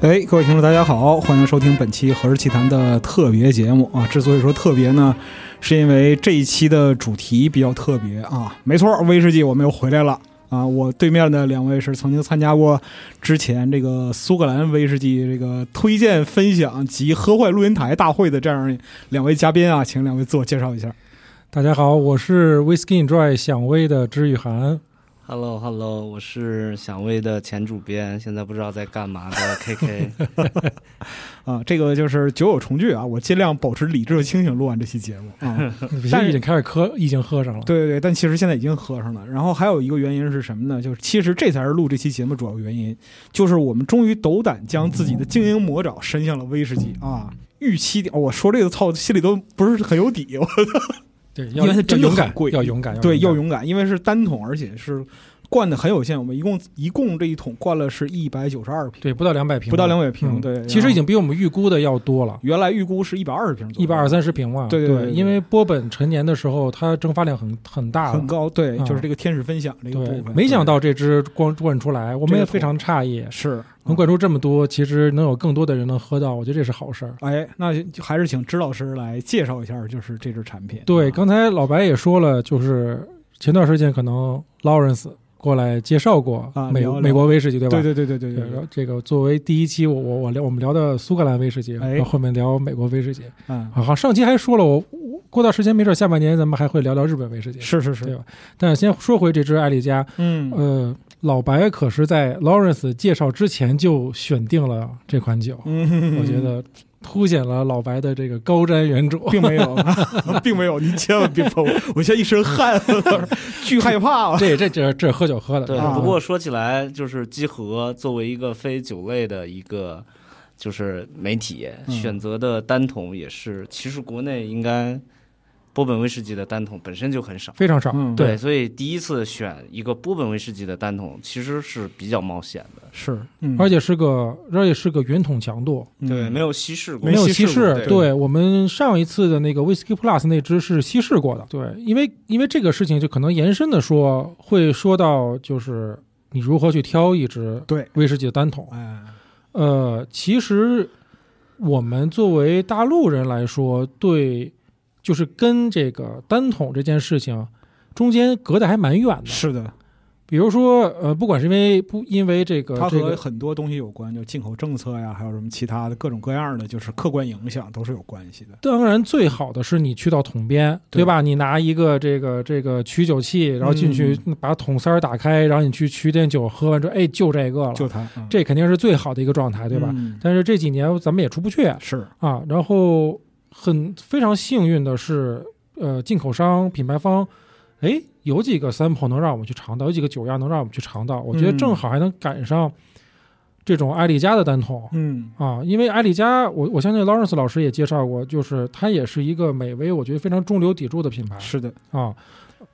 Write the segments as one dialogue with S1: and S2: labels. S1: 哎，各位听众，大家好，欢迎收听本期《和氏奇谈》的特别节目啊！之所以说特别呢，是因为这一期的主题比较特别啊。没错，威士忌我们又回来了啊！我对面的两位是曾经参加过之前这个苏格兰威士忌这个推荐分享及喝坏录音台大会的这样两位嘉宾啊，请两位自我介绍一下。
S2: 大家好，我是 Whisky Dry 响威的知 雨涵。
S3: h e l l o h e l l o 我是响威的前主编，现在不知道在干嘛的 KK。
S1: 啊，这个就是酒友重聚啊，我尽量保持理智和清醒录完这期节目啊。
S2: 你别
S1: 但是
S2: 已经开始喝，已经喝上了。
S1: 对对对，但其实现在已经喝上了。然后还有一个原因是什么呢？就是其实这才是录这期节目主要原因，就是我们终于斗胆将自己的经营魔爪伸向了威士忌啊。预期、哦我说这个操，心里都不是很有底。我
S2: 对，
S1: 因
S2: 要
S1: 为它真的
S2: 要勇敢
S1: 很贵，
S2: 要勇敢，
S1: 对，要
S2: 勇
S1: 勇敢，因为是单桶，而且是灌的很有限。我们一共一共这一桶灌了是一百九十二
S2: 敢，
S1: 瓶，
S2: 对，不到两百瓶，
S1: 不到两百瓶。
S2: 嗯
S1: 对，
S2: 其实已
S1: 然后
S2: 经比我们预估的要多了，
S1: 原来预估是一百二十瓶左右，
S2: 一百二三十瓶了。
S1: 对对
S2: 对
S1: 对对对
S2: 因为波本陈年的时候，它蒸发量很很大
S1: 很
S2: 的。
S1: 高。对，
S2: 啊
S1: 就是这个天使分享这个部
S2: 对
S1: 分。，
S2: 没想
S1: 对
S2: 到这支光灌出来，我
S1: 这
S2: 们
S1: 个
S2: 也非常诧异，
S1: 是嗯
S2: 能灌出这么多，其实能有更多的人能喝到，我觉得这是好事儿。
S1: 哎，那就还是请支老师来介绍一下，就是这支产品。
S2: 对，
S1: 啊
S2: 刚才老白也说了，就是前段时间可能 Lawrence 过来介绍过
S1: 啊
S2: 美、
S1: 聊聊
S2: 美国威士忌，对吧？
S1: 对对对对对
S2: 对，然
S1: 对
S2: 后，这个作为第一期我，我我聊我们聊的苏格兰威士忌，
S1: 哎
S2: 然后后面聊美国威士忌。
S1: 嗯，
S2: 好，上期还说了，我我过段时间没准下半年咱们还会聊聊日本威士忌。
S1: 是是是，
S2: 对吧？但是先说回这支艾丽加，
S1: 嗯，
S2: 呃，老白可是在 Lawrence 介绍之前就选定了这款酒，
S1: 嗯
S2: 我觉得凸显了老白的这个高瞻远瞩。
S1: 并没有， 并没有，您千万别碰我，我现在一身汗， 巨害怕了。
S2: 这这这这喝酒喝的，
S3: 对
S1: 啊，
S3: 不过说起来，就是集合作为一个非酒类的一个就是媒体、
S1: 嗯
S3: 选择的单桶也是，其实国内应该波本威士忌的单桶本身就很少。
S2: 非常少。
S1: 嗯
S2: 对，
S3: 所以第一次选一个波本威士忌的单桶，其实是比较冒险的。
S1: 是，嗯
S2: 而且是个而且是个圆筒强度，
S3: 对，
S1: 嗯
S3: 没有稀释过，
S2: 没有稀
S3: 稀
S2: 释
S3: 过。对
S2: 对我们上一次的那个 Whisky Plus 那只是稀释过的。对，因为因为这个事情就可能延伸的说，会说到就是你如何去挑一支
S1: 对
S2: 威士忌的单桶。
S1: 哎，
S2: 呃，其实我们作为大陆人来说，对就是跟这个单桶这件事情中间隔得还蛮远的。
S1: 是的，
S2: 比如说，呃，不管是因为不因为这个
S1: 它
S2: 这
S1: 和
S2: 个。
S1: 很多东西有关，就进口政策呀，还有什么其他的各种各样的，就是客观影响都是有关系的。
S2: 当然，最好的是你去到桶边，
S1: 对
S2: 对吧？你拿一个这个这个取酒器，然后进去
S1: 嗯
S2: 把桶塞儿打开，然后你去取点酒，喝完之后，哎，就这个了，
S1: 就它，嗯
S2: 这肯定是最好的一个状态，对吧？
S1: 嗯
S2: 但是这几年咱们也出不去
S1: 是，
S2: 啊。然后很非常幸运的是，呃，进口商品牌方，哎，有几个 sample 能让我们去尝到，有几个酒样能让我们去尝到。我觉得
S1: 嗯
S2: 正好还能赶上这种艾丽家的单桶。
S1: 嗯，
S2: 啊，因为艾丽加，我我相信 Lawrence 老师也介绍过，就是它也是一个美威，我觉得非常中流砥柱的品牌
S1: 是的，
S2: 啊。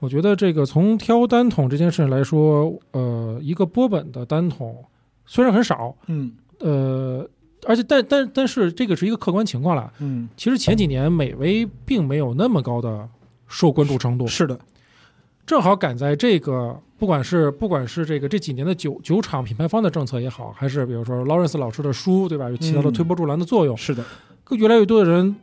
S2: 我觉得这个从挑单桶这件事情来说，呃，一个波本的单桶虽然很少，
S1: 嗯
S2: 呃，而且但但但是这个是一个客观情况啦。
S1: 嗯，
S2: 其实前几年美威并没有那么高的受关注程度，
S1: 是的，
S2: 正好赶在这个不管是不管是这个这几年的酒酒厂品牌方的政策也好，还是比如说 Lawrence 老师的书，对吧，有起到了
S1: 嗯
S2: 推波助澜的作用。
S1: 是的，
S2: 更越来越多的人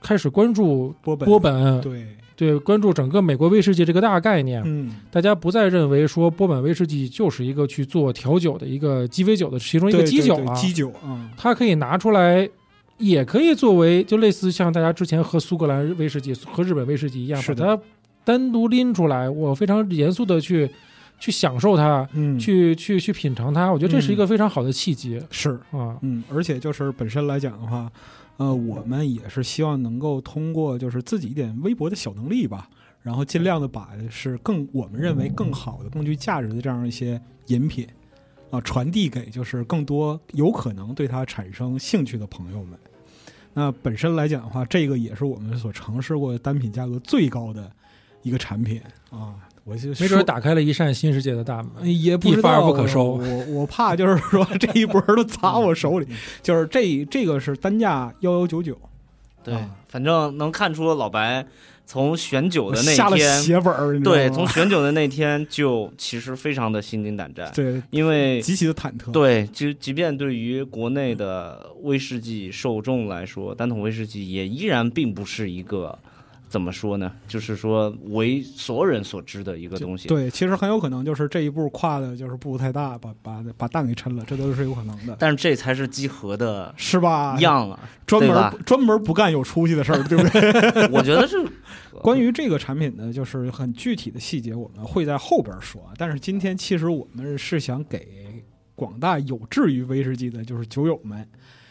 S2: 开始关注
S1: 波本，
S2: 波本，
S1: 对，
S2: 对关注整个美国威士忌这个大概念，
S1: 嗯，
S2: 大家不再认为说波本威士忌就是一个去做调酒的一个鸡尾酒的其中一个基酒
S1: 对
S2: 啊，
S1: 对基酒啊，
S2: 它可以拿出来，也可以作为就类似像大家之前喝苏格兰威士忌、和日本威士忌一样，
S1: 是
S2: 把
S1: 的
S2: 它单独拎出来，我非常严肃的去去享受它，
S1: 嗯，
S2: 去去去品尝它。我觉得这是一个非常好的契机、
S1: 是，
S2: 啊。
S1: 嗯，而且就是本身来讲的话，呃，我们也是希望能够通过就是自己一点微薄的小能力吧，然后尽量的把是更我们认为更好的、更具价值的这样一些饮品啊、传递给就是更多有可能对它产生兴趣的朋友们。那本身来讲的话，这个也是我们所尝试过的单品价格最高的一个产品啊。我就
S2: 没
S1: 说
S2: 准打开了一扇新世界的大门。
S1: 呃
S2: 哎
S1: 也不
S2: 一
S1: 知
S2: 发而
S1: 道
S2: 不可收
S1: 我我怕就是 说这一波都砸我手
S3: 嗯
S1: 里， 就是这这个是单价幺幺九九，
S3: 对
S1: 啊，
S3: 反正能看出老白从选酒
S1: 我
S3: 的
S1: 下
S3: 那
S1: 了
S3: 天，
S1: 血本儿，你知道
S3: 对，
S1: 吗
S3: 从选酒的那天就其实非常的心惊胆战，
S1: 对
S3: 因为
S1: 极其的忐忑，
S3: 对，就即便对于国内的威士忌受众来说，单桶威士忌也依然并不是一个怎么说呢？就是说为所有人所知的一个
S1: 就
S3: 东西。
S1: 对，其实很有可能就是这一步跨的就是步太大，把把把蛋给抻了，这都是有可能的，
S3: 但是这才是集合的
S1: 是吧？
S3: 样啊！
S1: 专
S3: 对吧
S1: 门专门不干有出息的 事儿，对不对？
S3: 我觉得是
S1: 关于这个产品的，就是很具体的细节，我们会在后边说。啊但是今天其实我们是想给广大有志于威士忌的，就是酒友们，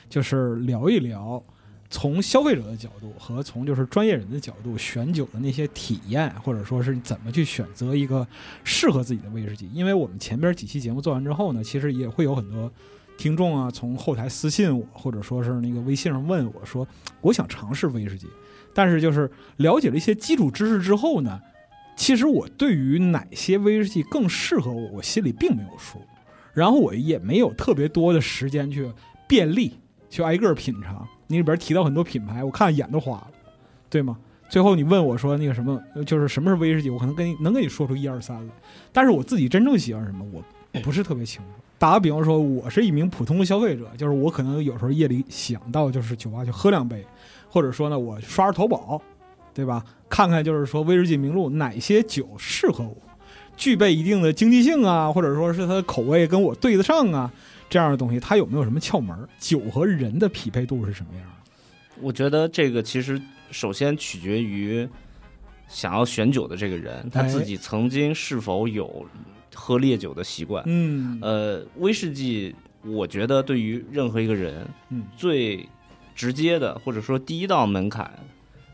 S1: 就是聊一聊从消费者的角度和从就是专业人的角度选酒的那些体验，或者说是怎么去选择一个适合自己的威士忌。因为我们前边几期节目做完之后呢，其实也会有很多。听众啊，从后台私信我，或者说是那个微信上问我说，我想尝试威士忌，但是就是了解了一些基础知识之后呢，其实我对于哪些威士忌更适合我，我心里并没有数，然后我也没有特别多的时间去便利去挨个儿品尝。你里边提到很多品牌，我看眼都花了，对吗？最后你问我说那个什么，呃就是什么是威士忌，我可能跟你能跟你说出一二三来，但是我自己真正喜欢什么，我我不是特别清楚。打个比方说，我是一名普通的消费者，就是我可能有时候夜里想到就是酒吧去喝两杯，或者说呢，我刷刷淘宝，对吧？看看就是说威士忌名录哪些酒适合我，具备一定的经济性啊，或者说是它的口味跟我对得上啊，这样的东西，它有没有什么窍门儿？酒和人的匹配度是什么样的？
S3: 我觉得这个其实首先取决于想要选酒的这个人，
S1: 哎
S3: 他自己曾经是否有喝烈酒的习惯。
S1: 嗯
S3: 呃，威士忌，我觉得对于任何一个人，
S1: 嗯
S3: 最直接的或者说第一道门槛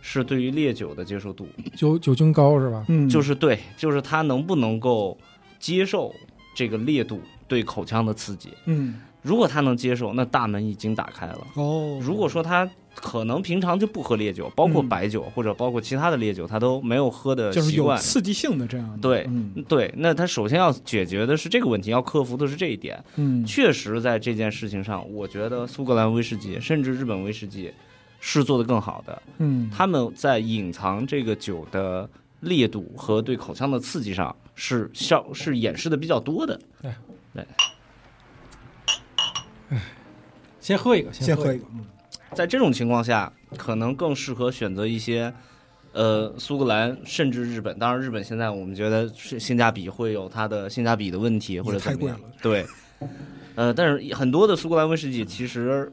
S3: 是对于烈酒的接受度，
S2: 酒酒精高是吧？
S1: 嗯，
S3: 就是对，就是他能不能够接受这个烈度对口腔的刺激。
S1: 嗯
S3: 如果他能接受，那大门已经打开了。
S1: 哦，
S3: 如果说他可能平常就不喝烈酒，包括
S1: 嗯
S3: 白酒、或者包括其他的烈酒，他都没有喝的
S1: 就是
S3: 习
S1: 有
S3: 惯。
S1: 刺激性的这样的，
S3: 对
S1: 嗯
S3: 对，那他首先要解决的是这个问题，要克服的是这一点。
S1: 嗯，
S3: 确实，在这件事情上，我觉得苏格兰威士忌甚至日本威士忌是做得更好的。
S1: 嗯，
S3: 他们在隐藏这个酒的烈度和对口腔的刺激上是消是掩饰的比较多的。
S2: 先喝一个，
S1: 先
S2: 喝
S1: 喝
S2: 一
S1: 一
S2: 个。
S1: 个，嗯
S3: 在这种情况下，可能更适合选择一些，呃，苏格兰甚至日本。当然，日本现在我们觉得是性价比会有它的性价比的问题，或者
S1: 也太
S3: 怎么
S1: 贵
S3: 样
S1: 了。，
S3: 对，呃，但是很多的苏格兰威士忌其实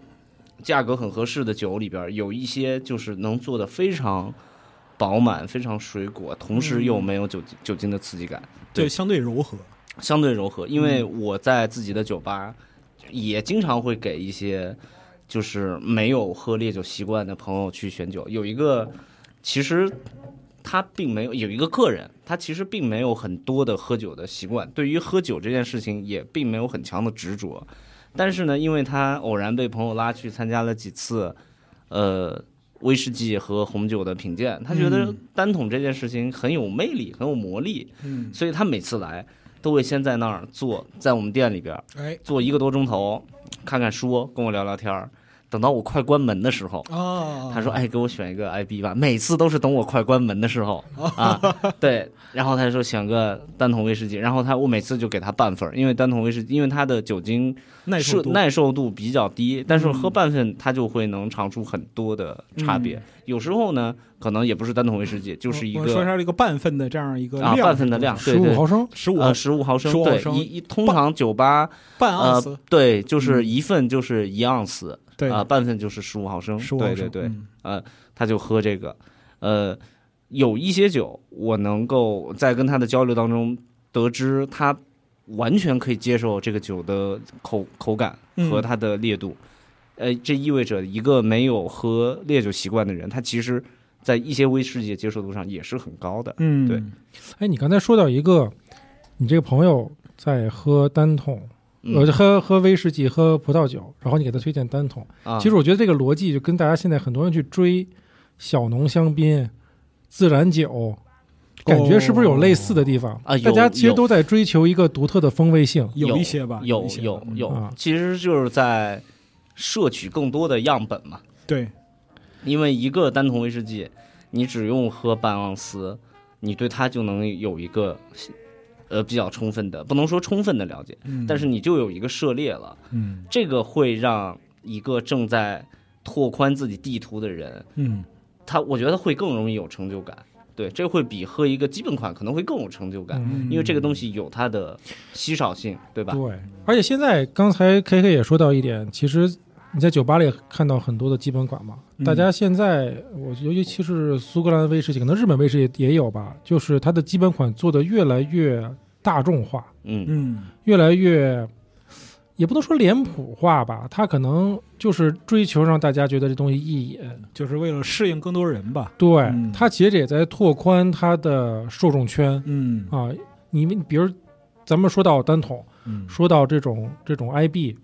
S3: 价格很合适的酒里边，有一些就是能做的非常饱满、非常水果，同时又没有酒精酒精的刺激感，对
S1: 对，相对柔和，
S3: 相对柔和。因为我在自己的酒吧也经常会给一些就是没有喝烈酒习惯的朋友去选酒，有一个其实。他并没有有一个客人，他其实并没有很多的喝酒的习惯，对于喝酒这件事情也并没有很强的执着。但是呢，因为他偶然被朋友拉去参加了几次，呃，威士忌和红酒的品鉴，他觉得
S1: 嗯
S3: 单桶这件事情很有魅力，很有魔力，
S1: 嗯，
S3: 所以他每次来都会先在那儿坐，在我们店里边儿
S1: 哎
S3: 坐一个多钟头，看看书，跟我聊聊天儿。等到我快关门的时候，
S1: 啊，
S3: 他说：“哎，给我选一个 IB 吧。”每次都是等我快关门的时候
S1: 哦
S3: 啊，对。然后他说选个单桶威士忌，然后他我每次就给他半份儿，因为单桶威士忌，因为它的酒精
S1: 耐
S3: 是
S1: 受度，嗯
S3: 耐受度比较低，但是喝半份它就会能尝出很多的差别。有时候呢，可能也不是单桶威士忌，就是一
S1: 哦我我摔
S3: 个
S1: 上了一个半份的这样一个
S3: 啊
S1: 量，
S3: 半份的量，对
S2: 十五
S3: 对
S2: 毫，升，
S1: 十五
S3: 呃，十五毫升，
S1: 15毫
S3: 对，
S1: 升
S3: 一一通常酒吧
S1: 半盎
S3: 呃
S1: 司，
S3: 对，就是一份就是一盎司
S1: 对
S3: 啊，半份就是十五毫升，
S1: 十五
S3: 嗯
S1: 嗯
S3: 对对对，他就喝这个。呃，有一些酒，我能够在跟他的交流当中得知，他完全可以接受这个酒的口口感和它的烈度。呃，这意味着一个没有喝烈酒习惯的人，他其实在一些威士忌的接受度上也是很高的。
S1: 嗯，
S3: 对
S2: 哎，你刚才说到一个，你这个朋友在喝单桶，呃，
S3: 嗯、
S2: 喝喝威士忌、喝葡萄酒，然后你给他推荐单桶。
S3: 啊，
S2: 其实我觉得这个逻辑就跟大家现在很多人去追小农香槟、自然酒，感觉是不是有类似的地方？
S3: 啊有
S2: 大家其实
S3: 有
S2: 都在追求一个独特的风味性。
S1: 有一些吧，
S3: 有
S1: 一些吧
S3: 有
S1: 嗯
S3: 有
S2: 啊，
S3: 其实就是在摄取更多的样本嘛。
S1: 对，
S3: 因为一个单桶威士忌，你只用喝半盎司，你对它就能有一个呃比较充分的，不能说充分的了解，
S1: 嗯
S3: 但是你就有一个涉猎了。
S1: 嗯
S3: 这个会让一个正在拓宽自己地图的人，
S1: 嗯
S3: 他我觉得会更容易有成就感。对，这会比喝一个基本款可能会更有成就感，
S2: 嗯
S3: 因为这个东西有它的稀少性，对吧？
S2: 对，而且现在刚才 K K 也说到一点，其实你在酒吧里看到很多的基本款嘛，
S1: 嗯
S2: 大家现在我尤其是苏格兰威士忌，可能日本威士忌也有吧，就是它的基本款做的越来越大众化，
S3: 嗯
S1: 嗯
S2: 越来越。也不能说脸谱化吧，它可能就是追求让大家觉得这东西一眼。
S1: 嗯就是为了适应更多人吧，
S2: 对，
S1: 嗯
S2: 它其实也在拓宽它的受众圈
S1: 嗯
S2: 啊。你们比如，咱们说到单桶，
S1: 嗯
S2: 说到这种这种 IB，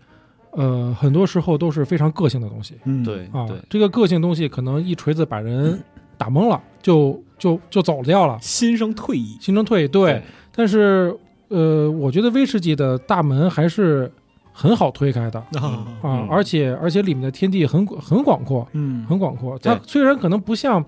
S2: 呃，很多时候都是非常个性的东西
S1: 嗯，
S3: 对
S2: 啊
S3: 对。
S2: 这个个性东西可能一锤子把人打懵了，就就就走掉了，
S1: 心生退意，
S2: 心生退对。
S3: 对
S2: 但是呃，我觉得威士忌的大门还是很好推开的
S1: 啊，
S2: 啊，
S3: 嗯
S2: 而且而且里面的天地很广很广阔，
S1: 嗯
S2: 很广阔。
S3: 对
S2: 它虽然可能不像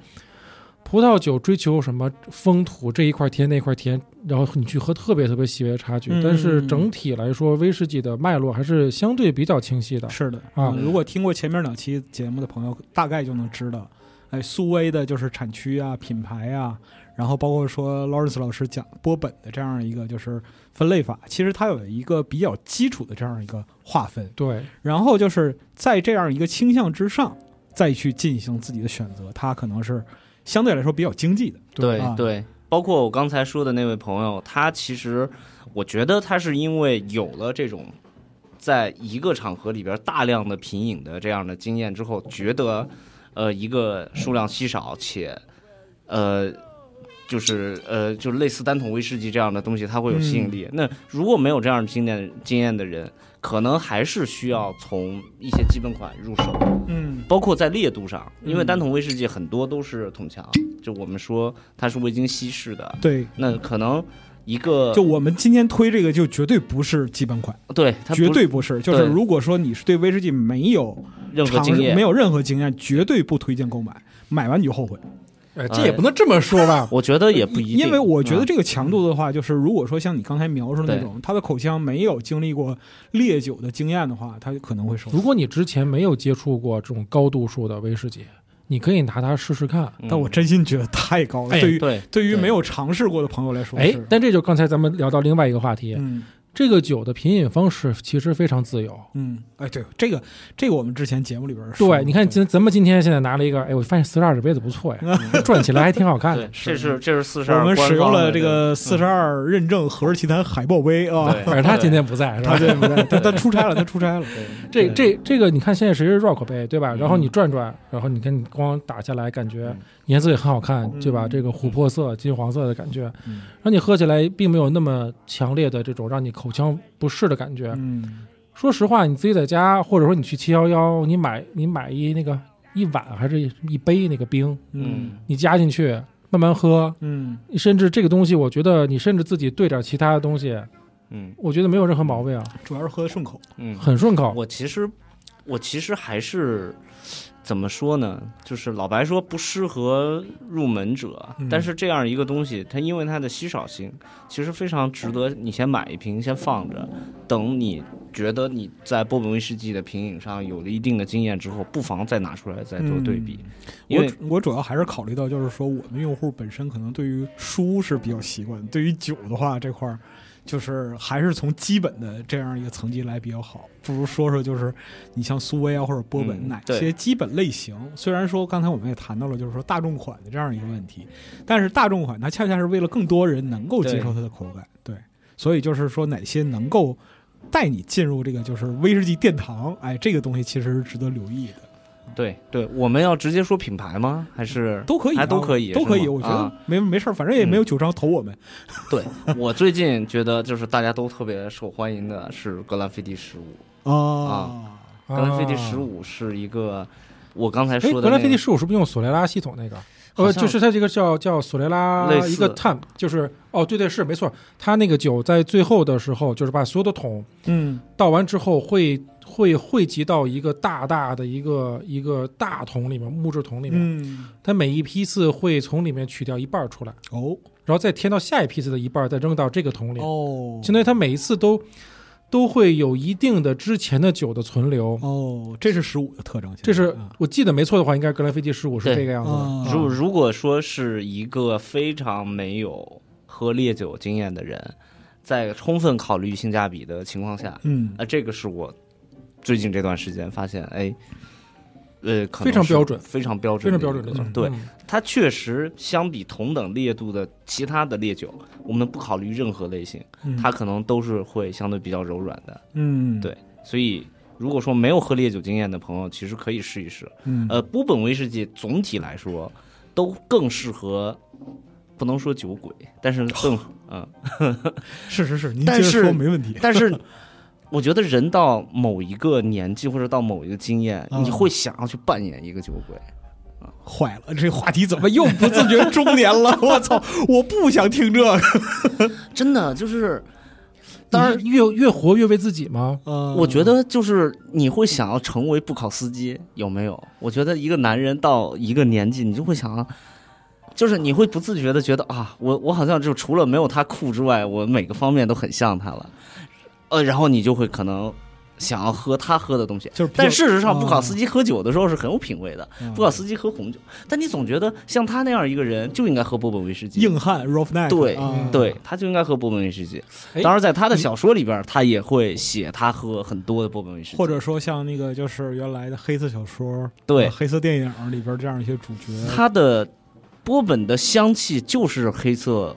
S2: 葡萄酒追求什么风土这一块甜那一块甜，然后你去喝特别特别细微的差距，
S1: 嗯
S2: 但是整体来说，威士忌的脉络还是相对比较清晰的。
S1: 是的
S2: 啊
S1: 嗯如果听过前面两期节目的朋友，大概就能知道，哎，苏威的就是产区啊、品牌啊，然后包括说 Lawrence 老师讲波本的这样一个就是分类法，其实它有一个比较基础的这样一个划分，
S2: 对，
S1: 然后就是在这样一个倾向之上，再去进行自己的选择，它可能是相对来说比较经济的，
S3: 对
S1: 啊
S3: 对，包括我刚才说的那位朋友，他其实我觉得他是因为有了这种在一个场合里边大量的品饮的这样的经验之后，觉得呃一个数量稀少且呃。就是呃，就类似单桶威士忌这样的东西，它会有吸引力。那如果没有这样的经验经验的人，可能还是需要从一些基本款入手。
S1: 嗯
S3: 包括在烈度上，因为
S1: 嗯
S3: 单桶威士忌很多都是桶强，就我们说它是未经稀释的，
S1: 对，
S3: 那可能一个
S1: 就我们今天推这个就绝对不是基本款，
S3: 对它不
S1: 绝对不是，就是
S3: 对
S1: 如果说你是对威士忌没有
S3: 任何
S1: 尝
S3: 经
S1: 试
S3: 验
S1: 没。有任何经验，绝对不推荐购买，买完你就后悔。呃
S2: 哎，
S3: 这也不
S2: 能这么说吧？
S3: 我觉得也不一定，
S1: 因为我觉得
S3: 嗯
S1: 这个强度的话，就是如果说像你刚才描述的那种，他的口腔没有经历过烈酒的经验的话，他可能会受
S2: 如
S3: 嗯
S1: 伤。
S2: 果你之前没有接触过这种高度数的威士忌，你可以拿它试试看。
S3: 嗯
S1: 但我真心觉得太高了，
S2: 哎
S1: 对于
S3: 对
S1: 对于
S3: 对
S1: 没有尝试过的朋友来说
S2: 哎
S1: 是，，
S2: 但这就刚才咱们聊到另外一个话题，
S1: 嗯
S2: 这个酒的品饮方式其实非常自由。
S1: 嗯，哎，对这个这个我们之前节目里边说过
S2: 对，你看今咱们今天现在拿了一个，哎，我发现四十二这杯子不错呀，转起来还挺好看
S3: 对
S2: 的，。
S3: 这是这是四十
S1: 哎我
S3: 二，
S1: 们使用了这个四十二认证和氏奇坛海豹杯啊，
S3: 对，
S2: 反正他今天不在，是
S1: 他？
S2: 吧
S1: 这不对，他他出差了，他出差 了，
S3: 对
S2: 这
S1: 对嗯
S2: 这这个，你看现在谁是 rock 杯，对吧？然后你转转，然后你看你光打下来，感觉颜色也很好看，对吧？
S1: 嗯
S2: 这个琥珀色、金黄色的感觉，
S1: 嗯
S2: 让你喝起来并没有那么强烈的这种让你口腔不适的感
S3: 啊
S2: 觉。
S1: 嗯
S2: 说实话，你自己在家，或者说你去七幺幺，你买你买一那个一碗还是一杯那个冰，
S1: 嗯
S3: 嗯
S2: 你加进去慢慢喝，
S1: 嗯
S2: 甚至这个东西，我觉得你甚至自己兑点其他的东西，
S3: 嗯
S2: 我觉得没有任何毛病啊，
S1: 主要是喝顺口。
S3: 嗯，
S2: 很顺口。
S3: 我其实我其实还是怎么说呢？就是老白说不适合入门者，
S1: 嗯
S3: 但是这样一个东西，它因为它的稀少性，其实非常值得你先买一瓶，先放着，等你觉得你在波本威士忌的品饮上有了一定的经验之后，不妨再拿出来再
S1: 嗯
S3: 做对比，因
S1: 我
S3: 为
S1: 主我主要还是考虑到，就是说我们用户本身可能对于书是比较习惯，对于酒的话这块儿，就是还是从基本的这样一个层级来比较好。不如说说就是你像苏威啊或者波本
S3: 嗯
S1: 哪
S3: 对
S1: 些基本类型，虽然说刚才我们也谈到了，就是说大众款的这样一个问题，但是大众款它恰恰是为了更多人能够接受它的口感，对，所以就是说哪些能够。带你进入这个就是威士忌殿堂，哎，这个东西其实是值得留意的，
S3: 对对，我们要直接说品牌吗？还是
S1: 都可以吧，
S3: 还哎都可以
S1: 都可
S3: 是
S1: 以，
S3: 吗
S1: 我觉
S3: 啊嗯
S1: 得没没事儿，反正也没有酒商投我们。
S3: 对我最近觉得就是大家都特别受欢迎的是格兰菲迪十五，
S1: 啊
S2: 格
S3: 格兰菲迪十，五是一个我刚才
S2: 哎，
S3: 说的
S2: 哦格
S3: 那
S2: 兰菲迪
S3: 个
S2: 十五是不是用索雷拉系统那个？
S3: 好
S2: 呃，
S3: 像
S2: 就是它这个叫叫索雷拉
S3: 类似
S2: 一个 t a m 就是哦，对对是没错，它那个酒在最后的时候，就是把所有的桶
S1: 嗯
S2: 倒完之后会会汇集到一个大大的一个一个大桶里面，木质桶里面，
S1: 嗯，
S2: 它每一批次会从里面取掉一半儿出来，
S1: 哦
S2: 然后再添到下一批次的一半儿，再扔到这个桶里，
S1: 哦
S2: 相当于它每一次都都会有一定的之前的酒的存留。
S1: 哦，这是十五的特征，
S2: 这是
S1: 啊
S2: 我记得没错的话，应该格兰菲迪十五是
S3: 嗯对
S2: 这个样子
S1: 啊
S2: 的。
S3: 如如果说是一个非常没有喝烈酒经验的人，在充分考虑性价比的情况下，
S2: 哦
S1: 嗯
S3: 啊，这个是我最近这段时间发现，哎，呃，可能
S2: 非常
S3: 是
S2: 标准
S3: 非常标准，
S2: 非常标准的
S3: 的一
S2: 酒
S3: 个。
S1: 嗯
S3: 对，
S2: 嗯
S3: 它确实相比同等烈度的其他的烈酒，我们不考虑任何类型，
S1: 嗯
S3: 它可能都是会相对比较柔软的。
S1: 嗯
S3: 对所以，如果说没有喝烈酒经验的朋友，其实可以试一试。
S1: 嗯
S3: 呃，波本威士忌总体来说都更适合，不能说酒鬼，但是更嗯，
S1: 是是是，您
S3: 但
S1: 接着
S3: 是
S1: 说没问题。
S3: 但是我觉得人到某一个年纪或者到某一个经验，
S1: 嗯
S3: 你会想要去扮演一个酒鬼。
S1: 坏了，这话题怎么又不自觉中年 了？我操，我不想听这个。
S3: 真的就是，
S2: 当
S3: 当
S2: 然
S3: 然，
S2: 越越活越为自己吗？
S1: 我
S3: 我觉
S1: 嗯
S3: 得就是你会想要成为不考司机，有没有？我觉得一个男人到一个年纪，你就会想要。就是你会不自觉的觉得啊，我我好像就除了没有他酷之外，我每个方面都很像他了，呃，然后你就会可能想要喝他喝的东西，
S1: 就是比较，嗯
S3: 但事实上，布考斯
S1: 基
S3: 基喝酒的时候是很有品味的，布考斯基喝红酒，但你总觉得像他那样一个人就应该喝波本威士忌，
S1: 硬汉 roughneck，
S3: 对
S1: 啊
S3: 对，他就应该喝波本威士忌
S2: 哎。
S3: 当然，在他的小说里边，他也会写他喝很多的波本威士忌，
S1: 或者说像那个就是原来的黑色小说、
S3: 对
S1: 啊黑色电影里边这样一些主角，
S3: 他的波本的香气就是黑色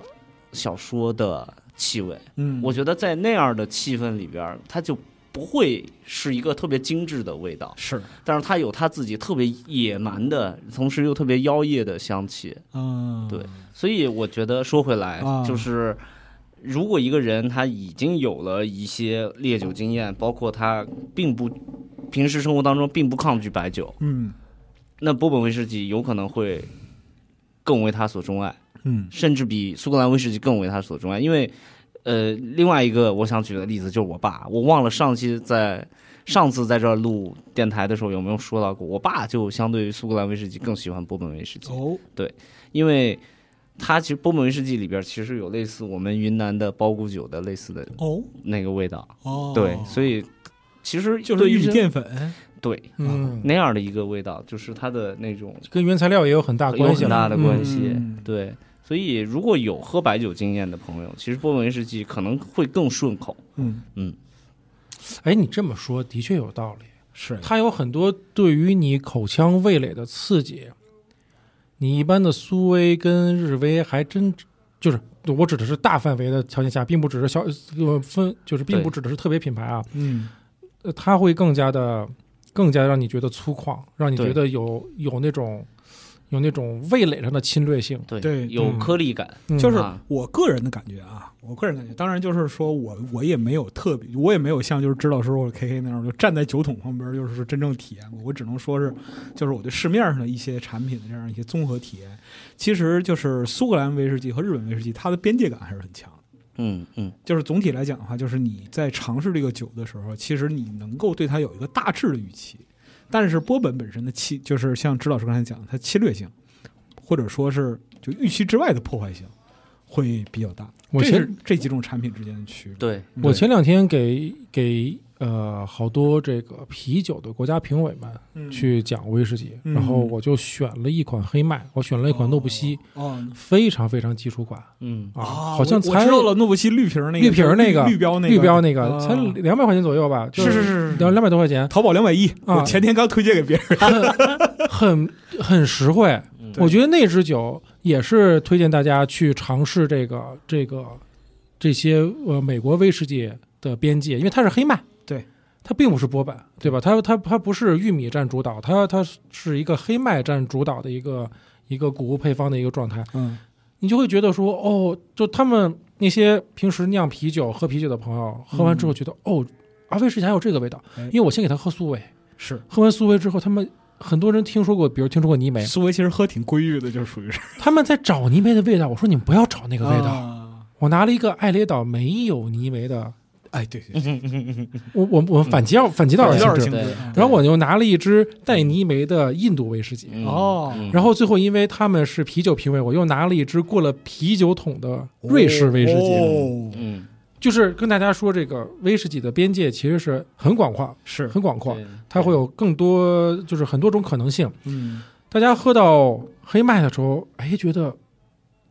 S3: 小说的气味。
S1: 嗯，
S3: 我觉得在那样的气氛里边，他就不会是一个特别精致的味道，
S1: 是
S3: 但是他有他自己特别野蛮的，同时又特别妖冶的香气。
S1: 嗯
S3: 对所以我觉得说回来，
S1: 啊
S3: 就是如果一个人他已经有了一些烈酒经验，包括他并不平时生活当中并不抗拒白酒，
S1: 嗯
S3: 那波本威士忌有可能会更为他所钟爱，
S1: 嗯
S3: 甚至比苏格兰威士忌更为他所钟爱，因为。呃，另外一个我想举的例子就是我爸，我忘了上期在上次在这儿录电台的时候有没有说到过，我爸就相对于苏格兰威士忌更喜欢波本威士忌。
S1: 哦
S3: 因为它其实波本威士忌里边其实有类似我们云南的包谷酒的类似的
S1: 哦
S3: 那个味道，
S1: 哦，
S3: 对，所以其实
S1: 就是
S3: 对于
S1: 玉米
S3: 这
S1: 淀粉，
S3: 对
S2: 嗯，
S3: 那样的一个味道，就是它的那种
S2: 跟原材料也有很大
S3: 有
S2: 关系
S3: 很
S2: 了。
S3: 大的关系，
S1: 嗯
S3: 对。所以，如果有喝白酒经验的朋友，其实波本威士忌可能会更顺口。
S1: 嗯，
S2: 哎，你这么说的确有道理，
S1: 是
S3: 嗯
S2: 它有很多对于你口腔味蕾的刺激。你一般的苏威跟日威还真就是，我指的是大范围的条件下，并不只是小呃分，就是并不指的是特别品牌啊，
S1: 嗯
S2: 呃它会更加的更加让你觉得粗犷，让你
S3: 对
S2: 觉得有有那种有那种味蕾上的侵略性，
S3: 对，
S1: 对
S3: 有
S2: 嗯
S3: 颗粒感。
S2: 嗯
S1: 就是
S3: 啊
S1: 我个人的感觉啊，我个人感觉，当然就是说我我也没有特别，我也没有像就是知道师或者 K K 那样，就站在酒桶旁边，就是说真正体验过。我只能说是，就是我对市面上的一些产品的这样一些综合体验，其实就是苏格兰威士忌和日本威士忌，它的边界感还是很强的。
S3: 嗯嗯，
S1: 就是总体来讲的话，就是你在尝试这个酒的时候，其实你能够对它有一个大致的预期，但是波本本身的侵，就是像支老师刚才讲的，它侵略性，或者说是就预期之外的破坏性，会比较大。
S2: 我
S1: 这
S2: 前
S1: 是这几种产品之间的区别。
S3: 对，
S1: 嗯
S2: 我前两天给给呃好多这个啤酒的国家评委们
S1: 嗯
S2: 去讲威士忌，
S1: 嗯
S2: 然后我就选了一款黑麦，我选了一款诺布西，
S1: 哦
S2: 非常非常基础款
S3: 嗯
S2: 啊，
S1: 啊
S2: 好像
S1: 我我
S2: 才
S1: 知道了，诺布西绿瓶儿那个
S2: 绿瓶儿那个
S1: 绿标那个
S2: 绿标那个
S1: 啊
S2: 才两百块钱左右吧，就是
S1: 是是是
S2: 两两百多块钱，
S1: 淘宝两百一，
S2: 啊
S1: 我前天刚推荐给别人。
S2: 很很实惠。
S3: 嗯
S2: 我觉得那支酒也是推荐大家去尝试这个这个这些呃美国威士忌的边界，因为它是黑麦，
S1: 对，
S2: 它并不是波本，对吧？它它它不是玉米占主导，它它是一个黑麦占主导的一个一个谷物配方的一个状态，
S1: 嗯
S2: 你就会觉得说哦，就他们那些平时酿啤酒喝啤酒的朋友，喝完之后觉得、哦，啊威士忌还有这个味道
S1: 嗯哎，
S2: 因为我先给他喝苏维，
S1: 是
S2: 喝完苏维之后，他们很多人听说过，比如听说过泥煤，
S1: 苏维其实喝挺规律的，就属于是
S2: 他们在找泥煤的味道。我说你们不要找那个味道，
S1: 道。
S2: 我拿了一个艾雷岛没有泥煤的，
S1: 啊哎，对对，
S2: 我我我反其道反其道而
S1: 有
S2: 行
S1: 点清楚
S2: 之。
S3: 对
S1: 啊
S2: 然后我又拿了一支带泥煤的印度威士忌，
S3: 嗯
S1: 哦
S3: 嗯
S2: 然后最后因为他们是啤酒评委，我又拿了一支过了啤酒桶的瑞士威士忌。
S1: 哦
S3: 嗯，
S2: 就是跟大家说，这个威士忌的边界其实是很广阔，
S1: 是，
S2: 很广阔
S3: 对，
S2: 它会有更多就是很多种可能性。
S1: 嗯，
S2: 大家喝到黑麦的时候，哎，觉得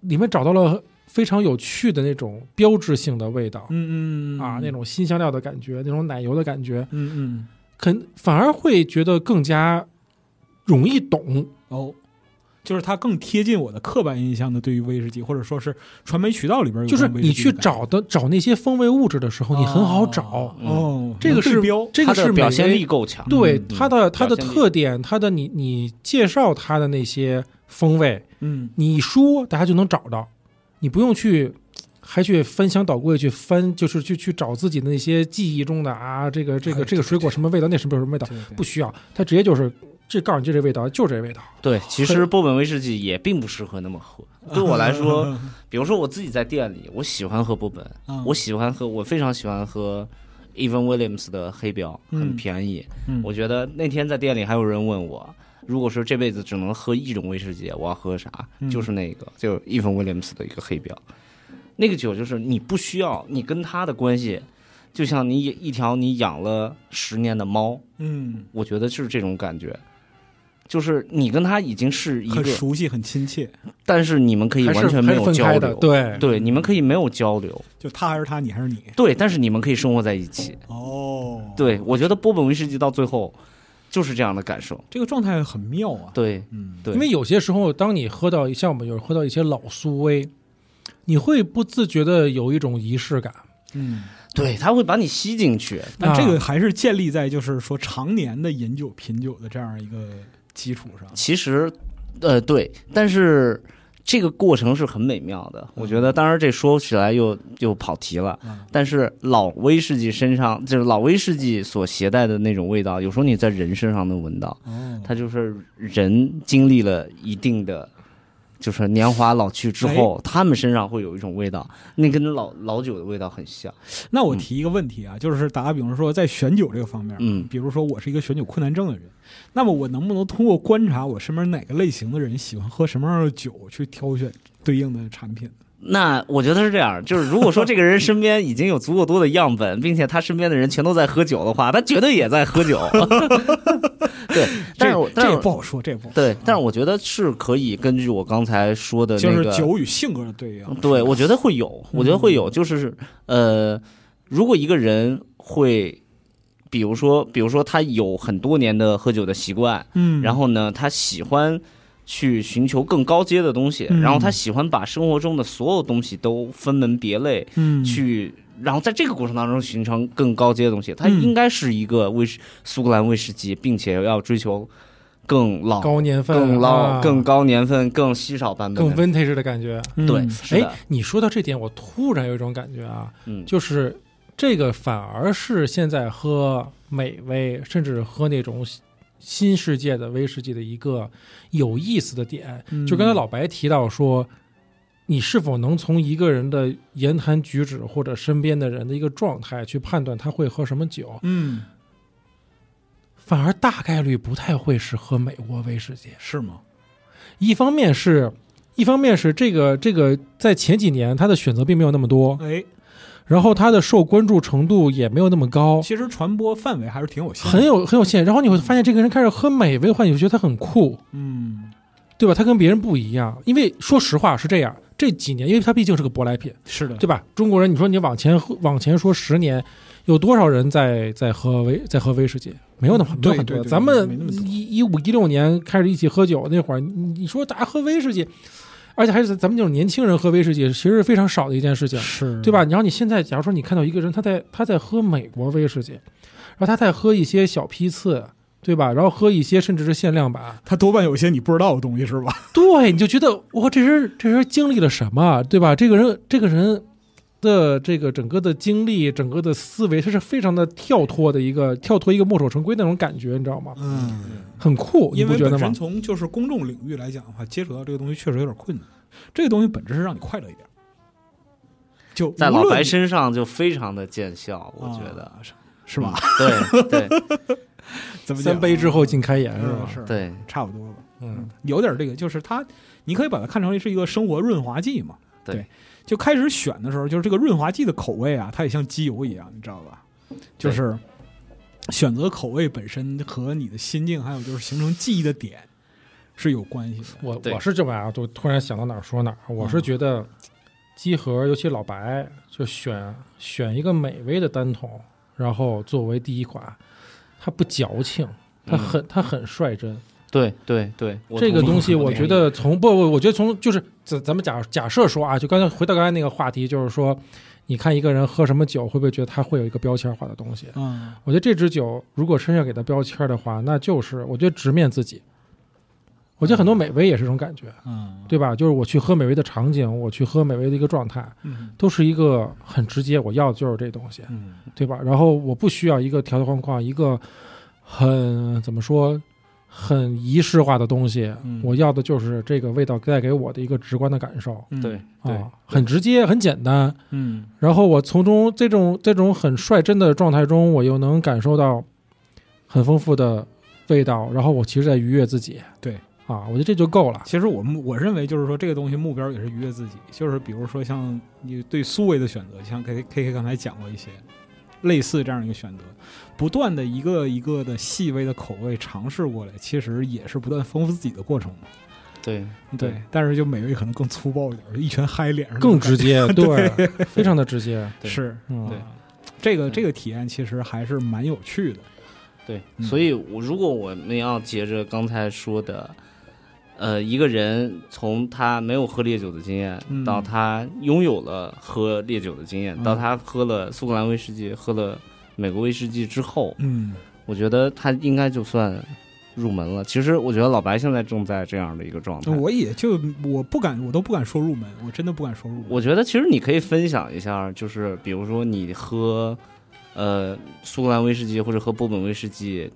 S2: 里面找到了非常有趣的那种标志性的味道、
S1: 嗯嗯
S2: 啊，那，种新香料的感觉，那种奶油的感觉，
S1: 嗯嗯，
S2: 肯反而会觉得更加容易懂。
S1: 哦，就是它更贴近我的刻板印象的对于威士忌，或者说是传媒渠道里边有
S2: 就是
S1: 关威
S2: 你
S1: 士忌
S2: 去
S1: 的感觉，
S2: 找的找那些风味物质的时候，你很好找。
S1: 哦
S3: 嗯
S1: 哦，
S2: 这个是
S1: 能对标，
S2: 这
S3: 他
S2: 个
S3: 的
S2: 是
S3: 表
S2: 美
S3: 现
S2: 味
S3: 力够强，
S2: 对
S1: 嗯
S2: 它的它的
S3: 表现力
S2: 特点，它的你你介绍它的那些风味，
S1: 嗯
S2: 你一说大家就能找到，你不用去还去翻箱倒柜去翻，就是去去找自己的那些记忆中的啊，这个这
S1: 哎
S2: 个这个水果什么味道，那什么什么味道，
S1: 对对
S2: 不需要，它直接就是这告诉你就这味道，就这味道。
S3: 对，其实波本威士忌也并不适合那么 喝。对我 来说，，比如说我自己在店里，我喜欢喝波本，
S1: 嗯
S3: 我喜欢喝，我非常喜欢喝 Evan Williams 的黑标，
S1: 嗯
S3: 很便宜。
S1: 嗯
S3: 我觉得那天在店里还有人问我，如果说这辈子只能喝一种威士忌，我要喝啥？
S1: 嗯
S3: 就是那个，就是 Evan Williams 的一个黑标。那个酒就是你不需要，你跟它的关系，就像你一条你养了十年的猫，
S1: 嗯，
S3: 我觉得是这种感觉，就是你跟它已经是一
S1: 很
S3: 个，
S1: 熟悉，很亲切，
S3: 但是你们可以
S2: 还是
S3: 完
S2: 还
S3: 全没
S2: 是
S3: 有
S2: 分
S3: 交
S2: 开的，
S3: 流，
S2: 对，
S3: 对，你们可以没有交流，
S1: 就他还是他，你还是你，
S3: 对，但是你们可以生活在一起。
S1: 哦，，
S3: 对，我觉得波本威士忌到最后就是这样的感受。
S1: 这个状态很妙啊，
S3: 对，
S1: 嗯，
S3: 对，
S2: 因为有些时候，当你喝到像我们有喝到一些老苏威，你会不自觉的有一种仪式感。
S1: 嗯，
S3: 对它会把你吸进去。
S1: 但
S2: 啊
S1: 这个还是建立在就是说常年的饮酒品酒的这样一个基础上，
S3: 其实，呃，对，但是这个过程是很美妙的。我觉得，当然这说起来又又跑题了。
S1: 啊，
S3: 但是老威士忌身上，就是老威士忌所携带的那种味道，有时候你在人身上能闻到。
S1: 哦，
S3: 它就是人经历了一定的，就是年华老去之后，他们身上会有一种味道，那跟老老酒的味道很像。
S1: 那我提一个问题啊，就是打个比方说，在选酒这个方面，啊
S3: 嗯
S1: 比如说我是一个选酒困难症的人，那么我能不能通过观察我身边哪个类型的人喜欢喝什么样的酒，去挑选对应的产品？
S3: 那我觉得是这样，就是如果说这个人身边已经有足够多的样本，并且他身边的人全都在喝酒的话，他绝对也在 喝酒。对，但是我
S1: 这
S3: 但
S1: 这
S3: 是
S1: 也
S3: 我
S1: 不好说，这也不好说。
S3: 对，但是我觉得是可以根据我刚才说的
S1: 就
S3: 那
S1: 是
S3: 个，嗯
S1: 酒嗯与性格的对应。
S3: 对我觉得会有，我觉得会有，就是呃，如果一个人会，比如说，比如说他有很多年的喝酒的习惯，
S1: 嗯，
S3: 然后呢，他喜欢去寻求更高阶的东西，
S1: 嗯
S3: 然后他喜欢把生活中的所有东西都分门别类，
S1: 嗯
S3: 去，然后在这个过程当中形成更高阶的东西。它
S1: 嗯
S3: 应该是一个威士苏格兰威士忌，并且要追求更老、
S2: 高年份、
S3: 哦更老、
S2: 啊
S3: 更高年份、更稀少版本
S2: 更
S3: 的。
S2: vintage 的感觉。
S3: 对，
S1: 嗯
S3: 是的
S2: 哎，，你说到这点，我突然有一种感觉啊，
S3: 嗯，
S2: 就是这个反而是现在喝美味，甚至喝那种新新世界的威士忌的一个有意思的点。
S1: 嗯
S2: 就刚才老白提到说，你是否能从一个人的言谈举止或者身边的人的一个状态去判断他会喝什么酒，
S1: 嗯
S2: 反而大概率不太会是喝美国威士忌。
S1: 是吗？
S2: 一方面是，一方面是这个这个在前几年他的选择并没有那么多，
S1: 哎，
S2: 然后它的受关注程度也没有那么高，
S1: 其实传播范围还是挺有限的，
S2: 很有很有限。然后你会发现这个人开始喝美味的话，你就觉得他很酷，
S1: 嗯
S2: 对吧？他跟别人不一样，因为说实话是这样。这几年，因为它毕竟是个舶来品，
S1: 是的，
S2: 对吧？中国人，你说你往前喝往前说十年，有多少人在在喝威在喝威士忌？没有那么没有
S1: 嗯对
S2: 很多。
S1: 对对
S2: 咱
S1: 没那
S2: 们
S1: 么多
S2: 一一五一六年开始一起喝酒那会儿，你你说大家喝威士忌，而且还是咱们这种年轻人喝威士忌，其实是非常少的一件事情。
S1: 是
S2: 对吧？？然后你现在，假如说你看到一个人，他在他在喝美国威士忌，然后他在喝一些小批次，对吧？然后喝一些甚至是限量版，
S1: 它多半有些你不知道的东西，是吧？
S2: 对，你就觉得哇，这人这人经历了什么，对吧？这个人这个人的这个整个的经历，整个的思维，他是非常的跳脱的一个跳脱一个墨守成规那种感觉，你知道吗？
S1: 嗯，
S2: 很酷，你
S1: 因
S2: 不
S1: 为
S2: 觉
S1: 本
S2: 得吗
S1: 身？从就是公众领域来讲的话，接触到这个东西确实有点困难。这个东西本质是让你快乐一点，就
S3: 在
S1: 无
S3: 老
S1: 论
S3: 白
S1: 你
S3: 身上就非常的见效，我
S1: 啊
S3: 觉得。
S1: 是吧？
S3: 嗯对对
S1: 怎么讲
S2: 三杯之后尽开颜是吧？
S1: 是吧？是，
S3: 对，
S1: 差不多吧。
S2: 嗯，
S1: 有点这个，就是它，你可以把它看成是一个生活润滑剂嘛。
S3: 对
S1: 就开始选的时候，就是这个润滑剂的口味啊，它也像机油一样，你知道吧？就是选择口味本身和你的心境，还有就是形成记忆的点是有关系的。
S2: 我
S3: 对嗯
S2: 我是这么啊，就突然想到哪儿说哪儿。我是觉得鸡盒，尤其老白，就选选一个美味的单桶，然后作为第一款，它不矫情，它很、它很率真。
S3: 对对对，嗯我
S2: 这个
S3: 同意
S2: 东西，我
S3: 同意
S2: 觉得从不不，我觉得从就是咱咱们假假设说啊，就刚才回到刚才那个话题，就是说，你看一个人喝什么酒，会不会觉得他会有一个标签化的东西？
S1: 嗯，
S2: 我觉得这支酒如果真要给它标签的话，那就是我觉得直面自己。我觉得很多美味也是这种感觉。
S1: 嗯，
S2: 对吧？就是我去喝美味的场景，我去喝美味的一个状态，
S1: 嗯
S2: 都是一个很直接，我要的就是这东西，
S1: 嗯，
S2: 对吧？然后我不需要一个条条框框，一个很怎么说，很仪式化的东西，
S1: 嗯
S2: 我要的就是这个味道带给我的一个直观的感受
S1: 嗯
S3: 对，对
S2: 啊，很直接，很简单。
S1: 嗯
S2: 然后我从中这种这种很率真的状态中，我又能感受到很丰富的味道，然后我其实在愉悦自己。
S1: 对
S2: 啊，我觉得这就够了。
S1: 其实我们我认为就是说，这个东西目标也是愉悦自己，就是比如说像你对苏维的选择，像 K K K 刚才讲过一些类似这样一个选择，不断的一个一个的细微的口味尝试过来，其实也是不断丰富自己的过程嘛。
S3: 对
S1: 对，但是就美味可能更粗暴一点，一拳嗨脸上
S2: 更
S1: 那种
S2: 直
S1: 感
S2: 接，对，非常的直接。
S1: 觉，是
S2: 嗯
S1: 对。这个这
S3: 对
S1: 个体验其实还是蛮有趣的，
S3: 对，
S1: 嗯
S3: 所以我如果我们要接着刚才说的，呃，一个人从他没有喝烈酒的经验，
S1: 嗯
S3: 到他拥有了喝烈酒的经验，
S1: 嗯
S3: 到他喝了苏格兰威士忌、喝了美国威士忌之后，
S1: 嗯
S3: 我觉得他应该就算入门了。其实我觉得老白现在正在这样的一个状态。
S1: 我也就我不敢，我都不敢说入门，我真的不敢说入门。
S3: 我觉得其实你可以分享一下，就是比如说你喝，呃，苏格兰威士忌或者喝波本威士忌，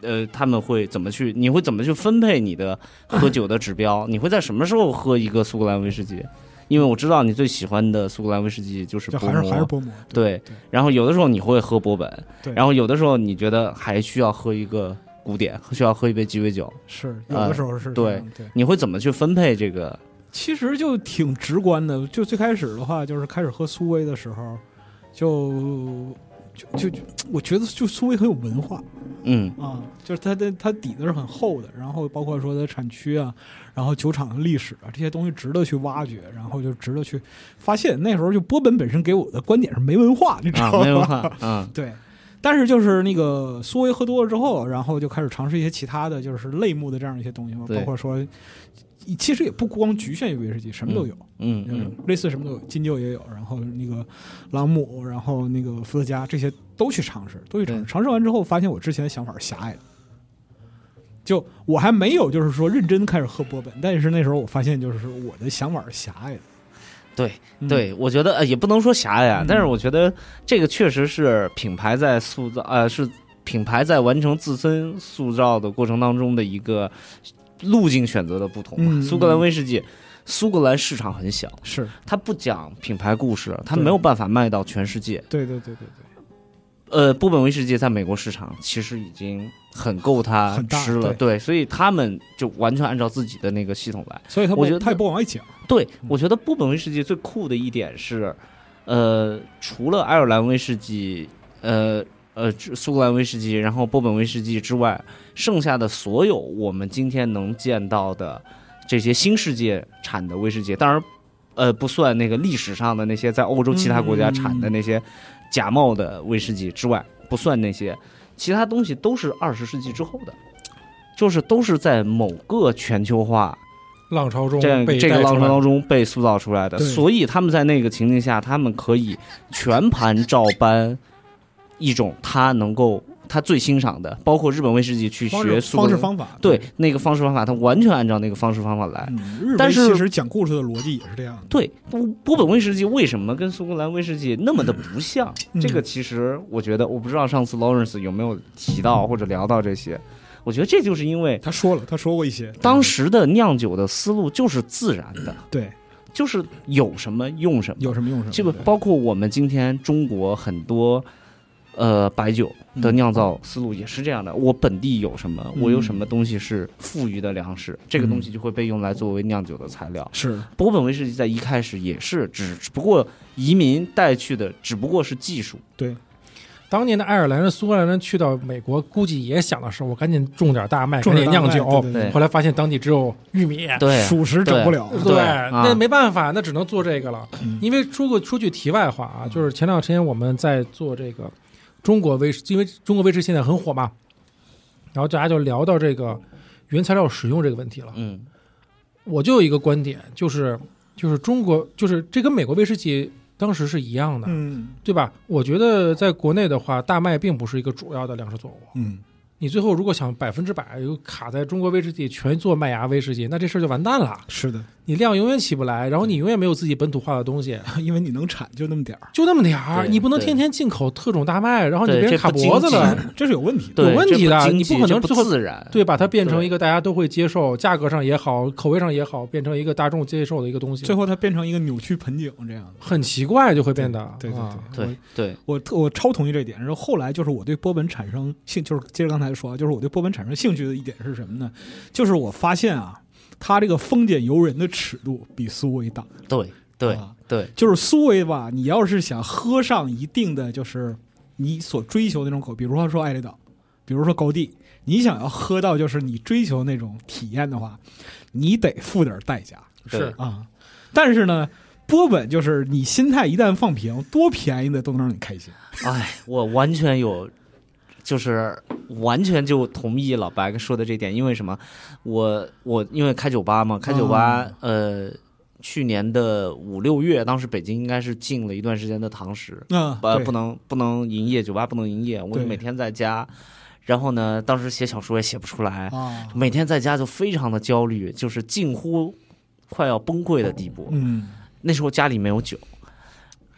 S3: 呃，他们会怎么去？你会怎么去分配你的喝酒的指标？ 你会在什么时候喝一个苏格兰威士忌？因为我知道你最喜欢的苏格兰威士忌就是
S1: 就
S3: 波
S1: 还是还是
S3: 摩，
S1: 薄膜，
S3: 对
S1: 对。
S3: 然后有的时候你会喝波本
S1: 对，
S3: 然后有的时候你觉得还需要喝一个古典，需要喝一杯鸡尾酒，
S1: 是有的时候是、
S3: 对
S1: 对，
S3: 你会怎么去分配这个？
S1: 其实就挺直观的。就最开始的话，就是开始喝苏威的时候，就就就就我觉得就苏威很有文化
S3: 嗯
S1: 啊，就是它的它底子是很厚的，然后包括说它产区啊，然后酒厂的历史啊这些东西值得去挖掘，然后就值得去发现。那时候就波本本身给我的观点是没文化，你知
S3: 啊
S1: 道，吗？
S3: 没文化，嗯
S1: 对。但是就是那个苏维喝多了之后，然后就开始尝试一些其他的就是类目的这样一些东西嘛，
S3: 对
S1: 包括说，其实也不光局限于威士忌，什么都有，
S3: 嗯
S1: 就是
S3: 嗯，
S1: 类似什么都有，金鹫也有，然后那个朗姆，然后那个伏特加这些都去尝试，都去尝试。
S3: 对
S1: 尝试完之后，发现我之前的想法是狭隘的，就我还没有就是说认真开始喝波本，但是那时候我发现就是我的想法是狭隘的，
S3: 对。
S1: 嗯
S3: 对，我觉得呃也不能说狭隘啊，
S1: 嗯
S3: 但是我觉得这个确实是品牌在塑造，呃，是品牌在完成自身塑造的过程当中的一个路径选择的不同嘛。
S1: 嗯
S3: 苏格兰威士忌，苏格兰市场很小，
S1: 是
S3: 它不讲品牌故事，它
S1: 对
S3: 没有办法卖到全世界。
S1: 对对对对
S3: 呃，波本威士忌在美国市场其实已经很够它
S1: 很大
S3: 吃了，对，所以他们就完全按照自己的那个系统来。
S1: 对，所以他不
S3: 我觉得
S1: 他也不往外讲，
S3: 对，我觉得波本威士忌最酷的一点是，呃，除了爱尔兰威士忌，呃呃，之苏格兰威士忌，然后波本威士忌之外，剩下的所有我们今天能见到的这些新世界产的威士忌，当然，呃，不算那个历史上的那些在欧洲其他国家产的那些假冒的威士忌之外，不算那些，其他东西都是二十世纪之后的。就是都是在某个全球化
S2: 浪潮中
S3: 这
S2: 被
S3: 这个
S2: 带出
S3: 浪潮
S2: 来
S3: 当中被塑造出来的，
S1: 对
S3: 所以他们在那个情境下，他们可以全盘照搬一种他能够他最欣赏的，包括日本威士忌去
S1: 方式
S3: 学苏格
S1: 方式
S3: 兰，
S1: 方法，
S3: 对那个方式方法，他完全按照那个方式方法来。
S1: 嗯，日本
S3: 但是
S1: 其实讲故事的逻辑也是这样的。
S3: 对，波波本威士忌为什么跟苏格兰威士忌那么的不像？
S1: 嗯
S3: 这个其实我觉得，我不知道上次 Lawrence 有没有提到或者聊到这些。我觉得这就是因为
S1: 他说了，他说过一些，
S3: 当时的酿酒的思路就是自然的，
S1: 对
S3: 就是有什么用什么。
S1: 有什么用
S2: 嗯
S1: 什么，
S3: 这个
S1: 对
S3: 包括我们今天中国很多呃白酒的酿
S2: 嗯
S3: 造思路也是这样的。我本地有什么，
S1: 嗯
S3: 我有什么东西是富余的粮食，这
S2: 嗯
S3: 个东西就会被用来作为酿酒的材料。
S1: 是
S3: 波本威士忌在一开始也是，只只不过移民带去的只不过是技术，
S2: 当年的爱尔兰人、苏格兰人去到美国，估计也想的是我赶紧种点大麦，
S1: 种
S2: 赶
S1: 点
S2: 紧酿
S1: 大麦
S2: 酒
S1: 对。
S3: 对
S2: 后来发现当地只有玉米，
S3: 对啊
S1: 属实整不哎了，
S3: 对啊
S2: 那没办法，那只能做这个了。
S1: 嗯
S2: 因为说个说句题外话
S3: 嗯
S2: 啊，就是前两天我们在做这个中国卫视，因为中国卫视现在很火嘛，然后大家就聊到这个原材料使用这个问题了。
S3: 嗯
S2: 我就有一个观点，就是就是中国就是这跟美国威士忌当时是一样的，
S1: 嗯
S2: 对吧？我觉得在国内的话，大麦并不是一个主要的粮食作物。
S1: 嗯，
S2: 你最后如果想百分之百又卡在中国威士忌全做麦芽威士忌，那这事儿就完蛋了。
S1: 是的，
S2: 你量永远起不来，然后你永远没有自己本土化的东西，
S1: 因为你能产就那么点儿，
S2: 就那么点儿，
S3: 对
S2: 你不能
S3: 对
S2: 天天进口特种大麦，然后你
S3: 对
S2: 被人卡脖子
S3: 这不经
S2: 了
S3: 济，
S1: 这是有问题的。
S3: 对，
S2: 有问题的
S3: 这不经
S2: 你
S3: 济
S2: 不可能
S3: 这
S2: 最后
S3: 不自然，
S2: 对，把它变成
S3: 对
S2: 一个大家都会接受，价格上也好，口味上也好，变成一个大众接受的一个东西
S1: 最，后它变成一个扭曲盆景这样的。
S2: 很奇怪就会变得，
S1: 对对
S2: 啊
S1: 对，
S3: 对对
S1: 我特我超同意这一点。然后后来就是我对波本产生兴，就是接着刚才说啊，就是我对波本产生兴趣的一点是什么呢？就是我发现啊，它这个丰俭由人的尺度比苏维大。
S3: 对对
S1: 啊
S3: 对，
S1: 就是苏维吧，你要是想喝上一定的就是你所追求的那种口，比如说说爱丽岛，比如说高地，你想要喝到就是你追求那种体验的话，你得付点代价
S3: 对
S2: 是
S1: 啊。但是呢，波本就是你心态一旦放平，多便宜的都能让你开心。
S3: 哎，我完全有，就是完全就同意老白说的这点，因为什么？我我因为开酒吧嘛，开酒吧，呃，去年的五六月，当时北京应该是禁了一段时间的堂食，
S1: 啊，
S3: 呃，
S1: 对
S3: 不能不能营业，酒吧不能营业，我
S1: 对
S3: 就每天在家，然后呢，当时写小说也写不出来，
S1: 啊，
S3: 每天在家就非常的焦虑，就是近乎快要崩溃的地步。
S1: 嗯，
S3: 那时候家里没有酒，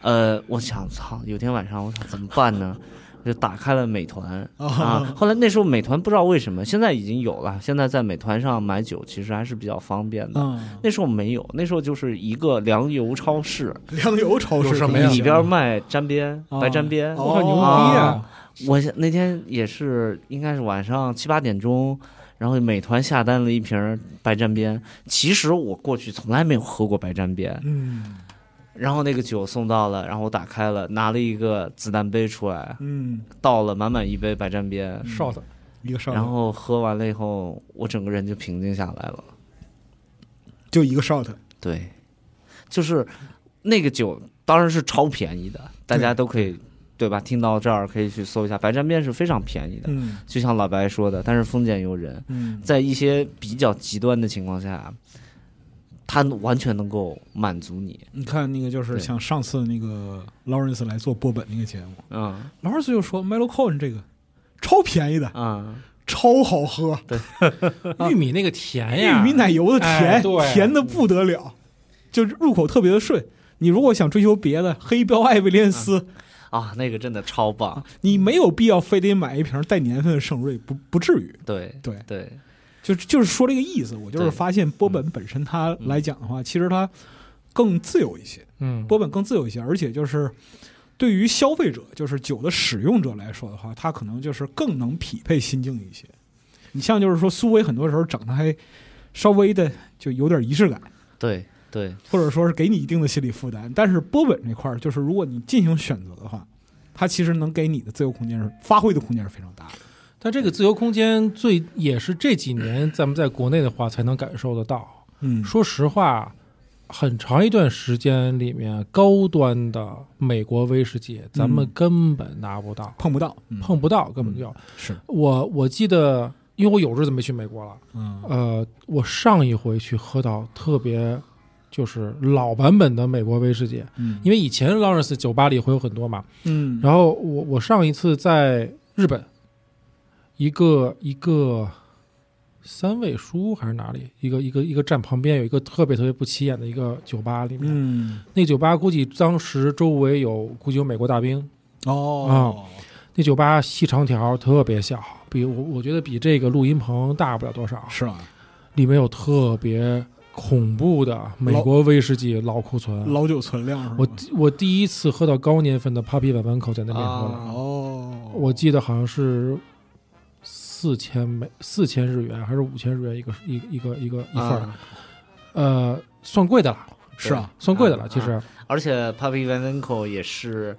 S3: 呃，我想操，有天晚上我想怎么办呢？我就打开了美团啊
S1: 啊，
S3: 后来那时候美团不知道为什么，现在已经有了，现在在美团上买酒其实还是比较方便的。
S1: 嗯，
S3: 那时候没有，那时候就是一个粮油超市，
S1: 粮油超市
S2: 有什么呀
S3: 里边卖沾边、
S1: 啊
S3: 白沾边。
S1: 哦
S2: 我靠牛逼
S1: 啊
S2: 啊！
S3: 我想那天也是，应该是晚上七八点钟，然后美团下单了一瓶白沾边。其实我过去从来没有喝过白沾边，
S1: 嗯
S3: 然后那个酒送到了，然后我打开了，拿了一个子弹杯出来，
S1: 嗯，
S3: 倒了满满一杯白沾边，
S2: short
S1: 一个 shot，
S3: 然后喝完了以后，我整个人就平静下来了。
S1: 就一个 shot，
S3: 对，就是那个酒当然是超便宜的，大家都可以对吧？听到这儿可以去搜一下，白沾边是非常便宜的，
S1: 嗯
S3: 就像老白说的，但是丰俭由人，
S1: 嗯，
S3: 在一些比较极端的情况下，它完全能够满足你。
S1: 你看那个就是
S3: 对
S1: 像上次那个 Lawrence 来做波本那个节目
S3: 嗯
S1: ，Lawrence 就说 m e l o c o n 这个超便宜的，
S3: 嗯，
S1: 超好喝，
S2: 玉米那个甜哎呀，
S1: 玉米奶油的甜
S2: 哎，对
S1: 甜的不得了，就是入口特别的顺。你如果想追求别的，黑标艾维莲斯，
S2: 嗯
S3: 啊，那个真的超棒。
S1: 你没有必要非得买一瓶带年份的圣瑞，不不至于。
S3: 对
S1: 对，
S3: 对，
S1: 就就是说这个意思。我就是
S3: 对
S1: 发现波
S2: 嗯
S1: 本本身它来讲的话，其实它更自由一些。
S2: 嗯，
S1: 波本更自由一些，而且就是对于消费者，就是酒的使用者来说的话，它可能就是更能匹配心境一些。你像就是说苏威，很多时候整的还稍微的就有点仪式感，
S3: 对对，
S1: 或者说是给你一定的心理负担。但是波本这块儿，就是如果你进行选择的话，它其实能给你的自由空间是发挥的空间是非常大的。
S2: 但这个自由空间最也是这几年咱们在国内的话才能感受得到。
S1: 嗯
S2: 说实话，很长一段时间里面，高端的美国威士忌咱们根本拿不到，
S1: 碰不到，嗯
S2: 碰不到，根本就。
S1: 是，
S2: 我我记得，因为我有日子没去美国了，
S1: 嗯
S2: 呃，我上一回去喝到特别就是老版本的美国威士忌，
S1: 嗯
S2: 因为以前 Lawrence 酒吧里会有很多嘛。
S1: 嗯，
S2: 然后我我上一次在日本，一个一个三味书还是哪里，一个一个一个站旁边有一个特别特别不起眼的一个酒吧里面，
S1: 嗯
S2: 那酒吧估计当时周围有估计有美国大兵，
S1: 哦，
S2: 那酒吧细长条特别小，比我我觉得比这个录音棚大不了多少，
S1: 啊是吧？
S2: 里面有特别恐怖的美国威士忌老库存。
S1: 老酒存量是吧？啊
S2: 我我第一次喝到高年份的 Papi 百门口在那边喝的，
S3: 啊
S1: 哦，
S2: 我记得好像是四千美四千日元还是五千日元一个一一个一个一份儿，
S3: 啊
S2: 呃，算贵的了，
S1: 是啊，
S2: 算贵的了。
S3: 啊
S2: 其实
S3: 而且 Papi Van e n k o 也是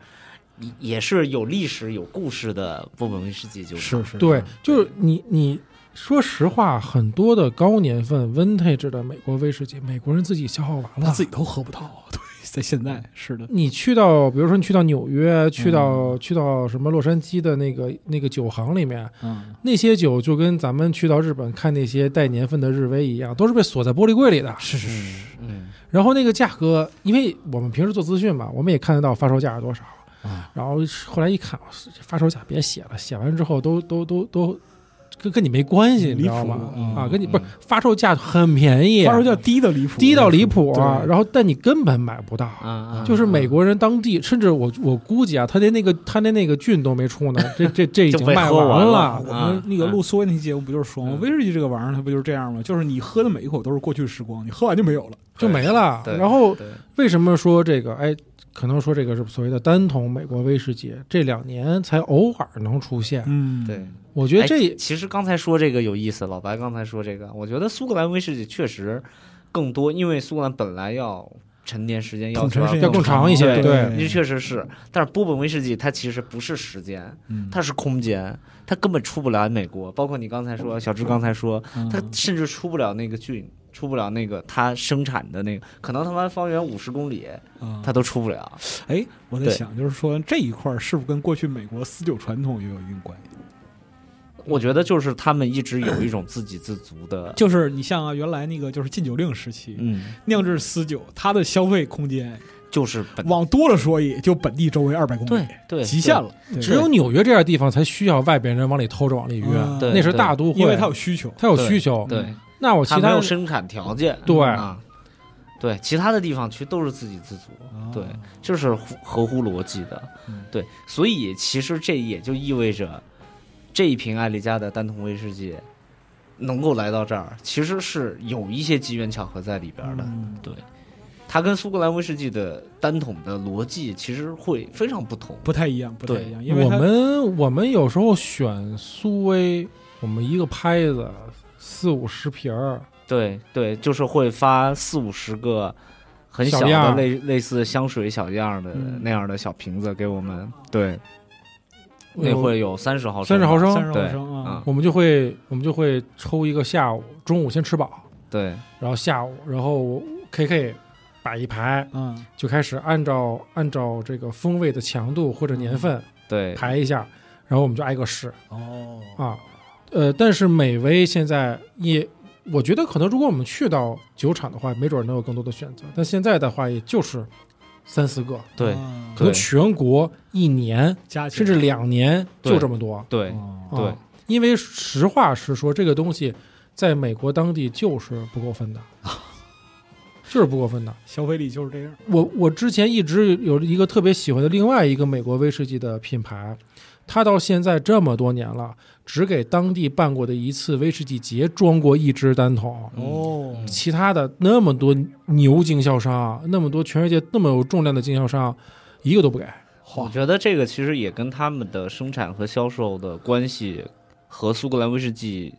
S3: 也是有历史有故事的波本威士忌酒厂，
S1: 是是，
S2: 对，就是你你说实话，很多的高年份 vintage 的美国威士忌，美国人自己消耗完
S1: 他
S2: 了。
S1: 自己都喝不到，对，在现在是的，
S2: 你去到，比如说你去到纽约，去到、去到什么洛杉矶的那个那个酒行里面，
S1: 嗯，
S2: 那些酒就跟咱们去到日本看那些带年份的日威一样，都是被锁在玻璃柜里的。
S1: 是是是，
S3: 嗯，
S2: 然后那个价格，因为我们平时做资讯嘛，我们也看得到发售价是多少。
S1: 啊
S2: 然后后来一看，我说这发售价别写了，写完之后都都都都跟跟你没关系，你知道
S1: 离
S2: 吗
S1: 谱？嗯
S2: 啊，跟你不是发售价很便宜，啊
S1: 发售价哎低的离谱，
S2: 低到离谱啊。
S1: 对
S2: 然后但你根本买不到，
S3: 啊，
S2: 就是美国人当地，甚至我我估计啊，他连那个他连那个菌都没出呢，这这这已经
S3: 就被
S2: 卖
S3: 喝
S2: 完
S3: 完
S2: 了
S3: 了。
S1: 啊我们那个录苏维那期节目不就是说吗？
S3: 嗯
S1: 威士忌这个玩意儿它不就是这样吗？就是你喝的每一口都是过去时光，你喝完就没有了。
S2: 就没了。
S3: 对
S2: 然后
S3: 对
S2: 为什么说这个？哎，可能说这个是所谓的单桶美国威士忌，这两年才偶尔能出现。
S1: 嗯
S3: 对，
S2: 我觉得这
S3: 哎其实刚才说这个有意思，老白刚才说这个，我觉得苏格兰威士忌确实更多，因为苏格兰本来要沉淀时间要
S1: 统
S3: 求
S1: 称是
S2: 要更长一些
S3: 对
S2: 对
S3: 这确实是，但是波本威士忌它其实不是时间，
S1: 嗯
S3: 它是空间，它根本出不了美国。包括你刚才说，小志刚才说，
S1: 嗯
S3: 它甚至出不了那个郡，出不了那个它生产的那个，可能他妈方圆五十公里
S1: 嗯
S3: 它都出不了。
S1: 哎，我在
S3: 对
S1: 想，就是说这一块儿是不是跟过去美国私酒传统也有一定关系？
S3: 我觉得就是他们一直有一种自给自足的，
S1: 就是你像啊，原来那个就是禁酒令时期，
S3: 嗯，
S1: 酿制私酒，它的消费空间
S3: 就是本
S1: 往多了说也就本地周围二百公里，
S3: 对
S1: 极限。了，对
S2: 只有纽约这样的地方才需要外边人往里偷着往里约，
S1: 嗯
S3: 对
S2: 那是大都会，
S1: 因为它有需求。
S2: 它有需求。
S3: 对，
S2: 那哦我其
S3: 它没
S2: 他
S3: 有生产条件，
S2: 对
S3: 啊，对，其他的地方其实都是自给自足，对，
S1: 啊
S3: 这是合合乎逻辑的
S1: 嗯，
S3: 对，所以其实这也就意味着这一瓶艾丽加的单桶威士忌能够来到这儿，其实是有一些机缘巧合在里边的，
S1: 嗯
S3: 对，它跟苏格兰威士忌的单桶的逻辑其实会非常不同，
S1: 不太一样，不太
S3: 对
S1: 一样，因为
S2: 我
S1: 它
S2: 们我们有时候选苏威，我们一个拍子四五十瓶儿，
S3: 对对，就是会发四五十个很
S2: 小
S3: 小
S2: 样
S3: 的
S2: 儿
S3: 类类似香水小样儿的
S1: 嗯
S3: 那样的小瓶子给我们，对，那
S2: 有
S3: 会有三十毫升，嗯
S2: 30毫升
S1: 三十毫
S3: 对
S1: 升啊，
S2: 我们就会我们就会抽一个下午，中午先吃饱，
S3: 对，
S2: 然后下午，然后 KK 摆一排，
S1: 嗯
S2: 就开始按照按照这个风味的强度或者
S3: 嗯
S2: 年份
S3: 对，
S2: 排一下，然后我们就挨个试
S1: 哦
S2: 啊。呃，但是美威现在也，我觉得可能如果我们去到酒厂的话，没准能有更多的选择。但现在的话，也就是三四个，
S3: 对
S1: 啊
S2: 可能全国一年
S1: 加起
S2: 甚
S1: 来
S2: 至两年就
S3: 对
S2: 这么多。
S3: 对
S1: 哦
S3: 对
S2: 啊，因为实话实说，这个东西在美国当地就是不够 分的，就是不够分的。
S1: 消费力就是这样。
S2: 我我之前一直有一个特别喜欢的另外一个美国威士忌的品牌，它到现在这么多年了，只给当地办过的一次威士忌节装过一支单桶，
S3: 嗯
S1: 哦
S3: 嗯
S2: 其他的那么多牛经销商，啊那么多全世界那么有重量的经销商，一个都不给。
S3: 嗯我觉得这个其实也跟他们的生产和销售的关系和苏格兰威士忌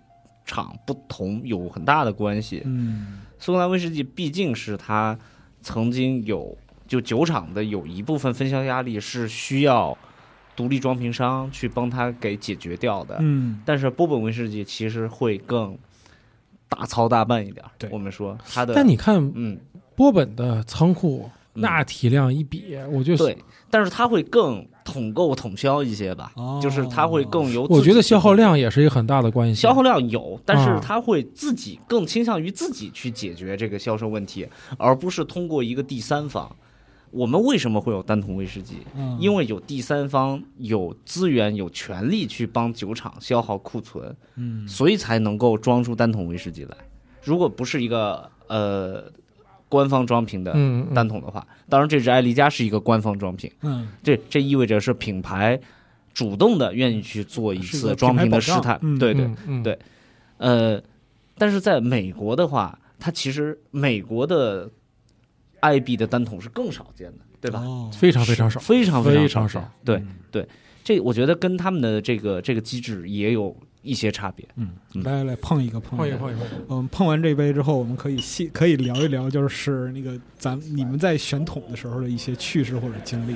S3: 厂不同有很大的关系。
S1: 嗯
S3: 苏格兰威士忌毕竟是它曾经有就酒厂的有一部分分销压力是需要独立装瓶商去帮它给解决掉的，
S1: 嗯，
S3: 但是波本威士忌其实会更大操大办一点儿。
S1: 对
S3: 我们说它的，
S2: 但你看
S3: 嗯，
S2: 波本的仓库
S3: 嗯
S2: 那体量一比，我就
S3: 对，但是它会更统购统销一些吧，
S1: 哦
S3: 就是它会更有。
S2: 我觉得消耗。量也是一个很大的关系。
S3: 消
S1: 嗯
S3: 耗量有，但
S2: 啊
S3: 是他会自己更倾向于自己去解决这个销售问题，而不是通过一个第三方。我们为什么会有单桶威士忌？因
S1: 为
S3: 为有第三方有资源、有权利去帮酒厂消耗库存，
S1: 嗯
S3: 所以才能够装出单桶威士忌来。如果不是一个呃官方装瓶的
S2: 嗯，嗯
S3: 单桶的话，当然这支艾丽加是一个官方装瓶，
S1: 嗯
S3: 这这意味着是品牌主动的愿意去做一
S1: 是一
S3: 次
S1: 个
S3: 装
S1: 品牌
S3: 瓶的
S1: 保
S3: 试
S1: 障
S3: 探。
S1: 嗯
S3: 对对，
S2: 嗯嗯
S3: 对呃，但是在美国的话，它其实美国的 IB 的单桶是更少见的，对吧？
S1: 哦
S2: 非常非常少，
S3: 非常
S2: 非
S3: 常
S2: 常少
S3: 少见。对，
S1: 嗯
S3: 这我觉得跟他们的这个这个机制也有一些差别。
S1: 嗯，
S3: 嗯
S1: 来来碰一个碰
S2: 碰一
S1: 个
S2: 碰一碰，
S1: 嗯，碰完这杯之后，我们可以细可以聊一聊，就是那个咱你们在选桶的时候的一些趣事或者经历。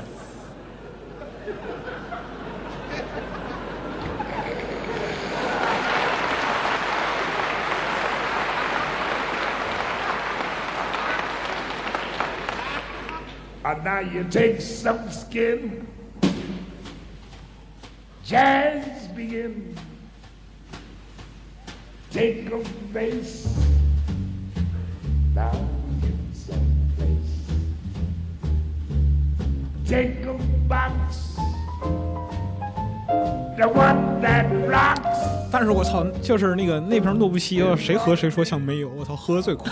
S4: And now you take some skin. Jazz begin. Take a bass. Now get some bass. Take a box. The one that rocks.
S1: 但是我操，就是那个那瓶诺布西欧，谁喝谁说像没有，我操，喝最快，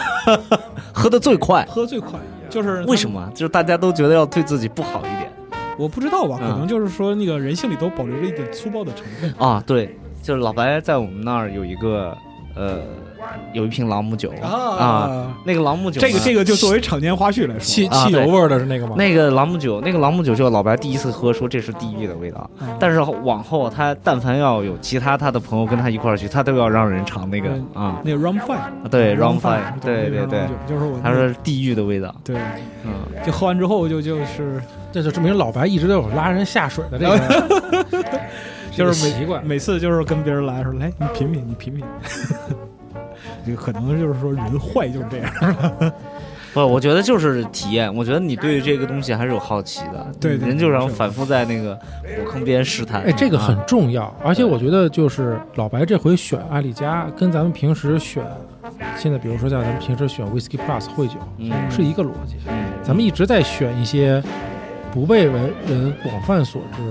S3: 喝的最快，
S1: 喝最 快，就是他们
S3: 为什？么？就是大家都觉得要对自己不好一点
S1: 我不知道吧，可
S3: 嗯
S1: 能就是说那个人性里都保留着一点粗暴的成分。
S3: 啊。对，就是老白在我们那儿有一个呃，有一瓶朗姆酒
S1: 啊
S3: 那个朗姆酒呢，
S1: 这个这个就作为场间花絮来说
S2: 汽
S1: 吧，
S3: 啊
S2: 汽油
S3: 对
S2: 味儿的是那个吗？
S3: 那个朗姆酒，那个朗姆酒就是老白第一次喝，说这是地狱的味道。
S2: 嗯
S3: 但是往后他但凡要有其他他的朋友跟他一块儿去，他都要让人尝那个
S1: 嗯
S3: 啊、
S1: 那个 Rum Five，
S2: 嗯
S3: 对 r o m f i
S1: Five，
S3: 对对对，，
S1: 就是我那
S3: 他说地狱的味道，
S1: 对，
S3: 嗯，
S1: 就喝完之后就就是
S2: 这就证明老白一直都有拉人下水的这个， 这
S1: 就
S2: 个
S1: 是每
S2: 习惯。
S1: 每次就是跟别人来说，来你品品，你品品。 这可能就是说人坏就是这样，
S3: 不，我觉得就是体验，我觉得你对这个东西还是有好奇的，
S1: 对对
S3: 人就让
S1: 是
S3: 反复在那个火坑边试探，
S2: 哎，这个很
S3: 啊
S2: 重要，而且我觉得就是老白这回选艾丽加，跟咱们平时选，现在比如说像咱们平时选 Whisky Plus 汇酒
S3: 嗯
S2: 是一个逻辑。
S3: 嗯
S2: 咱们一直在选一些不被人人广泛所知，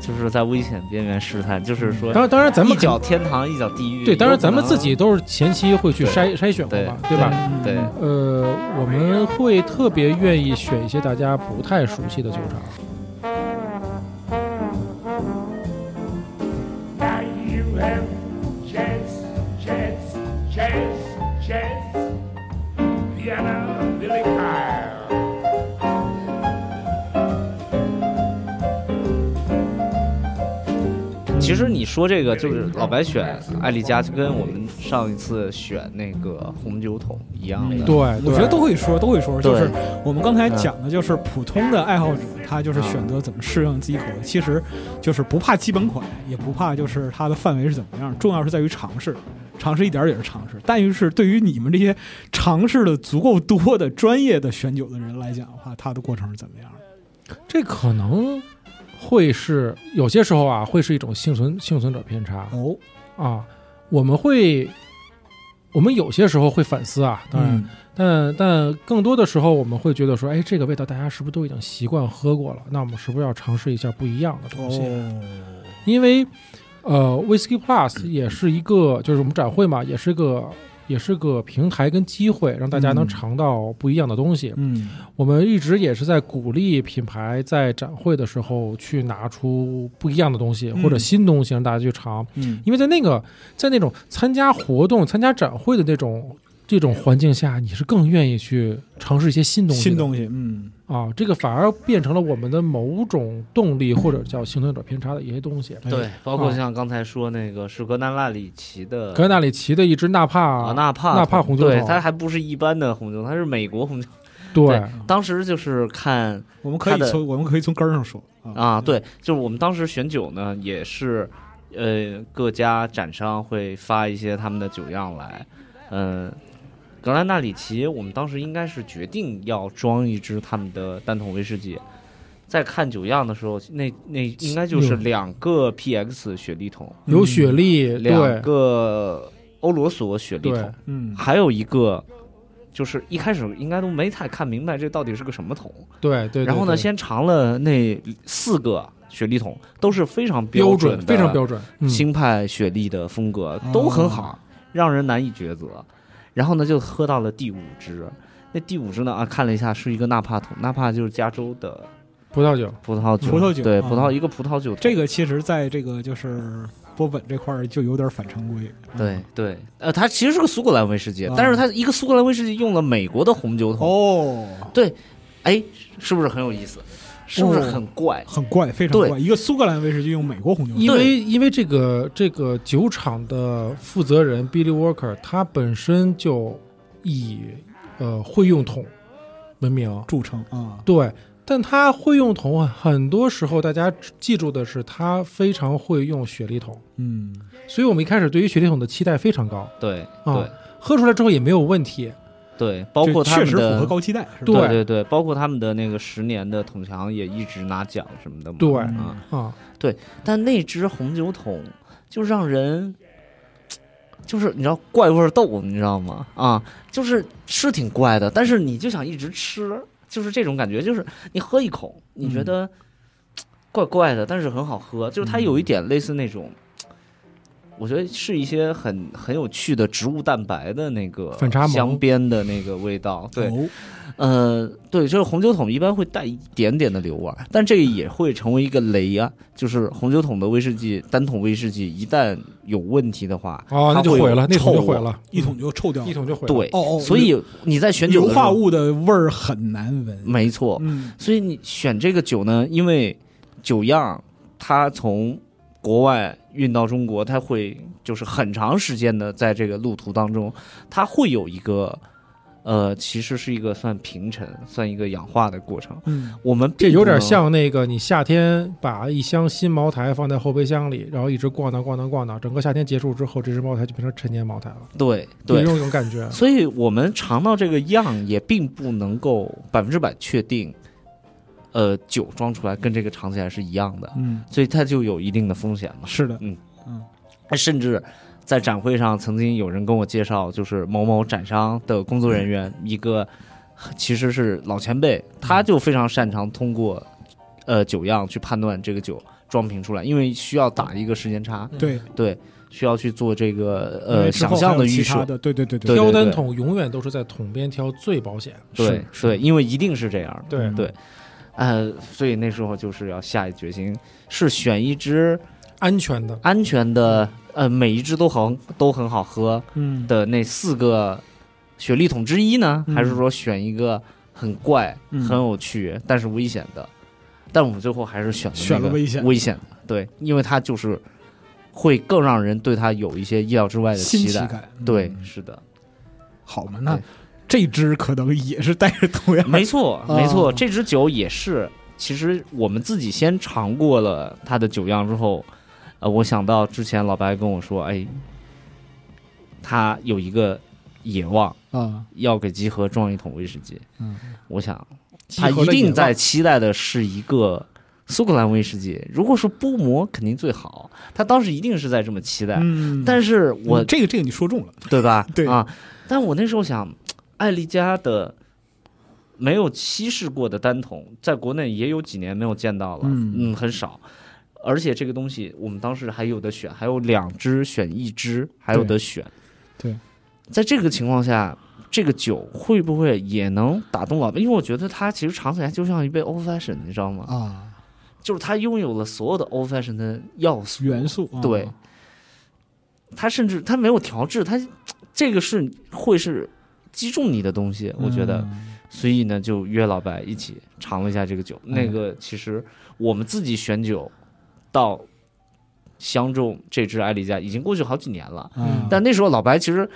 S3: 就是在危险边缘试探，就是说
S2: 当然当然咱们
S3: 一脚天堂一脚地狱，
S2: 对，当然
S3: 有可
S2: 咱们
S3: 能
S2: 自己都是前期会去筛筛选过
S3: 对
S2: 嘛，对吧？
S3: 对
S2: 呃，我们会特别愿意选一些大家不太熟悉的酒厂。
S4: Now you have jazz, jazz, jazz, jazz, Vienna, Billy Kyle.
S3: 其实你说这个就是老白选艾丽加，就跟我们上一次选那个红酒桶一样的。
S2: 对，
S1: 我
S2: 对
S1: 觉得都会说，都会说，
S3: 对嗯
S1: 就是我们刚才讲的，就是普通的爱好者，他就是选择怎么适应自己口味，其实就是不怕基本款，也不怕就是它的范围是怎么样，重要是在于尝试，尝试一点儿也是尝试。但是对于你们这些尝试的足够多的专业的选酒的人来讲的话，它的过程是怎么样的？
S2: 这可能会是有些时候啊，会是一种幸存幸存者偏差
S1: 哦，
S2: 啊。我们会，我们有些时候会反思啊，当然，
S1: 嗯
S2: 但但更多的时候，我们会觉得说，哎，这个味道大家是不是都已经习惯喝过了？那我们是不是要尝试一下不一样的东西？
S1: 嗯哦，
S2: 因为，呃，Whisky Plus 也是一个，就是我们展会嘛，也是个也是个平台跟机会，让大家能
S1: 嗯
S2: 尝到不一样的东西。
S1: 嗯
S2: 我们一直也是在鼓励品牌在展会的时候去拿出不一样的东西
S1: 嗯
S2: 或者新东西让大家去尝，
S1: 嗯
S2: 因为在那个在那种参加活动、参加展会的那种这种环境下，你是更愿意去尝试一些新东西的。
S1: 新东西，嗯，
S2: 啊，这个反而变成了我们的某种动力，或者叫幸存者偏差的一些东西。
S1: 哎
S3: 对，包括像刚才说那个是格纳纳里奇的
S2: 啊格纳里奇的一只纳帕，
S3: 呃啊纳帕
S2: 纳帕红酒
S3: 对，
S2: 桶
S3: 它还不是一般的红酒，它是美国红酒。
S2: 对，
S3: 当时就是看
S1: 我们可
S3: 他
S1: 以
S3: 的
S1: 从我们可以从根儿上说
S2: 嗯
S3: 啊，，对，就是我们当时选酒呢，也是呃各家展商会发一些他们的酒样来，嗯、格兰纳里奇，我们当时应该是决定要装一支他们的单桶威士忌。在看酒样的时候，那那应该就是两个 PX 雪利桶，
S2: 有雪莉，
S3: 嗯两
S2: 对，
S3: 个欧罗索雪利
S2: 对
S3: 桶，，
S1: 嗯，
S3: 还有一个就是一开始应该都没太看明白这到底是个什么桶。
S2: 对，对。
S3: 然后呢，
S2: 对
S3: 先尝了那四个雪莉桶，都是非常
S2: 标
S3: 准、
S2: 非常标准，嗯
S3: 新派雪莉的风格
S1: 哦
S3: 都很好，让人难以抉择。然后呢，就喝到了第五支。那第五支呢啊，看了一下是一个纳帕桶，纳帕就是加州的
S2: 葡萄酒，
S3: 葡萄酒，
S1: 葡萄酒
S3: 对，
S1: 啊
S3: 葡萄一个葡萄酒桶，
S1: 这个其实在这个就是波本这块儿就有点反常规，嗯
S3: 对对，呃，它其实是个苏格兰威士忌，
S1: 啊
S3: 但是它一个苏格兰威士忌用了美国的红酒桶，
S1: 哦，
S3: 哎，是不是很有意思？是不是很怪？
S1: 很怪，非常
S3: 对
S1: 怪，一个苏格兰威士忌用美国红酒，
S2: 因为因为这个这个酒厂的负责人 Billy Walker，他本身就以呃会用桶闻名，
S1: 著称啊，
S2: 对，但他会用桶，很多时候大家记住的是他非常会用雪莉桶，
S1: 嗯，
S2: 所以我们一开始对于雪莉桶的期待非常高，
S3: 对
S2: 啊
S3: 对
S2: 喝出来之后也没有问题，
S3: 对，包
S1: 这
S3: 括他
S1: 确
S3: 们
S1: 实符合
S3: 的。
S1: 高期待，是吧
S2: 对
S3: 对对对，包括他们的那个十年的桶强也一直拿奖什么的嘛。
S2: 对
S1: 嗯
S3: 啊，
S1: 哦
S2: 啊，
S3: 但那只红酒桶就让人，就是你知道怪味儿豆，你知道吗？啊，就是是挺怪的，但是你就想一直吃，就是这种感觉，就是你喝一口，你
S2: 嗯
S3: 觉得怪怪的，但是很好喝，就是它
S2: 嗯
S3: 有一点类似那种。我觉得是一些很很有趣的植物蛋白的那个
S2: 反差萌
S3: 香边的那个味道，对，
S1: 哦
S3: 呃，对，就是红酒桶一般会带一点点的硫味儿，但这个也会成为一个雷啊。就是红酒桶的威士忌，单桶威士忌一旦有问题的话，
S2: 哦，那
S3: 它
S2: 就
S3: 会有
S2: 毁了，那桶就
S3: 臭
S2: 毁
S3: 味儿。
S2: 了，
S1: 一桶就臭掉了
S2: 一，桶就毁了，
S3: 对，
S1: 哦哦
S3: 所以你在选酒
S1: 硫
S3: 的时候
S1: 化，物的味儿很难闻，
S3: 没错。
S1: 嗯，
S3: 所以你选这个酒呢，因为酒样它从国外运到中国，它会就是很长时间的在这个路途当中，它会有一个呃，其实是一个算平沉，算一个氧化的过程。
S1: 嗯，
S3: 我们
S2: 这
S3: 并
S2: 有
S3: 不
S2: 点
S3: 能
S2: 像那个你夏天把一箱新茅台放在后备箱里，然后一直逛荡逛荡逛荡，整个夏天结束之后，这只茅台就变成陈年茅台了，
S3: 对
S2: 有
S3: 对
S2: 这，种感觉。
S3: 所以我们尝到这个样也并不能够百分之百确定，呃，酒装出来跟这个尝起来是一样的，
S1: 嗯，
S3: 所以它就有一定的风险嘛。
S1: 是的，嗯
S3: 甚至在展会上，曾经有人跟我介绍，就是某某展商的工作人员，一个其实是老前辈，他就非常擅长通过呃酒样去判断这个酒装瓶出来，因为需要打一个时间差，
S1: 对，
S3: 对，需要去做这个
S1: 因
S3: 呃
S1: 为之后
S3: 想象
S1: 还有
S3: 的
S1: 其
S3: 预
S1: 他
S3: 设。
S1: 的，对对对
S3: 对
S2: 挑单桶永远都是在桶边挑最保险。
S3: 对
S1: 是
S3: 对，因为一定是这样的。
S2: 对
S3: 对呃，所以那时候就是要下一决心，是选一支
S2: 安全的，
S3: 安全的，呃，每一支都好都很好喝
S1: 嗯，
S3: 的那四个雪莉桶之一呢，还是
S1: 嗯
S3: 说选一个很怪、
S1: 嗯
S3: 很有趣但是危险的？但我们最后还是选了
S1: 选
S3: 那
S1: 了
S3: 个
S1: 危险
S3: 危险的，对，因为它就是会更让人对它有一些意料之外的
S1: 新
S3: 期
S1: 奇
S3: 待。
S1: 感，嗯
S3: 对，是的，
S1: 好嘛，那
S3: 对嗯
S1: 这支可能也是带着同 样
S3: 没错，没
S1: 啊
S3: 错，这支酒也是。其实我们自己先尝过了它的酒样之后，呃，我想到之前老白跟我说，哎，他有一个野望
S1: 啊，
S3: 要给集合装一桶威士忌。
S1: 嗯，
S3: 我想
S2: 集
S3: 他
S2: 合
S3: 一
S2: 了野
S3: 定
S2: 望
S3: 在期待的是一个苏格兰威士忌。如果说波摩肯定最好，他当时一定是在这么期待。
S1: 嗯，
S3: 但是我
S1: 嗯这个这个你说中了，
S3: 对吧？
S1: 对
S3: 啊，但我那时候想，艾丽家的没有稀释过的单桶，在国内也有几年没有见到了，
S1: 嗯
S3: 嗯，很少。而且这个东西，我们当时还有的选，还有两支选一支，还有的选。
S1: 对
S3: 在这个情况下，这个酒会不会也能打动老板？因为我觉得它其实尝起来就像一杯 old fashion，你知道吗？
S1: 啊，
S3: 就是它拥有了所有的 old fashion 的要素
S1: 元素啊
S3: 对，他甚至他没有调制，他这个是会是击中你的东西，
S1: 嗯
S3: 我觉得。所以呢，就约老白一起尝了一下这个酒。
S1: 嗯
S3: 那个其实我们自己选酒，到相中这支艾丽加已经过去好几年了，
S1: 嗯，
S3: 但那时候老白其实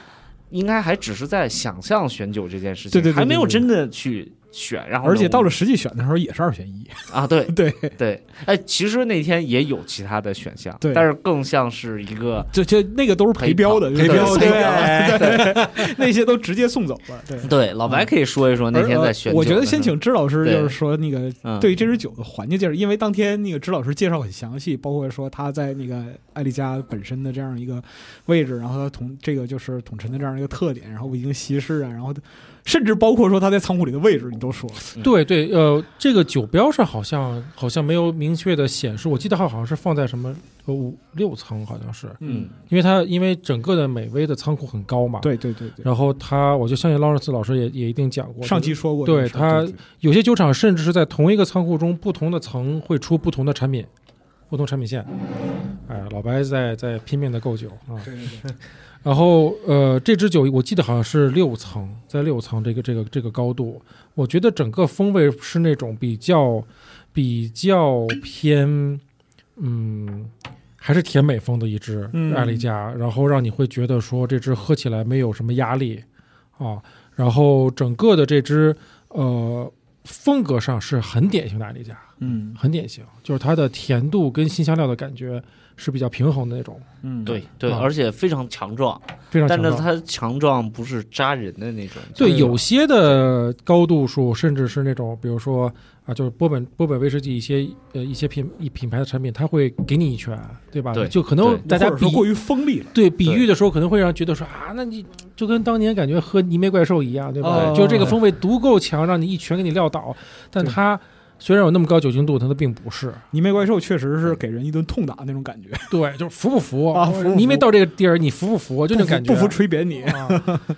S3: 应该还只是在想象选酒这件事情，
S1: 对对对对
S3: 还没有真的去选。然后呢
S1: 而且到了
S3: 我
S1: 实际选的时候也是二选一，
S3: 们啊，对
S1: 对，
S3: 对，哎，其实那天也有其他的选项，
S1: 对
S3: 但是更像是一个
S1: 就就那个都是陪标的，
S3: 陪
S1: 对
S3: 跑陪
S1: 对
S3: 跑
S1: 对， 那些都直接送走了，对。
S3: 对老
S2: 嗯
S3: 白可以说一说那天
S2: 呃
S3: 在选
S1: 而呃
S3: 酒的时候。
S1: 我觉得先请支老师，
S3: 对
S1: 就是说那个
S3: 嗯
S1: 对这支酒的环境介绍，因为当天那个支老师介绍很详细，包括说他在那个艾丽加本身的这样一个位置，然后他统这个就是统陈的这样一个特点，然后维京西式啊，然后甚至包括说他在仓库里的位置，你都说了，
S2: 对对，呃，这个酒标上好像好像没有明确的显示，我记得它好像是放在什么呃五六层，好像是，
S3: 嗯，
S2: 因为它因为整个的美威的仓库很高嘛。。
S1: 对对对对，
S2: 然后它，我就相信劳伦斯老师也也一定讲过，
S1: 上期说过这
S2: 对
S1: 个事儿，
S2: 他
S1: 对
S2: 有些酒厂甚至是在同一个仓库中，不同的层会出不同的产品，不同产品线。哎，老白在在拼命的购酒啊。
S1: 对对对，
S2: 然后呃，这支酒我记得好像是六层，在六层这个这个这个高度，我觉得整个风味是那种比较比较偏，嗯，还是甜美风的一支
S1: 嗯
S2: 艾丽加，然后让你会觉得说这支喝起来没有什么压力啊，然后整个的这支呃风格上是很典型的艾丽加，
S1: 嗯
S2: 很典型，就是它的甜度跟新香料的感觉是比较平衡的那种，
S1: 嗯，
S3: 对对，
S2: 啊
S3: 而且非常强壮，
S2: 非常
S3: 但
S2: 强
S3: 是
S2: 壮。
S3: 它强壮不是扎人的那种。
S2: 对，
S3: 就是
S2: 有些的高度数，甚至是那种，比如说啊，就是波本波本威士忌一些呃一些品一品牌的产品，它会给你一拳，对吧？
S3: 对
S2: 就可能
S3: 对
S2: 大家
S1: 或者
S2: 比
S1: 说过于锋利了，
S2: 对比喻的时候，可能会让人觉得说啊，那你就跟当年感觉喝泥煤怪兽一样，对吧？
S1: 哦
S2: 就这个风味足够强，让你一拳给你撂倒。但
S1: 对
S2: 它虽然有那么高酒精度，但它并不是。
S1: 泥煤怪兽确实是给人一顿痛打那种感觉，
S2: 对，就是服不服
S1: 啊服不服
S2: 泥煤到这个地儿，你服不服？就那种感觉，
S1: 不服吹扁你，
S2: 啊，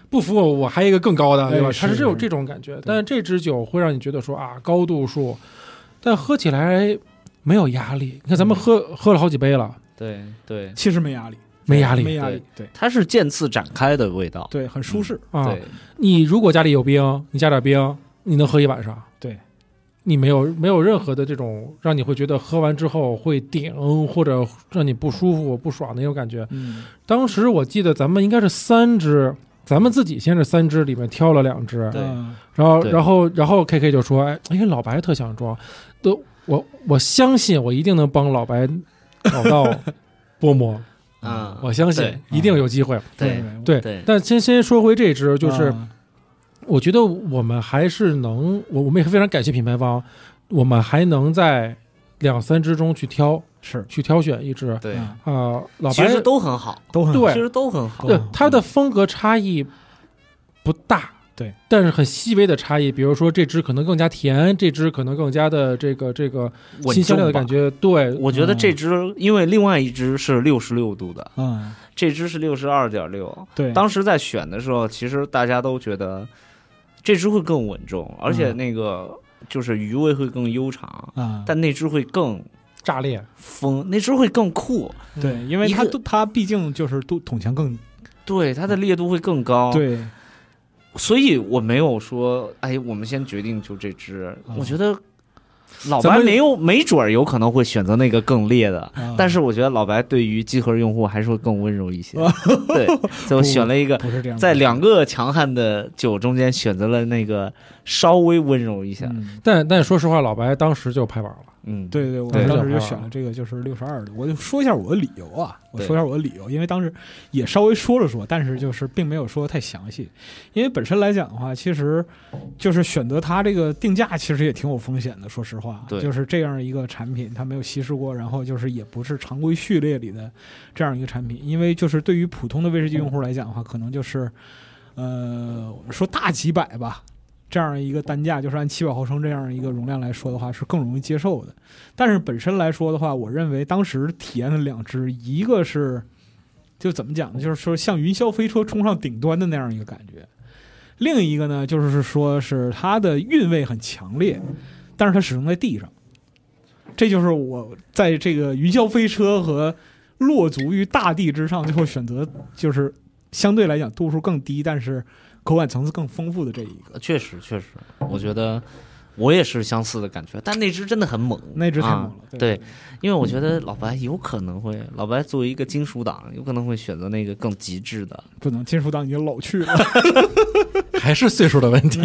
S2: 不服我，我还有一个更高的，对吧？
S1: 哎
S2: 它
S1: 是
S2: 是有这种感觉，但是这支酒会让你觉得说啊，高度数，但喝起来没有压力。你看咱们喝、喝了好几杯了，
S3: 对对，
S1: 其实没压力，
S2: 没压
S1: 没
S2: 力
S1: 压力，对
S3: 它是渐次展开的味道。
S1: 对，很舒适，
S2: 啊
S3: 对。
S2: 你如果家里有冰，你加点冰，你能喝一晚上。
S1: 对。
S2: 你没有没有任何的这种让你会觉得喝完之后会顶或者让你不舒服不爽的那种感觉。
S1: 嗯
S2: 当时我记得咱们应该是三支，咱们自己先是三支里面挑了两支，
S3: 对
S1: 嗯
S2: 然后，
S3: 对
S2: 然后，然后 K K 就说：“哎，哎，老白特想装，都我我相信我一定能帮老白找 到波魔，
S3: 嗯
S2: 我相信
S3: 对
S2: 一定有机会。
S3: 对
S2: 对，
S3: 对嗯
S2: 但先先说回这支，就是、
S1: 啊
S2: 我觉得我们还是能，我我们也非常感谢品牌方，我们还能在两三支中去挑
S1: 是
S2: 去挑选一支啊、
S3: 对，
S1: 啊
S2: 老
S3: 其
S2: 白
S3: 实都很好，
S1: 都很
S2: 对
S3: 其实都很好。
S2: 对它的风格差异不大，
S1: 对，
S2: 但是很细微的差异，比如说这支可能更加甜，这支可能更加的这个这个
S3: 稳
S2: 新香料的
S3: 重吧
S2: 感。觉，嗯对，
S3: 我觉得这支，因为另外一支是六十六度的，
S1: 嗯，
S3: 这支是六十二点六。
S1: 对，
S3: 当时在选的时候，其实大家都觉得这支会更稳重，而且
S2: 嗯
S3: 那个就是余味会更悠长，
S1: 啊，
S3: 但那支会更
S2: 炸裂，
S3: 疯，那支会更酷。
S1: 对，因为它
S3: 一个
S1: 都它毕竟就是都统强更
S3: 对，它的烈度会更高。，
S1: 嗯对，
S3: 所以我没有说，哎，我们先决定就这支。
S1: 嗯
S3: 我觉得老
S2: 咱
S3: 白
S2: 们
S3: 没有，没准儿有可能会选择那个更烈的。
S1: 啊
S3: 但是我觉得老白对于集合用户还是会更温柔一些， 对，所以我选了一个
S1: 嗯不是这样的，
S3: 在两个强悍的酒中间选择了那个稍微温柔一下，
S1: 嗯。
S2: 但但说实话，老白当时就拍板了，
S3: 嗯，
S1: 对对，我
S3: 对
S1: 当时就选了这个，就是六十二的。我就说一下我的理由啊，我
S3: 对
S1: 说一下我的理由，因为当时也稍微说了说，但是就是并没有说太详细。因为本身来讲的话，其实就是选择它这个定价，其实也挺有风险的。说实话，
S3: 对
S1: 就是这样一个产品，它没有稀释过，然后就是也不是常规序列里的这样一个产品。因为就是对于普通的威士忌用户来讲的话，可能就是呃，我们说大几百吧。这样一个单价，就是按七百毫升这样一个容量来说的话，是更容易接受的。但是本身来说的话，我认为当时体验的两只，一个是就怎么讲呢，就是说像云霄飞车冲上顶端的那样一个感觉；另一个呢，就是说是它的韵味很强烈，但是它始终在地上。这就是我在这个云霄飞车和落足于大地之上，最后选择就是相对来讲度数更低，但是口感层次更丰富的这一个。
S3: 确实确实，我觉得我也是相似的感觉，但那只真的很猛，
S1: 那只太猛
S3: 啊
S1: 了，
S3: 对，因为我觉
S1: 嗯
S3: 得老白有可能会，老白作为一个金属党，有可能会选择那个更极致的。
S1: 不能金属党已经老去了，
S2: 还是岁数的问题。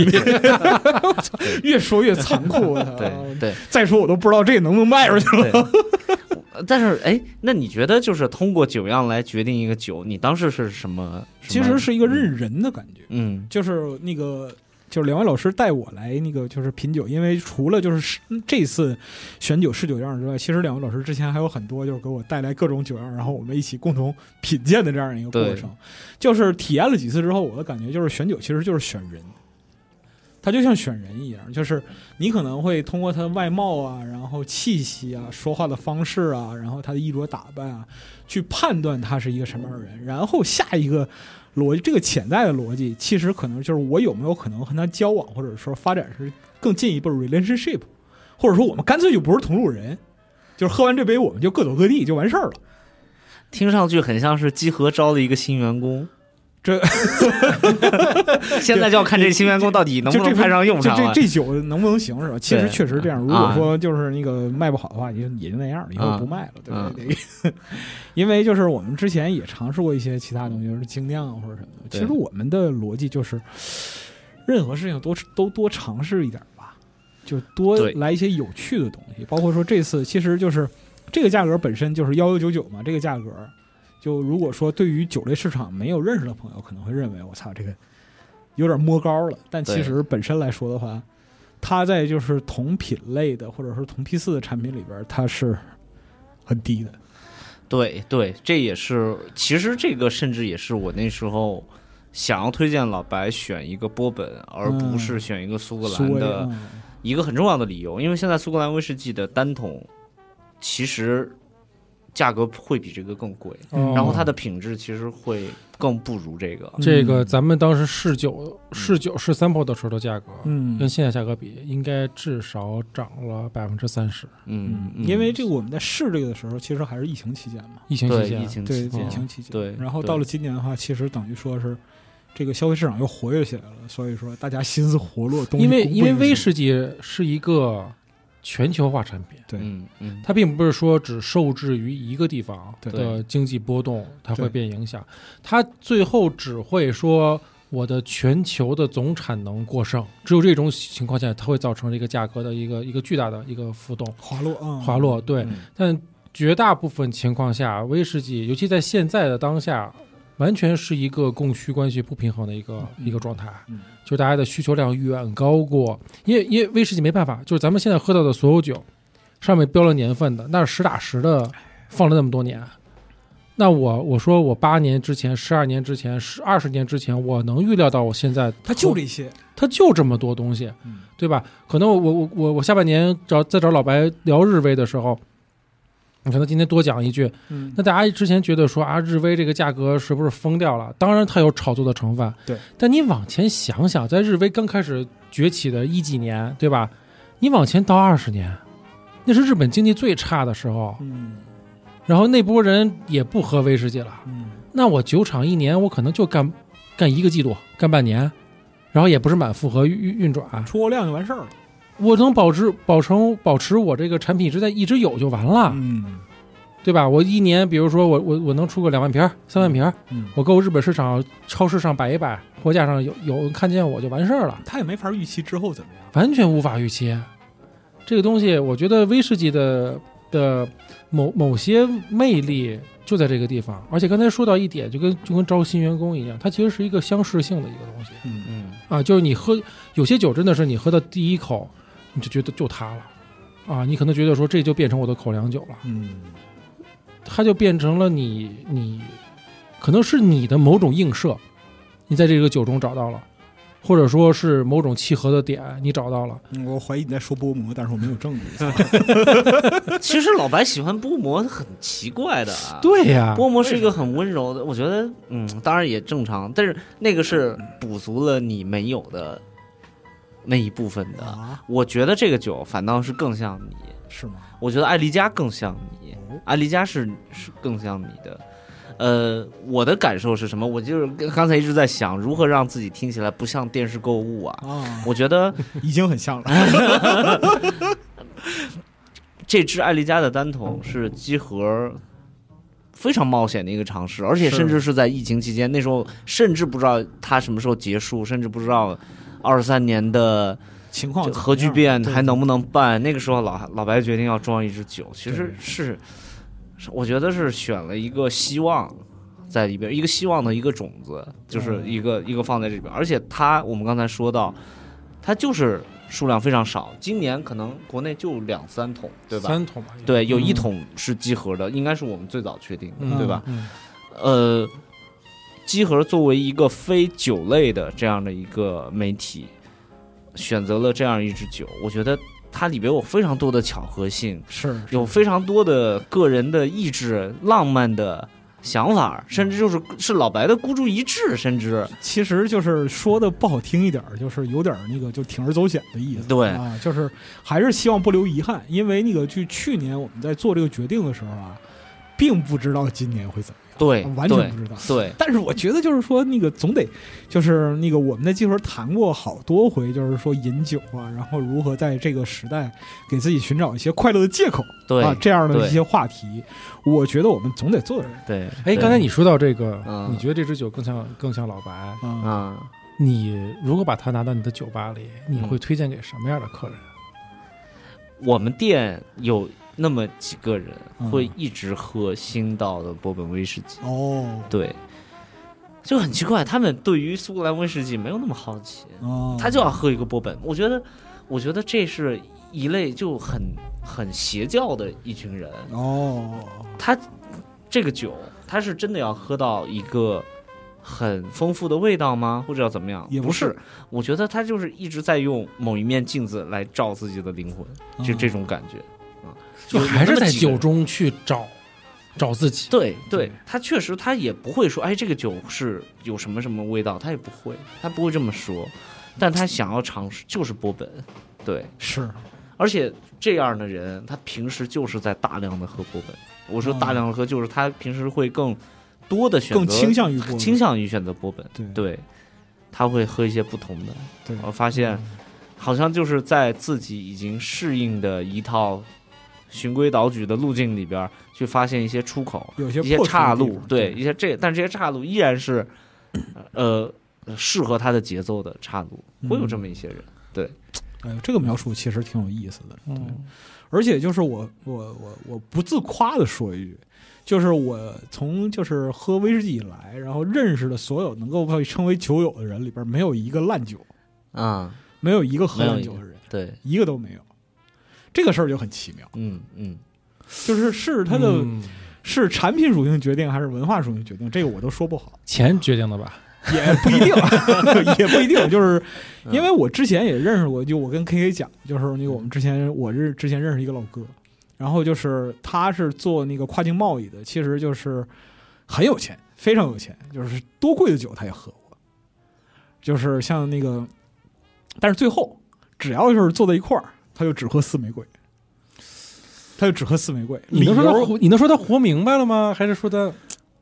S1: 越说越残酷。我操
S3: 对对
S1: 再说我都不知道这个能不能卖出去 了。
S3: 对。但是哎，那你觉得就是通过酒样来决定一个酒，你当时是什么？
S1: 其实是一个认人的感觉，
S3: 嗯
S1: 就是那个。就是两位老师带我来那个就是品酒，因为除了就是试这次选酒试酒样之外，其实两位老师之前还有很多就是给我带来各种酒样，然后我们一起共同品鉴的这样一个过程。就是体验了几次之后，我的感觉就是选酒其实就是选人，它就像选人一样，就是你可能会通过他的外貌啊，然后气息啊，说话的方式啊，然后他的衣着打扮啊，去判断他是一个什么样的人，然后下一个逻辑，这个潜在的逻辑，其实可能就是我有没有可能和他交往，或者说发展是更进一步的 relationship，或者说我们干脆就不是同路人，就是喝完这杯我们就各走各地就完事儿了。
S3: 听上去很像是集合招了一个新员工。
S1: 这
S3: 现在就要看这新员工到底能
S1: 就
S3: 不
S1: 这
S3: 能
S1: 份
S3: 派上用
S1: 就
S3: 场
S1: 这
S3: 了。
S1: 这酒能不能行是吧？其实确实这样，如果
S3: 啊
S1: 说就是那个卖不好的话，也就也就那样了，以后
S3: 啊
S1: 不卖了，对吧？那个 因为就是我们之前也尝试过一些其他东西，就是精酿啊或者什么的。其
S3: 对
S1: 实我们的逻辑就是，任何事情都都多尝试一点吧，就多
S3: 对
S1: 来一些有趣的东西。包括说这次其实就是这个价格本身就是幺幺九九嘛，这个价格。就如果说对于酒类市场没有认识的朋友，可能会认为我操这个有点摸高了。但其
S3: 对
S1: 实本身来说的话，它在就是同品类的或者说同批次的产品里边，它是很低的。
S3: 对对，这也是其实这个甚至也是我那时候想要推荐老白选一个波本，而不是选一个苏
S1: 嗯
S3: 格
S1: 苏
S3: 兰
S1: 维
S3: 的
S1: 嗯
S3: 一个很重要的理由，因为现在苏格兰威士忌的单桶其实价格会比这个更贵，
S1: 嗯
S2: 哦
S3: 然后它的品质其实会更不如这个。
S2: 这个咱们当时试酒、试酒、试 sample 的时候的价格，跟
S1: 嗯，
S2: 现在价格比，应该至少涨了百分之三十。
S3: 嗯，嗯
S1: 因为这个我们在试这个的时候，其实还是疫情期间嘛，
S2: 疫情期
S3: 对
S2: 间
S3: 疫，情
S1: 对，
S3: 期
S1: 疫
S3: 间
S1: 情期间。
S3: 对
S1: 然后到了今年的话，其实等于说是这个消费市场又活跃起来了，所以说大家心思活络，东西
S2: 因为
S1: 供不
S2: 因为
S1: 应
S2: 威
S1: 求
S2: 士忌是一个全球化产品，
S1: 对
S3: 嗯嗯，
S2: 它并不是说只受制于一个地方
S1: 对
S2: 的经济波动，它
S1: 对
S2: 会变影响，它最后只会说。我的全球的总产能过剩，只有这种情况下，它会造成这个价格的一个一个巨大的一个浮动
S1: 滑落啊，
S2: 滑落。对，
S3: 嗯
S2: 但绝大部分情况下，威士忌，尤其在现在的当下，完全是一个供需关系不平衡的一个、一个状态。
S1: 嗯
S2: 就大家的需求量远高过，因为因为威士忌没办法，就是咱们现在喝到的所有酒，上面标了年份的，那是实打实的放了那么多年。那我我说我八年之前、十二年之前、十二十年之前，我能预料到我现在
S1: 它就这些，
S2: 它就这么多东西，
S1: 嗯
S2: 对吧？可能我我我我下半年找再找老白聊日威的时候，你可能今天多讲一句。
S1: 嗯
S2: 那大家之前觉得说啊，日威这个价格是不是疯掉了？当然它有炒作的成分，
S1: 对。
S2: 但你往前想想，在日威刚开始崛起的一几年，对吧？你往前倒二十年，那是日本经济最差的时候，
S1: 嗯
S2: 然后那波人也不喝威士忌了。
S1: 嗯，
S2: 那我酒厂一年我可能就干干一个季度，干半年，然后也不是满负荷运运运转。
S1: 出货量就完事儿了。
S2: 我能保持保成保持我这个产品一直在一直有就完了，
S1: 嗯
S2: 对吧？我一年，比如说我我我能出个两万瓶儿、三万瓶儿，
S1: 嗯，
S2: 我购日本市场超市上摆一摆，货架上有有人看见我就完事儿了，
S1: 他也没法预期之后怎么样。
S2: 完全无法预期。这个东西，我觉得威士忌的的某某些魅力就在这个地方，而且刚才说到一点，就跟就跟招新员工一样，它其实是一个相似性的一个东西
S1: 嗯，
S3: 嗯
S2: 啊，就是你喝有些酒真的是你喝到第一口，你就觉得就它了。啊，你可能觉得说这就变成我的口粮酒了，
S1: 嗯，
S2: 它就变成了你你，可能是你的某种映射，你在这个酒中找到了，或者说是某种契合的点你找到了。
S1: 嗯我怀疑你在说薄膜，但是我没有证据。
S3: 其实老白喜欢波摩很奇怪的 啊。
S2: 对呀
S3: 波摩是一个很温柔的，我觉得，嗯，当然也正常，但是那个是补足了你没有的那一部分的。
S1: 啊，
S3: 我觉得这个酒反倒是更像你，
S1: 是吗？
S3: 我觉得艾丽加更像你，艾丽加是是更像你的。呃，我的感受是什么？我就是跟刚才一直在想如何让自己听起来不像电视购物啊。
S1: 啊，
S3: 我觉得
S1: 已经很像了。
S3: 这支艾丽嘉的单
S1: 嗯
S3: 筒是集合非常冒险的一个尝试，而且
S1: 是
S3: 甚至是在疫情期间，那时候甚至不知道它什么时候结束，甚至不知道二三年的
S1: 情况
S3: 这
S1: 怎么样
S3: 核聚变
S1: 啊对
S3: 还能不能办？那个时候老老白决定要装一支酒，其实是，是我觉得是选了一个希望在里边，一个希望的一个种子，
S1: 嗯
S3: 就是一个、一个放在这边。而且它，我们刚才说到，它就是数量非常少，今年可能国内就两三桶，对吧？
S2: 三桶吧，
S3: 对，有一
S1: 嗯
S3: 桶是集合的，应该是我们最早确定的，
S2: 嗯
S3: 对吧？？
S1: 嗯
S3: 呃，机核作为一个非酒类的这样的一个媒体，选择了这样一支酒，我觉得它里边有非常多的巧合性，
S1: 是
S3: 有非常多的个人的意志、浪漫的想法，甚至就是是老白的孤注一掷，甚至
S1: 其实就是说的不好听一点儿，就是有点儿那个就铤而走险的意思。
S3: 对
S1: 啊，就是还是希望不留遗憾，因为那个就去年我们在做这个决定的时候啊，并不知道今年会怎么
S3: 对
S1: 样，完全
S3: 对
S1: 不知道。
S3: 对
S1: 但是我觉得就是说，那个总得，就是那个我们在集合谈过好多回，就是说饮酒啊，然后如何在这个时代给自己寻找一些快乐的借口
S3: 对
S1: 啊，这样的
S3: 对
S1: 一些话题，我觉得我们总得做点儿
S3: 对。
S2: 哎，
S3: 对
S2: 刚才你说到这个，
S3: 嗯
S2: 你觉得这支酒更像更像老白？
S1: 啊。
S3: 啊，
S2: 你如果把它拿到你的酒吧里，你
S3: 嗯
S2: 会推荐给什么样的客人？
S3: 我们店有那么几个人
S1: 嗯
S3: 会一直喝新到的波本威士忌。
S1: 哦
S3: 对，就很奇怪，他们对于苏格兰威士忌没有那么好奇，
S1: 哦，
S3: 他就要喝一个波本。我觉得，我觉得这是一类就很很邪教的一群人。
S1: 哦，
S3: 他这个酒，他是真的要喝到一个很丰富的味道吗？或者要怎么样？
S1: 也
S3: 不
S1: 不是
S3: 是，我觉得他就是一直在用某一面镜子来照自己的灵魂，就
S1: 嗯
S3: 这种感觉。嗯
S2: 就
S3: 有
S2: 还是
S3: 有那
S2: 在
S3: 么几个
S2: 酒
S3: 人
S2: 中去找找自己。
S3: 对对
S2: 对，
S3: 他确实他也不会说，哎，这个酒是有什么什么味道，他也不会，他不会这么说，但他想要尝试就是波本，对，
S1: 是
S3: 而且这样的人，他平时就是在大量的喝波本。我说
S1: 哦
S3: 大量的喝，就是他平时会更多的选择，
S1: 更倾向于波本
S3: 倾向于选择波本，
S1: 对
S3: 对，他会喝一些不同的，
S1: 对嗯
S3: 我哦发现好像就是在自己已经适应的一套循规蹈矩的路径里边儿，去发现一些出口，
S1: 有些
S3: 一些
S1: 破
S3: 岔
S1: 除的地
S3: 路
S1: 方，
S3: 对，一些这，但这些岔路依然是，呃，适合他的节奏的岔路，会
S1: 嗯
S3: 有这么一些人，
S1: 哎呦，这个描述其实挺有意思的。对，
S2: 嗯
S1: 而且就是我我我我不自夸的说一句，就是我从就是喝威士忌以来，然后认识的所有能够被称为酒友的人里边，没有一个烂酒，
S3: 啊、
S1: 没有一个喝
S3: 没有
S1: 烂
S3: 一
S1: 酒
S3: 个
S1: 的人，
S3: 对，
S1: 一个都没有。这个事儿就很奇妙，
S3: 嗯嗯，
S1: 就是是它的、
S2: 嗯
S1: 是产品属性决定还是文化属性决定，这个我都说不好。
S2: 钱决定的吧？
S1: 也不一定，也不一定，就是因为我之前也认识过，就我跟 K K 讲，就是那个我们之前我认之前认识一个老哥，然后就是他是做那个跨境贸易的，其实就是很有钱，非常有钱，就是多贵的酒他也喝过，就是像那个，但是最后只要就是坐在一块儿，他就只喝四玫瑰。他就只喝四玫瑰，
S2: 你能说他
S1: 理由
S2: 活，你能说他活明白了吗？还是说他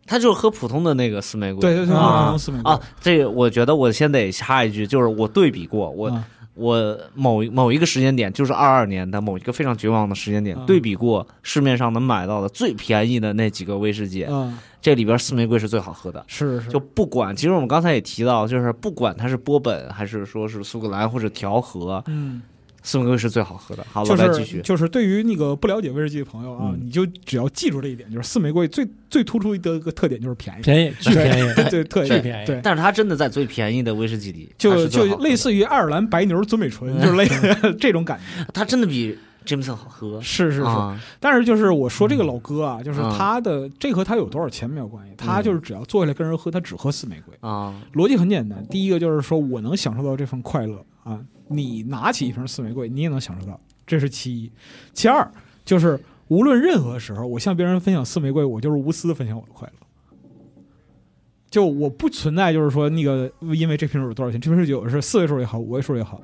S3: 他就是喝普通的那个四玫瑰，
S1: 对对对，
S3: 啊
S1: 四玫瑰
S3: 啊，这个我觉得我先得插一句，就是我对比过，我、
S1: 啊
S3: 我某某一个时间点，就是二二年的某一个非常绝望的时间点，
S1: 嗯
S3: 对比过市面上能买到的最便宜的那几个威士忌，
S1: 啊，
S3: 这里边四玫瑰是最好喝的。
S1: 是是
S3: 就不管，其实我们刚才也提到，就是不管它是波本还是说是苏格兰或者调和，
S1: 嗯。
S3: 四玫瑰是最好喝的。好，
S1: 就
S3: 老白
S1: 是
S3: 继续。
S1: 就是对于那个不了解威士忌的朋友啊，
S3: 嗯
S1: 你就只要记住这一点，就是四玫瑰最最突出的一个特点就是便宜，
S2: 便 宜？巨便宜，
S1: 对对，特
S2: 巨
S1: 点
S2: 便宜
S1: 对。
S3: 但是它真的在最便宜的威士忌里，它
S1: 就是
S3: 最好
S1: 就
S3: 喝的嗯
S1: 类，似于爱尔兰白牛尊美醇，就是类 似这种感觉，
S3: 它真的比 Jameson 好喝。
S1: 是是是。
S3: 啊，
S1: 但是就是我说这个老哥啊，就是
S3: 嗯
S1: 他的这和他有多少钱没有关系，他就是只要坐下来跟人喝，他只喝四玫瑰。
S3: 啊，
S1: 逻辑很简单，第一个就是说我能享受到这份快乐啊，你拿起一瓶四玫瑰，你也能享受到，这是其一。其二就是无论任何时候，我向别人分享四玫瑰，我就是无私的分享我的快乐。就我不存在，就是说那个，因为这瓶酒有多少钱，这瓶酒是四位数也好，五位数也好，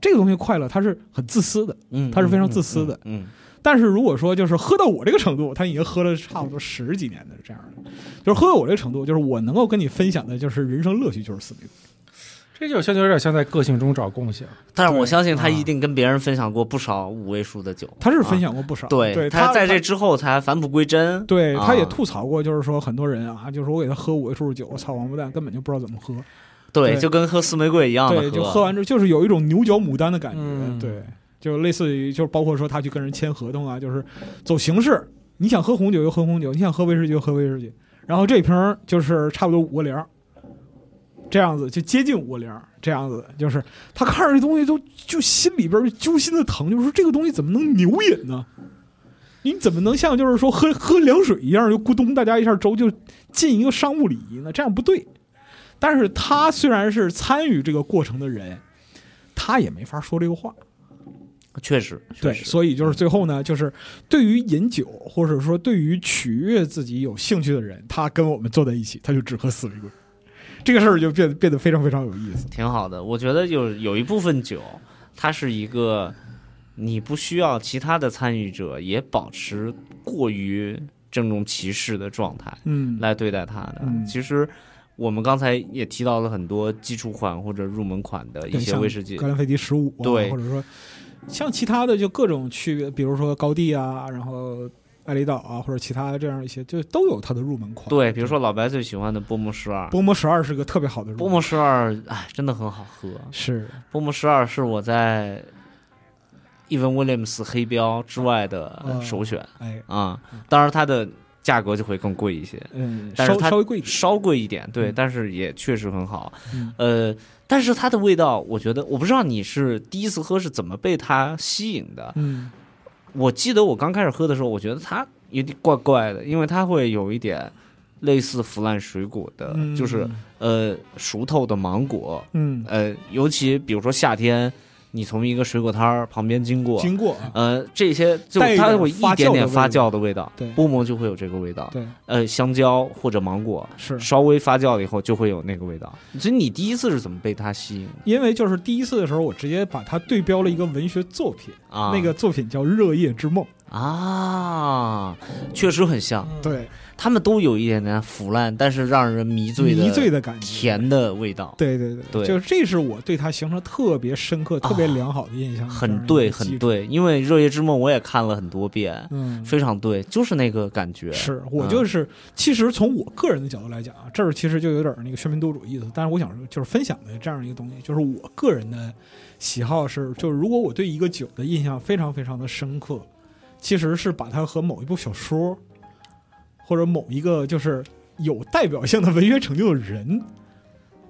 S1: 这个东西快乐它是很自私的，
S3: 嗯，
S1: 它是非常自私的
S3: 嗯，嗯，嗯
S1: 但是如果说就是喝到我这个程度，他已经喝了差不多十几年的这样的，就是喝到我这个程度，就是我能够跟你分享的，就是人生乐趣就是死命。
S2: 这就相对有点像在个性中找共性。
S3: 但是我相信他
S1: 啊
S3: 一定跟别人分享过不少五位数的酒。
S1: 他是分享过不少，
S3: 啊，对，
S1: 对
S3: 他
S1: 他
S3: 在这
S1: 他
S3: 之后才返璞归真。
S1: 对，
S3: 啊
S1: 他也吐槽过，就是说很多人啊，就是我给他喝五位数酒，操王八蛋，根本就不知道怎么喝。
S3: 对，
S1: 对
S3: 就跟啊喝四玫瑰一样的
S1: 对，就喝完之后就是有一种牛角牡丹的感觉，
S2: 嗯
S1: 对，就类似于就是包括说他去跟人签合同啊，就是走形式，你想喝红酒就喝红酒，你想喝威士忌就喝威士忌，然后这瓶儿就是差不多五个零儿，这样子就接近五个零儿，这样子就是他看着这东西都就心里边儿就揪心的疼，就是说这个东西怎么能牛饮呢？你怎么能像就是说喝喝凉水一样就咕咚大家一下粥就进一个商务礼仪呢？这样不对。但是他虽然是参与这个过程的人，他也没法说这个话。
S3: 确实，确
S1: 对，
S3: 实嗯
S1: 所以就是最后呢，就是对于饮酒或者说对于取悦自己有兴趣的人，他跟我们坐在一起，他就只喝死玫瑰。这个事儿就变变得非常非常有意思。
S3: 挺好的。我觉得有有一部分酒，它是一个你不需要其他的参与者也保持过于郑重其事的状态
S1: 嗯，
S3: 来对待它的。
S1: 嗯
S3: 其实我们刚才也提到了很多基础款或者入门款的一
S1: 对
S3: 些
S1: 像
S3: 威士忌
S1: 格，兰菲迪十五、啊，
S3: 对
S1: 或者说像其他的就各种区别，比如说高地啊，然后艾雷岛啊，或者其他的这样一些，就都有它的入门款。
S3: 对，比如说老白最喜欢的波莫十二。
S1: 波摩十二是个特别好的入门
S3: 波莫十二，哎，真的很好喝。
S1: 是
S3: 波莫十二是我在 Even Williams 黑标之外的
S1: 嗯
S3: 首选
S1: 哎
S3: 啊、当然它的价格就会更贵一些，
S1: 嗯，
S3: 但是
S1: 稍
S3: 它
S1: 稍微贵一点。
S3: 稍贵一点，对，
S1: 嗯
S3: 但是也确实很好。
S1: 嗯
S3: 呃，但是它的味道，我觉得我不知道你是第一次喝是怎么被它吸引的。
S1: 嗯，
S3: 我记得我刚开始喝的时候，我觉得它有点怪怪的，因为它会有一点类似腐烂水果的，
S1: 嗯
S3: 就是呃熟透的芒果，
S1: 嗯，
S3: 呃，尤其比如说夏天，你从一个水果摊儿旁边经过，
S1: 经过啊，
S3: 呃，这些就
S1: 带一
S3: 它
S1: 点
S3: 会
S1: 发
S3: 一点
S1: 酵的
S3: 点
S1: 味
S3: 发
S1: 道
S3: 酵的味道，
S1: 对
S3: 波摩就会有这个味道，
S1: 对，
S3: 呃，香蕉或者芒果
S1: 是
S3: 稍微发酵了以后就会有那个味道。所以你第一次是怎么被它吸引的
S1: 因为就是第一次的时候，我直接把它对标了一个文学作品，
S3: 啊？
S1: 那个作品叫《热夜之梦》。
S3: 啊，确实很像，
S1: 对，
S3: 他们都有一点点腐烂，但是让人迷醉的
S1: 迷醉的感觉。
S3: 甜的味道，
S1: 对对对，
S3: 对啊
S1: 就是这是我对它形成特别深刻、特别良好的印象。
S3: 很
S1: 这
S3: 对，
S1: 样
S3: 很
S1: 一个记忆。
S3: 对。因为《热夜之梦》我也看了很多遍，
S1: 嗯，
S3: 非常对，就是那个感觉。
S1: 是我就是，其实从我个人的角度来讲啊，这儿其实就有点那个喧宾夺主意思。但是我想说就是分享的这样一个东西，就是我个人的喜好是，就是如果我对一个酒的印象非常非常的深刻，其实是把它和某一部小说或者某一个就是有代表性的文学成就的人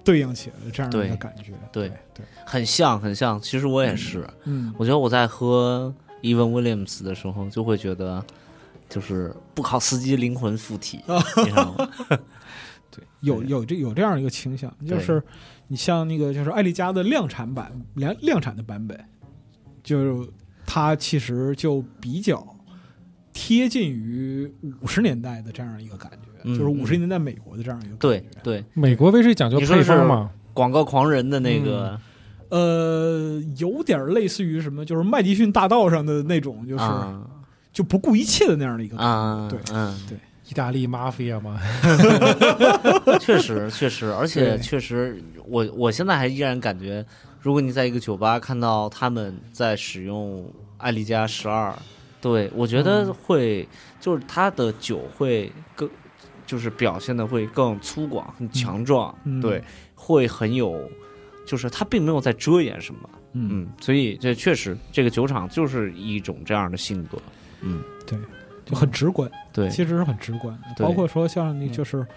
S1: 对应起来的这样一
S3: 对
S1: 个感觉。
S3: 对
S1: 对，
S3: 很像，很像。其实我也是，
S1: 嗯，
S3: 我觉得我在喝 Even Williams 的时候，就会觉得就是不考司机灵魂附 体，你知道吗？
S1: 有有这有这样一个倾向，就
S3: 对
S1: 是你像那个就是艾丽嘉的量产版量量产的版本，就是它其实就比较贴近于五十年代的这样一个感觉，
S3: 嗯
S1: 就是五十年代美国的这样一个感
S3: 对
S1: 觉。
S3: 对，
S2: 美国威士忌讲究
S3: 你说
S2: 配
S3: 是
S2: 方嘛，
S3: 广告狂人的那
S1: 嗯
S3: 个、
S1: 呃，有点类似于什么，就是麦迪逊大道上的那种，就是、
S3: 啊
S1: 就不顾一切的那样的一个感觉。
S3: 啊，
S1: 对
S3: 嗯，
S2: 意大利
S3: 啊
S2: mafia 嘛，
S3: 确实确实，而且
S1: 对
S3: 确实，我我现在还依然感觉，如果你在一个酒吧看到他们在使用艾丽加十二，对我觉
S1: 嗯
S3: 得会、就是它的酒会更。就是表现的会更粗犷、很强壮，
S1: 嗯
S3: 对，会很有，就是它并没有在遮掩什么，
S1: 嗯，
S3: 嗯，所以这确实这个酒厂就是一种这样的性格，
S1: 就很直观。
S3: 对，
S1: 其实是很直观的，
S3: 对
S1: 包括说像那就是，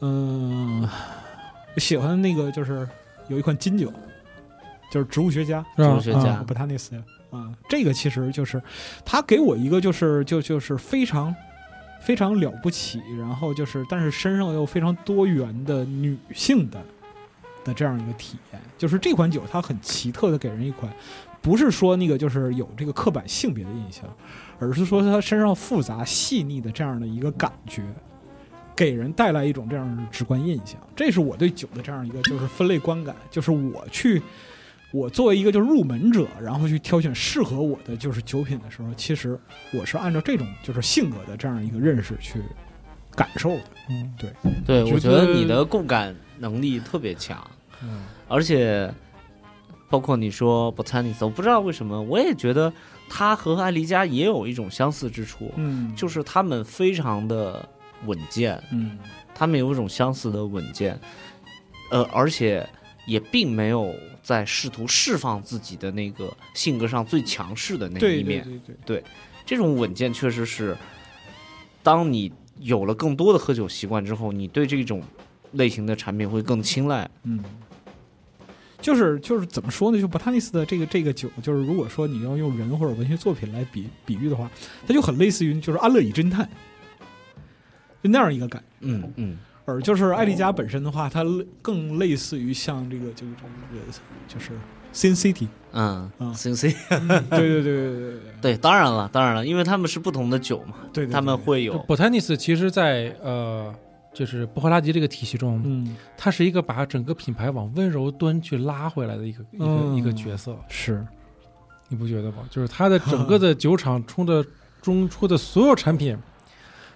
S1: 嗯，喜欢那个就是有一款金酒，就是植物学家，
S2: 是吧
S3: 哲学家
S1: 啊，不他那斯啊，这个其实就是他给我一个就是就就是非常非常了不起，然后就是但是身上又非常多元的女性的的这样一个体验，就是这款酒它很奇特的给人一款。不是说那个就是有这个刻板性别的印象，而是说它身上复杂细腻的这样的一个感觉，给人带来一种这样的直观印象。这是我对酒的这样一个就是分类观感，就是我去我作为一个就是入门者，然后去挑选适合我的就是酒品的时候，其实我是按照这种就是性格的这样一个认识去感受的。
S2: 嗯，
S3: 对，
S2: 觉
S3: 我觉得
S2: 得
S3: 你的共感能力特别强，
S1: 嗯，
S3: 而且包括你说 botanist，我不知道为什么，我也觉得他和艾丽加也有一种相似之处，
S1: 嗯，
S3: 就是他们非常的稳健，
S1: 嗯
S3: 他们有一种相似的稳健，呃，而且也并没有在试图释放自己的那个性格上最强势的那
S1: 对
S3: 一面。
S1: 对对对，
S3: 这种稳健确实是，当你有了更多的喝酒习惯之后，你对这种类型的产品会更青睐。
S1: 嗯。就是就是怎么说呢？就 botanist 的这个这个酒，就是如果说你要用人或者文学作品来比比喻的话，它就很类似于就是安乐椅侦探，就那样一个感觉。
S3: 嗯嗯，
S1: 而就是艾丽加本身的话，它类更类似于像这个这个这个就是 Sin City，
S3: 嗯
S1: 嗯
S3: ，C C，
S1: 对对对对对对
S3: 对，当然了，当然了，因为他们是不同的酒嘛，
S1: 对，
S3: 他们会有，
S2: botanist 其实在呃，就是布赫拉迪这个体系中，
S1: 嗯
S2: 它是一个把整个品牌往温柔端去拉回来的一个、
S1: 嗯
S2: 一个一个角色，
S1: 是
S2: 你不觉得吗？就是它的整个的酒厂出的中出的所有产品，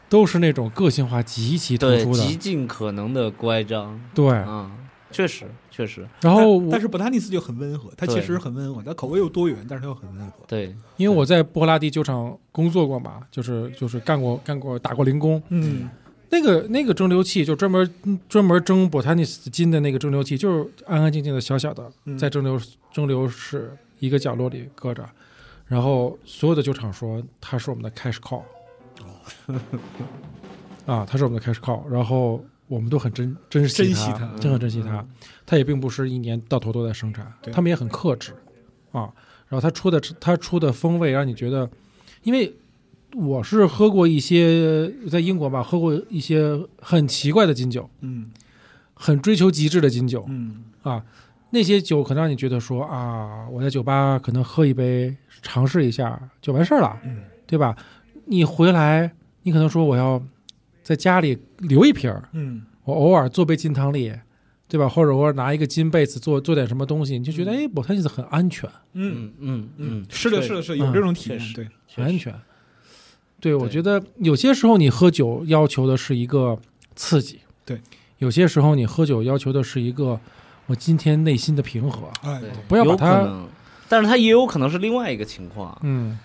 S2: 都是那种个性化极其突
S3: 对，
S2: 出
S3: 极
S2: 的，
S3: 尽可能的乖张，
S2: 对。
S3: 嗯，确实确实，
S2: 然后
S1: 但
S2: 我
S1: 但是 botanist 就很温和，它其
S3: 对
S1: 实很温和，它口味又多元，但是它又很温和。
S3: 对，
S2: 因为我在布赫拉迪酒厂工作过嘛，就是就是干过干过打过零工，
S1: 嗯
S2: 那个那个蒸馏器就专门专门蒸 botanist 金的那个蒸馏器，就是安安静静的小小的，
S1: 嗯
S2: 在蒸馏蒸馏室一个角落里搁着，然后所有的酒厂说它是我们的 cash cow，啊，它是我们的 cash cow，然后我们都很珍珍惜
S1: 珍惜嗯它
S2: 它，真很珍惜它，它也并不是一年到头都在生产
S1: 对，
S2: 他们也很克制啊，然后它出的它出的风味让你觉得，因为我是喝过一些在英国吧，喝过一些很奇怪的金酒，
S1: 嗯
S2: 很追求极致的金酒
S1: 嗯
S2: 啊。那些酒可能让你觉得说啊，我在酒吧可能喝一杯，尝试一下就完事儿了，
S1: 嗯
S2: 对吧？你回来，你可能说我要在家里留一瓶儿，
S1: 嗯
S2: 我偶尔做杯金汤力，对吧？或者偶尔拿一个金贝斯做做点什么东西，你就觉得哎，我它就是很安全，
S1: 嗯
S3: 嗯嗯嗯
S1: 嗯，，是的，
S3: 对
S1: 是的，是的有这种体验
S3: 确，实
S1: 对，
S3: 确实
S2: 很安全。对，我
S3: 对
S2: 觉得有些时候你喝酒要求的是一个刺激，
S1: 对；
S2: 有些时候你喝酒要求的是一个我今天内心的平和，
S1: 哎
S3: 对，
S2: 不要把
S3: 有可
S2: 它
S3: 能，但是它也有可能是另外一个情况，
S2: 嗯，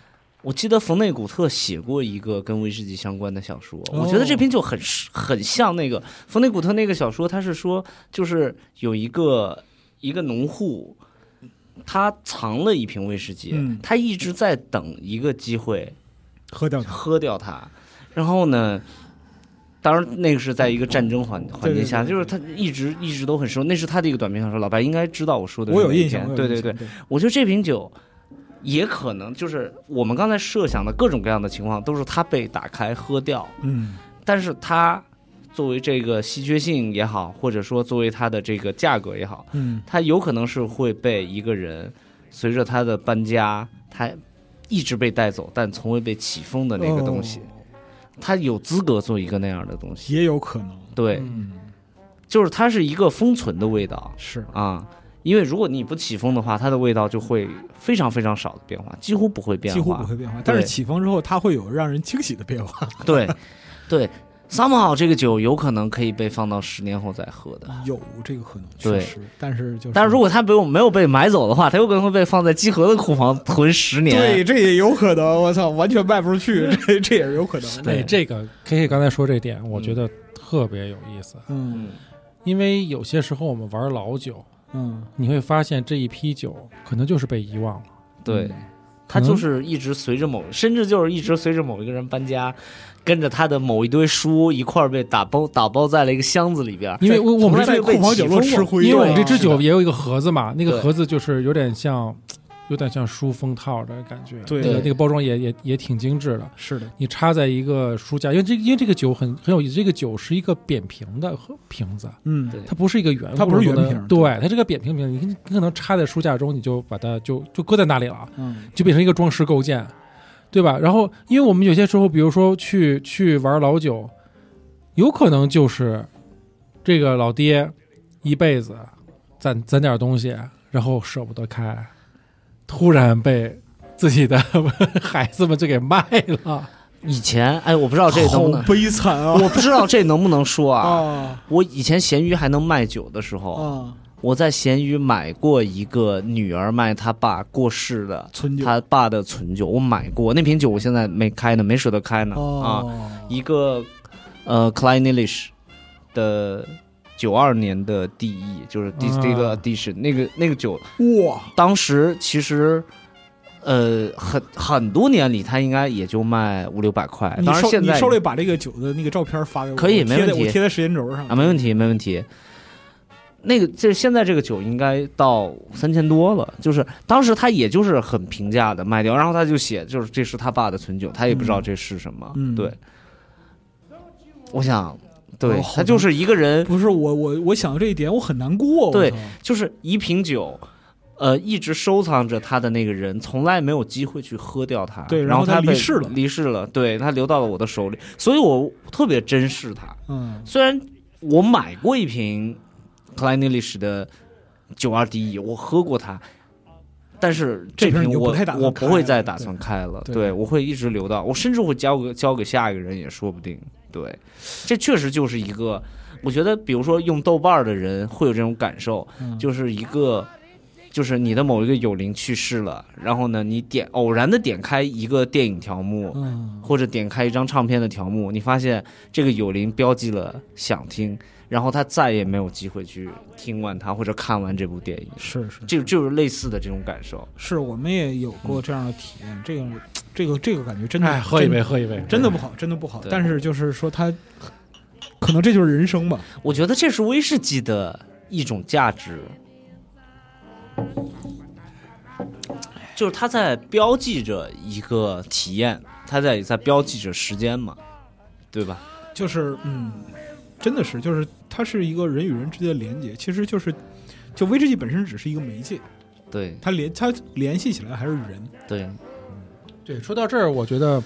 S3: 我记得冯内古特写过一个跟威士忌相关的小说，
S1: 哦
S3: 我觉得这篇就很很像那个冯内古特那个小说，他是说就是有一个一个农户，他藏了一瓶威士忌，
S1: 嗯
S3: 他一直在等一个机会
S1: 喝掉它，
S3: 喝掉它，然后呢。当然，那个是在一个战争环环境下，
S1: 对
S3: 就是他一直一直都很熟，那是他的一个短篇小说。老白应该知道我说的是
S1: 我有
S3: 哪一
S1: 印象，我
S3: 篇
S1: 有
S3: 对
S1: 印
S3: 对
S1: 象
S3: 对，，我觉得这瓶酒也可能就是我们刚才设想的各种各样的情况，都是它被打开喝掉，
S1: 嗯
S3: 但是它作为这个稀缺性也好，或者说作为它的这个价格也好，
S1: 嗯
S3: 它有可能是会被一个人随着他的搬家，他一直被带走，但从未被启封的那个东西，
S1: 哦
S3: 它有资格做一个那样的东西。
S1: 也有可能，
S3: 对，
S1: 嗯
S3: 就是它是一个封存的味道。
S1: 是，
S3: 啊、因为如果你不起风的话，它的味道就会非常非常少的变化，几乎不会变化。
S1: 几乎不会变化，但是
S3: 对
S1: 起风之后它会有让人惊喜的变化，
S3: 对，对，somehow 这个酒有可能可以被放到十年后再喝的。
S1: 有这个可能，确
S3: 对
S1: 实，但是就是，
S3: 但是如果它没有没有被买走的话，它有可能会被放在集合的库房囤十年。
S1: 对，这也有可能。我操，完全卖不出去，这这也是有可能的。
S3: 对
S2: 哎，这个 K K 刚才说这点，我觉得特别有意思，
S1: 嗯
S3: 嗯，
S2: 因为有些时候我们玩老酒，
S1: 嗯，
S2: 你会发现这一批酒可能就是被遗忘了，
S3: 对，它嗯就是一直随着某，甚至就是一直随着某一个人搬家，跟着他的某一堆书一块儿被打包打包在了一个箱子里边儿。
S2: 因为我我们
S3: 从来
S2: 这
S3: 没
S1: 在
S3: 有被
S1: 库房角落
S3: 起
S1: 吃
S3: 风过
S1: 灰，
S2: 因为我
S1: 对
S2: 们这支
S3: 是
S2: 酒
S3: 的
S2: 也有一个盒子嘛，那个
S3: 对
S2: 盒子就是有点像，有点像书封套的感觉，
S1: 对
S2: 那个
S3: 对
S2: 那个包装也也也挺精致的，
S1: 是的，
S2: 你插在一个书架，因为这因为这个酒很很有意思，这个酒是一个扁平的和瓶子，
S1: 嗯
S3: 对
S2: 它不是一个圆，
S1: 它不是圆
S2: 的
S1: 瓶
S2: 对，它这个扁平瓶，你你可能插在书架中，你就把它就就搁在那里了，
S1: 嗯
S2: 就变成一个装饰构件，对吧？然后，因为我们有些时候，比如说去去玩老酒，有可能就是这个老爹一辈子攒攒点东西，然后舍不得开，突然被自己的 孩子们就给卖了。
S3: 以前哎，我不知道这能不能，
S1: 啊悲惨啊！
S3: 我不知道这能不能说啊。
S1: 啊
S3: 我以前闲鱼还能卖酒的时候，
S1: 啊！
S3: 我在闲鱼买过一个女儿卖她爸过世的
S1: 存酒
S3: 他爸的存酒，我买过那瓶酒，我现在没开呢，没舍得开呢啊。
S1: 哦
S3: 一个呃 Kleinelish 的九二年的 DE，就是 Distill
S2: 啊
S3: Edition，、那个那个酒，
S1: 哇，
S3: 当时其实。呃，很很多年里，它应该也就卖五六百块。
S1: 你
S3: 哎当然，
S1: 受
S3: 现
S1: 你
S3: 在
S1: 受累把这个酒的那个照片发给我，
S3: 可以
S1: 我
S3: 没
S1: 贴在
S3: 问题
S1: 我贴在时间轴上
S3: 啊，没问题，没问题。那个就是现在这个酒应该到三千多了，就是当时他也就是很平价的卖掉，然后他就写就是这是他爸的存酒，他也不知道这是什么。
S1: 嗯
S3: 对，我想，对、
S1: 哦好
S3: 他就是一个人，
S1: 不是我我我想到这一点，我很难过。
S3: 对
S1: 我操，
S3: 就是一瓶酒。呃，一直收藏着他的那个人，从来没有机会去喝掉它。
S1: 对
S3: 然
S1: 然后他
S3: 他被
S1: 离世了
S3: 离世了，对他流到了我的手里，所以我特别珍视他。
S1: 嗯
S3: 虽然我买过一瓶克莱尼利什的九二 DE，我喝过它，但是
S1: 这瓶
S3: 瓶
S1: 你就
S3: 我
S1: 不太打算
S3: 我
S1: 开
S3: 不会
S1: 了
S3: 再打算开了，
S1: 对
S3: 对我会一直留到，我甚至会交给交给下一个人也说不定。对，这确实就是一个，我觉得比如说用豆瓣儿的人会有这种感受，
S1: 嗯
S3: 就是一个。就是你的某一个友邻去世了，然后呢，你点偶然的点开一个电影条目，
S1: 嗯，
S3: 或者点开一张唱片的条目，你发现这个友邻标记了想听，然后他再也没有机会去听完它或者看完这部电影，
S1: 是是
S3: 就就是类似的这种感受。
S1: 是，我们也有过这样的体验，这个这个这个感觉真的，
S2: 哎，喝一
S1: 真
S2: 杯，，喝一杯，
S1: 真的不好，真的不好。
S3: 对
S1: 但是就是说他，可能这就是人生吧。
S3: 我觉得这是威士忌的一种价值，就是它在标记着一个体验，它在也在标记着时间嘛，对吧？
S1: 就是嗯，真的是，就是它是一个人与人之间的连接，其实就是就威士忌本身只是一个媒介，
S3: 对
S1: 它联它联系起来还是人。
S3: 对，
S2: 对，说到这儿，我觉得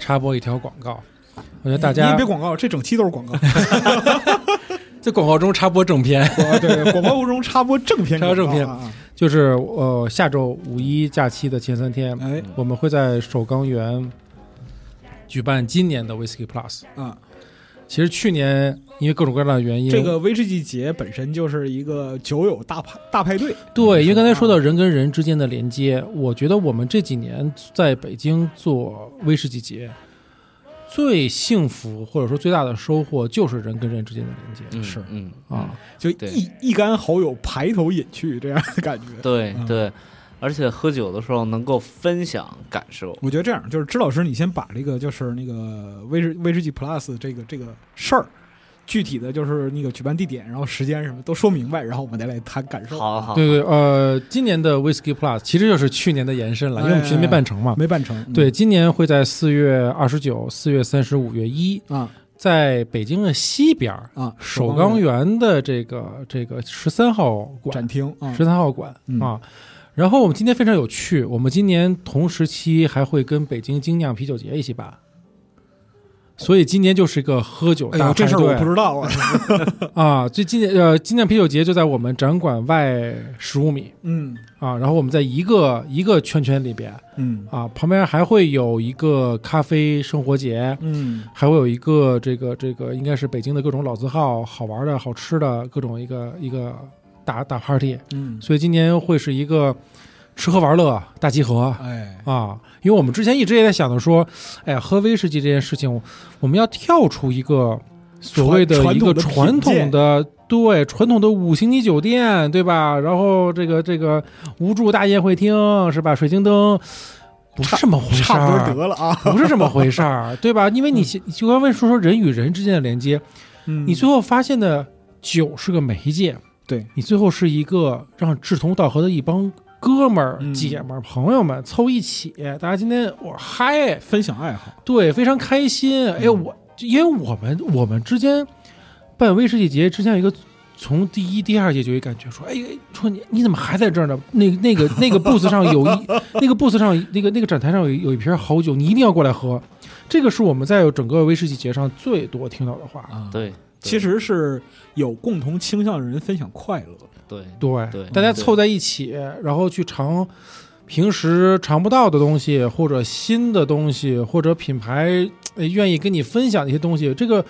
S2: 插播一条广告，我觉得大
S1: 你也
S2: 家
S1: 别广告，这整期都是广 告。
S2: 在广告中插播正片，
S1: 广告对，广告中插播正片
S2: 插
S1: 广
S2: 播
S1: 告
S2: 正片
S1: 啊，
S2: 就是呃，下周五一假期的前三天
S1: 啊，哎
S2: 我们会在首钢园举办今年的 Whisky Plus。
S1: 啊，
S2: 其实去年因为各种各样的原因，
S1: 这个威士忌节本身就是一个酒友大派大派对，
S2: 对，因为刚才说到人跟人之间的连接，我觉得我们这几年在北京做威士忌节，最幸福或者说最大的收获就是人跟人之间的连接。
S3: 嗯
S1: 是
S3: 嗯
S2: 啊，
S1: 就
S3: 对
S1: 一一干好友排头引去这样的感觉。
S3: 对
S1: 嗯
S3: 对，而且喝酒的时候能够分享感受。
S1: 我觉得这样，就是支老师，你先把这个就是那个威士威士忌 Plus 这个这个事儿，具体的就是那个举办地点，然后时间什么都说明白，然后我们再来谈感受。
S3: 好好，
S2: 对对，呃，今年的 Whisky Plus 其实就是去年的延伸了，因为我们去年没办成嘛。
S1: 没办成，哎嗯
S2: 对，今年会在四月二十九、四月三十、五月一，
S1: 啊
S2: 在北京的西边儿
S1: 啊，
S2: 首
S1: 钢
S2: 钢园的这个这个十三号
S1: 展
S2: 馆，
S1: 厅啊
S2: 十三号馆
S1: 嗯
S2: 啊。然后我们今天非常有趣，我们今年同时期还会跟北京精酿啤酒节一起办，所以今年就是一个喝酒
S1: 哎
S2: 大
S1: 呦，这
S2: 派
S1: 事儿
S2: 对
S1: 我不知道 啊。
S2: 啊！最今年呃，精酿啤酒节就在我们展馆外十五米
S1: 嗯
S2: 啊，然后我们在一个一个圈圈里边
S1: 嗯
S2: 啊，旁边还会有一个咖啡生活节，
S1: 嗯
S2: 还会有一个这个这个应该是北京的各种老字号、好玩的好吃的各种一个一个大大 party，
S1: 嗯，
S2: 所以今年会是一个吃喝玩乐大集合
S1: 哎，
S2: 啊！因为我们之前一直也在想着说，哎呀，喝威士忌这件事情，我们要跳出一个所谓的
S1: 传
S2: 一个
S1: 传
S2: 传
S1: 统的品
S2: 统的。对传统的五星级酒店，对吧？然后这个这个无柱大宴会厅是吧？水晶灯，不是这么回事儿，
S1: 差不多得了啊。
S2: 不是这么回 事儿，对吧？因为你先就刚问说说人与人之间的连接，
S1: 嗯
S2: 你最后发现的酒是个媒介，
S1: 对
S2: 你最后是一个让志同道合的一帮哥们儿
S1: 嗯、
S2: 姐们儿、朋友们凑一起，大家今天我嗨，
S1: 分享爱好，
S2: 对，非常开心。哎，我因为我们我们之间办威士忌节之前有一个。从第一、第二届就有一感觉说，哎，哎说你你怎么还在这儿呢？那那个那个 booth 上有一，那个 booth 上那个那个展台上有一有一瓶好酒，你一定要过来喝。这个是我们在整个威士忌节上最多听到的话
S1: 啊
S3: 对
S1: 其实是有共同倾向的人分享快乐。
S3: 对，
S2: 对
S3: 对
S2: 大家凑在一起，然后去尝平时尝不到的东西，或者新的东西，或者品牌呃愿意跟你分享的一些东西。这个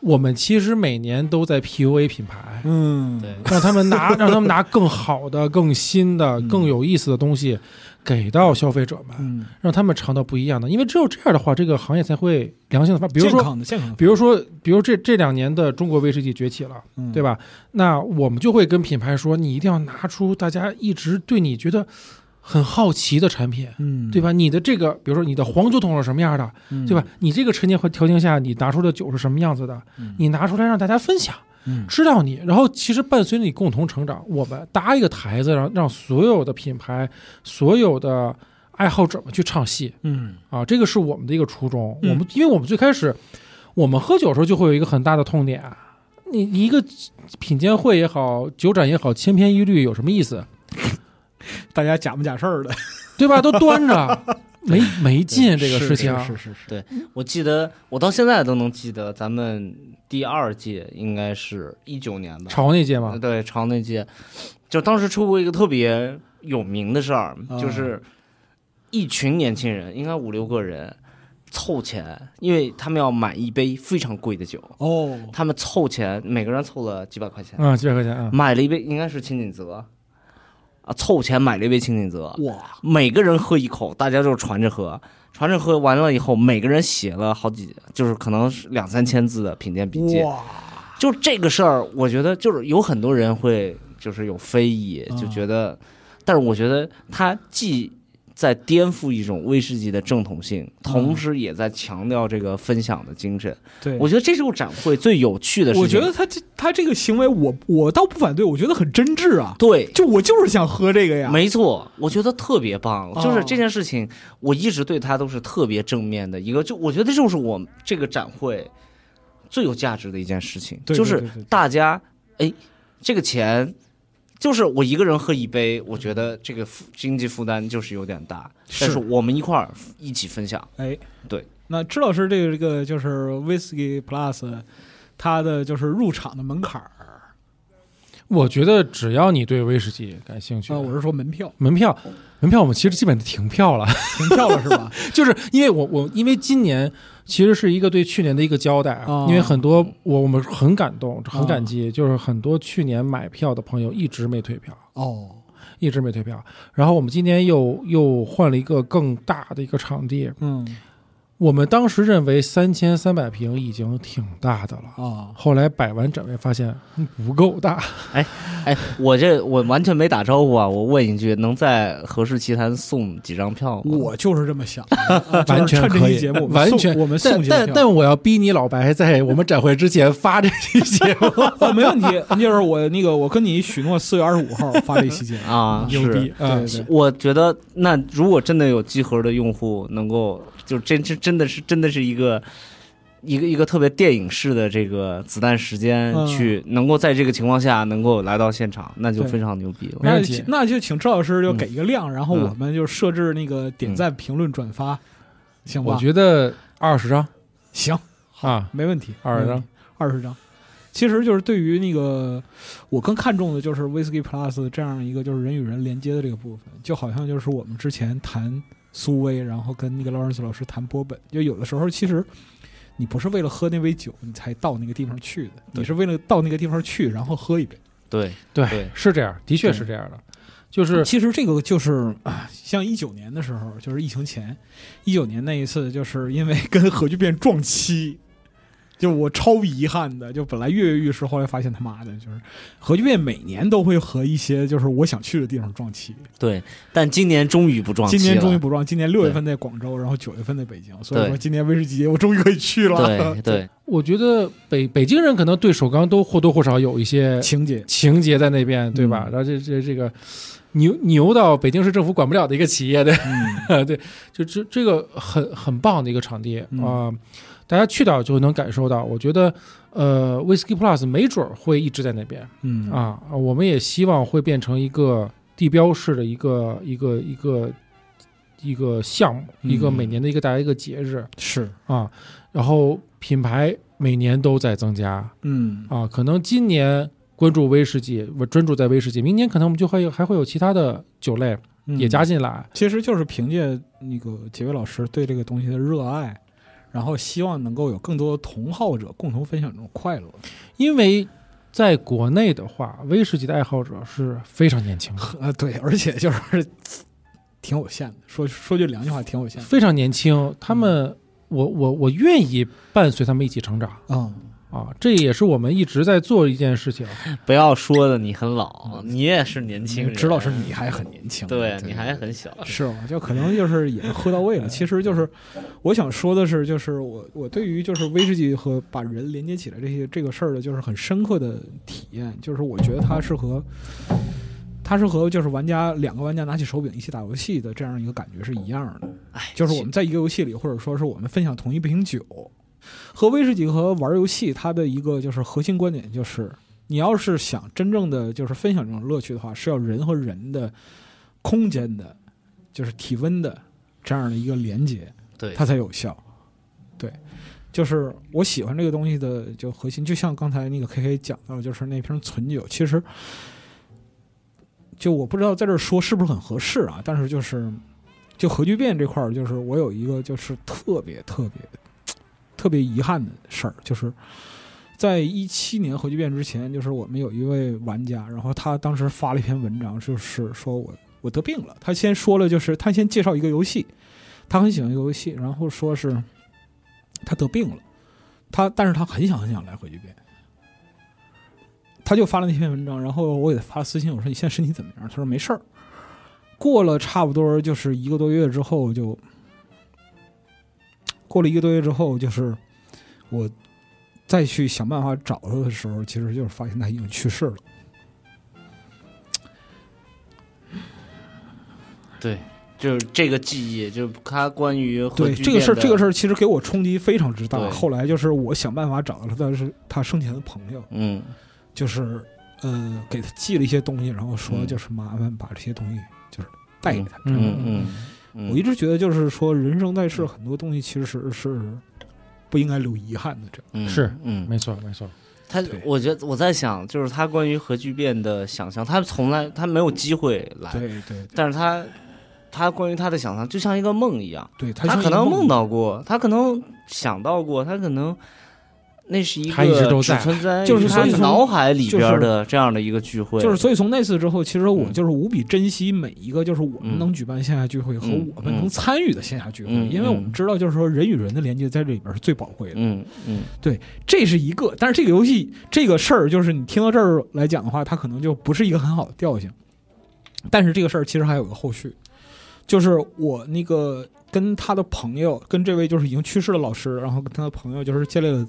S2: 我们其实每年都在 PUA 品牌，
S1: 嗯，
S3: 对，
S2: 让他 们拿让他们拿更好的、更新的、更有意思的东西给到消费者们，
S1: 嗯，
S2: 让他们尝到不一样的。因为只有这样的话，这个行业才会良性的发展。比如
S1: 健
S2: 说，
S1: 康的健康的，
S2: 比如说，比如这这两年的中国威士忌崛起了，
S1: 嗯
S2: 对吧？那我们就会跟品牌说，你一定要拿出大家一直对你觉得很好奇的产品，
S1: 嗯，
S2: 对吧？你的这个，比如说你的黄酒桶是什么样的，
S1: 嗯
S2: 对吧？？你这个陈年和条件下，你拿出的酒是什么样子的？
S1: 嗯
S2: 你拿出来让大家分享，
S1: 嗯
S2: 知道你，然后其实伴随着你共同成长，我们搭一个台子，让让所有的品牌、所有的爱好者们去唱戏，
S1: 嗯
S2: 啊，这个是我们的一个初衷。
S1: 嗯
S2: 我们因为我们最开始我们喝酒的时候就会有一个很大的痛点啊，你你一个品鉴会也好，酒展也好，千篇一律有什么意思？
S1: 大家假不假事儿的
S2: 对吧？都端 着，没没劲这个事情。
S1: 是是是，
S3: 我记得我到现在都能记得，咱们第二届应该是一九年吧，
S2: 朝那届嘛，
S3: 对朝那届，就当时出过一个特别有名的事儿，
S1: 啊
S3: 就是一群年轻人，应该五六个人凑钱，因为他们要买一杯非常贵的酒，
S1: 哦，
S3: 他们凑钱，每个人凑了几百块钱，
S2: 嗯，几百块钱啊，
S3: 买了一杯，应该是青锦泽。啊，凑钱买了一杯青锦泽，
S1: 哇，
S3: 每个人喝一口，大家就传着喝，传着喝完了以后，每个人写了好几，就是可能是两三千字的品鉴笔记。
S1: 哇，
S3: 就这个事儿，我觉得就是有很多人会就是有非议
S1: 啊，
S3: 就觉得，但是我觉得它既在颠覆一种威士忌的正统性，同时也在强调这个分享的精神。
S1: 对，
S3: 我觉得这是展会最有趣的事
S1: 嗯
S3: 情。
S1: 我觉得他这他这个行为我，我倒不反对，我觉得很真挚啊。
S3: 对，
S1: 就我就是想喝这个呀，
S3: 没错，我觉得特别棒，
S1: 哦
S3: 就是这件事情，我一直对它都是特别正面的一个，就我觉得就是我这个展会最有价值的一件事情，
S1: 对
S3: 就是
S1: 对对对
S3: 大家哎，这个钱。就是我一个人喝一杯，我觉得这个负经济负担就是有点大，但
S1: 是
S3: 是我们一块儿一起分享，
S1: 哎，
S3: 对。
S1: 那支老师这个这个就是 Whisky Plus，它的就是入场的门槛儿
S2: 我觉得只要你对威士忌感兴趣，
S1: 啊，我是说门票
S2: 门票，门票我们其实基本都停票了，
S1: 停票了是 吧？
S2: 就是因为我我因为今年其实是一个对去年的一个交代，啊
S1: 哦
S2: 因为很多我我们很感动，很感激，就是很多去年买票的朋友一直没退票，
S1: 哦，
S2: 一直没退票。然后我们今年又又换了一个更大的一个场地，
S1: 嗯
S2: 我们当时认为三千三百平已经挺大的了。
S1: 啊，
S2: 后来摆完展位发现嗯不够大，
S3: 哎，我这我完全没打招呼啊！我问一句，能在何氏奇谈送几张票吗？
S1: 我就是这么想 的，啊就是
S2: 完全
S1: 趁
S2: 可
S1: 这期
S2: 以，
S1: 节目，
S2: 完全
S1: 我们送我
S2: 但
S1: 们送
S2: 但
S1: 节票
S2: 但我要逼你老白在我们展会之前发这期节 目，
S1: 哦没问题。那就是我那个我跟你许诺四月二十五号发这期节目，
S3: 啊，
S2: 牛
S3: 是
S2: 逼啊！
S1: 对对
S3: 我觉得，那如果真的有集合的用户能够，就真真真的是真的是一个一个一个特别电影式的这个子弹时间
S1: 嗯
S3: 去，能够在这个情况下能够来到现场，那就
S1: 对
S3: 非常牛逼了。
S2: 没
S1: 那
S2: 问题
S1: 就那就请赵老师就给一个量，然后
S3: 嗯
S1: 我们就设置那个点赞、评论、转发，行吧？
S2: 嗯我觉得二十张
S1: 行，
S2: 啊，
S1: 没问题，
S2: 二十张，
S1: 二十张。其实就是对于那个，我更看重的就是 Whisky Plus 这样一个就是人与人连接的这个部分，就好像就是我们之前谈苏威，然后跟那个劳伦斯老师谈波本，就有的时候其实你不是为了喝那杯酒你才到那个地方去的，你是为了到那个地方去，然后喝一杯。
S3: 对，对
S2: 是这样，的确
S1: 对
S2: 是这样的，就是
S1: 其实这个就是啊像一九年的时候，就是疫情前，一九年那一次，就是因为跟核聚变撞期，就我超遗憾的，就本来跃跃欲试，后来发现他妈的，就是核聚变每年都会和一些就是我想去的地方撞期，
S3: 对，但今年终于不撞期
S1: 今
S3: 了，
S1: 年终于不撞，今年六月份在广州，然后九月份在北京，所以
S3: 对
S1: 说今年威士忌我终于可以去了，
S3: 对对，
S2: 我觉得北北京人可能对首钢都或多或少有一些
S1: 情嗯节
S2: 情节在那边，对吧？然后这这这个牛牛到北京市政府管不了的一个企业，对、 对，就这这个很很棒的一个场地啊、
S1: 嗯
S2: 大家去到就能感受到。我觉得呃，Whisky Plus 没准儿会一直在那边
S1: 嗯啊，
S2: 啊，我们也希望会变成一个地标式的一个一个一个一个项目，一个
S1: 嗯
S2: 每年的一个大家一个节日。
S1: 是
S2: 啊，然后品牌每年都在增加
S1: 嗯
S2: 啊。可能今年关注威士忌，我专注在威士忌，明年可能我们就会有还会有其他的酒类
S1: 嗯
S2: 也加进来。
S1: 其实就是凭借那个几位老师对这个东西的热爱，然后希望能够有更多同好者共同分享这种快 乐。
S2: 因为在国内的话，威士忌的爱好者是非常年轻的，
S1: 啊，对，而且就是挺有限的，说说句良心话，挺有限的。
S2: 非常年轻。他们，我我我愿意伴随他们一起成长
S1: 嗯，
S2: 啊，这也是我们一直在做一件事情。
S3: 不要说的你很老，你也是年轻人。
S1: 知嗯道是你还很年轻，
S3: 对你还很小。
S1: 是吧？就可能就是也喝到位了。其实就是我想说的是，就是我我对于就是威士忌和把人连接起来这些这个事儿的，就是很深刻的体验。就是我觉得它是和它是和就是玩家两个玩家拿起手柄一起打游戏的这样一个感觉是一样的。
S3: 哎，
S1: 就是我们在一个游戏里，或者说是我们分享同一瓶酒，喝威士忌和玩游戏，它的一个就是核心观点就是，你要是想真正的就是分享这种乐趣的话，是要人和人的空间的，就是体温的这样的一个连接，
S3: 对
S1: 它才有效。对，就是我喜欢这个东西的就核心，就像刚才那个 K K 讲到的，就是那瓶存酒，其实。就我不知道在这儿说是不是很合适啊，但是就是就核聚变这块儿，就是我有一个就是特别特别特别遗憾的事儿，就是在一七年核聚变之前，就是我们有一位玩家，然后他当时发了一篇文章，就是说我我得病了。他先说了，就是他先介绍一个游戏，他很喜欢一个游戏，然后说是他得病了，他但是他很想很想来核聚变。他就发了那篇文章，然后我给他发了私信，我说你现在身体怎么样？他说没事儿，过了差不多就是一个多月之后就，过了一个多月之后，就是我再去想办法找他的时候，其实就是发现他已经去世了。
S3: 对，就是这个记忆，就是他关于核
S1: 对
S3: 聚
S1: 这个事儿，
S3: 变的
S1: 这个事儿其实给我冲击非常之大。
S3: 对
S1: 后来就是我想办法找到了他是他生前的朋友，
S3: 嗯，
S1: 就是呃给他寄了一些东西，然后说
S3: 嗯
S1: 就是麻烦把这些东西就是带给他。
S3: 嗯嗯嗯，
S1: 我一直觉得就是说人生在世，很多东西其实是不应该留遗憾的。这样
S3: 嗯
S2: 是
S3: 嗯，
S2: 没错，没错。
S3: 他
S1: 对，
S3: 我觉得我在想，就是他关于核聚变的想象，他从来他没有机会来，
S1: 对对
S3: 但是他他关于他的想象就像一个梦一样，
S1: 对，他
S3: 他
S1: 像
S3: 可
S1: 一个
S3: 能
S1: 梦
S3: 梦到过，他可能想到过，他可能那是一
S2: 他一直
S3: 个
S2: 都
S3: 只
S2: 在
S3: 存在
S1: 就是
S3: 于
S1: 所
S3: 他
S1: 以说
S3: 脑海里
S1: 就
S3: 边
S1: 是
S3: 的这样的一个聚会，
S1: 就是所以从那次之后，其实我
S3: 嗯
S1: 就是无比珍惜每一个就是我们
S3: 嗯
S1: 能举办线下聚会和
S3: 嗯
S1: 我们能参与的线下聚会，
S3: 嗯
S1: 因为我们知道就是说人与人的连接在这里边是最宝贵的。
S3: 嗯嗯，
S1: 这是一个，但是这个游戏这个事儿，就是你听到这儿来讲的话，它可能就不是一个很好的调性。但是这个事儿其实还有个后续，就是我那个跟他的朋友，跟这位就是已经去世的老师，然后跟他的朋友就是建立了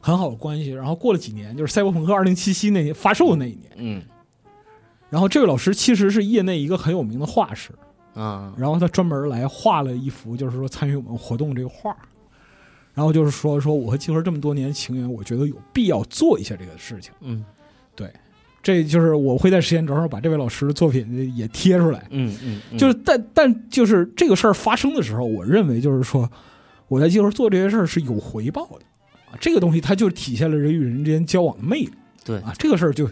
S1: 很好的关系。然后过了几年，就是《赛博朋克2077》那年发售的那一年，
S3: 嗯
S1: 然后这位老师其实是业内一个很有名的画师，
S3: 啊，
S1: 然后他专门来画了一幅，就是说参与我们活动这个画儿，然后就是说说我和金花这么多年情缘，我觉得有必要做一下这个事情。
S3: 嗯
S1: 这就是我会在时间轴上把这位老师的作品也贴出来。
S3: 嗯嗯嗯，
S1: 就是但但就是这个事儿发生的时候，我认为就是说我在金花做这些事儿是有回报的啊，这个东西它就体现了人与人之间交往的魅力
S3: 对
S1: 啊，这个事儿就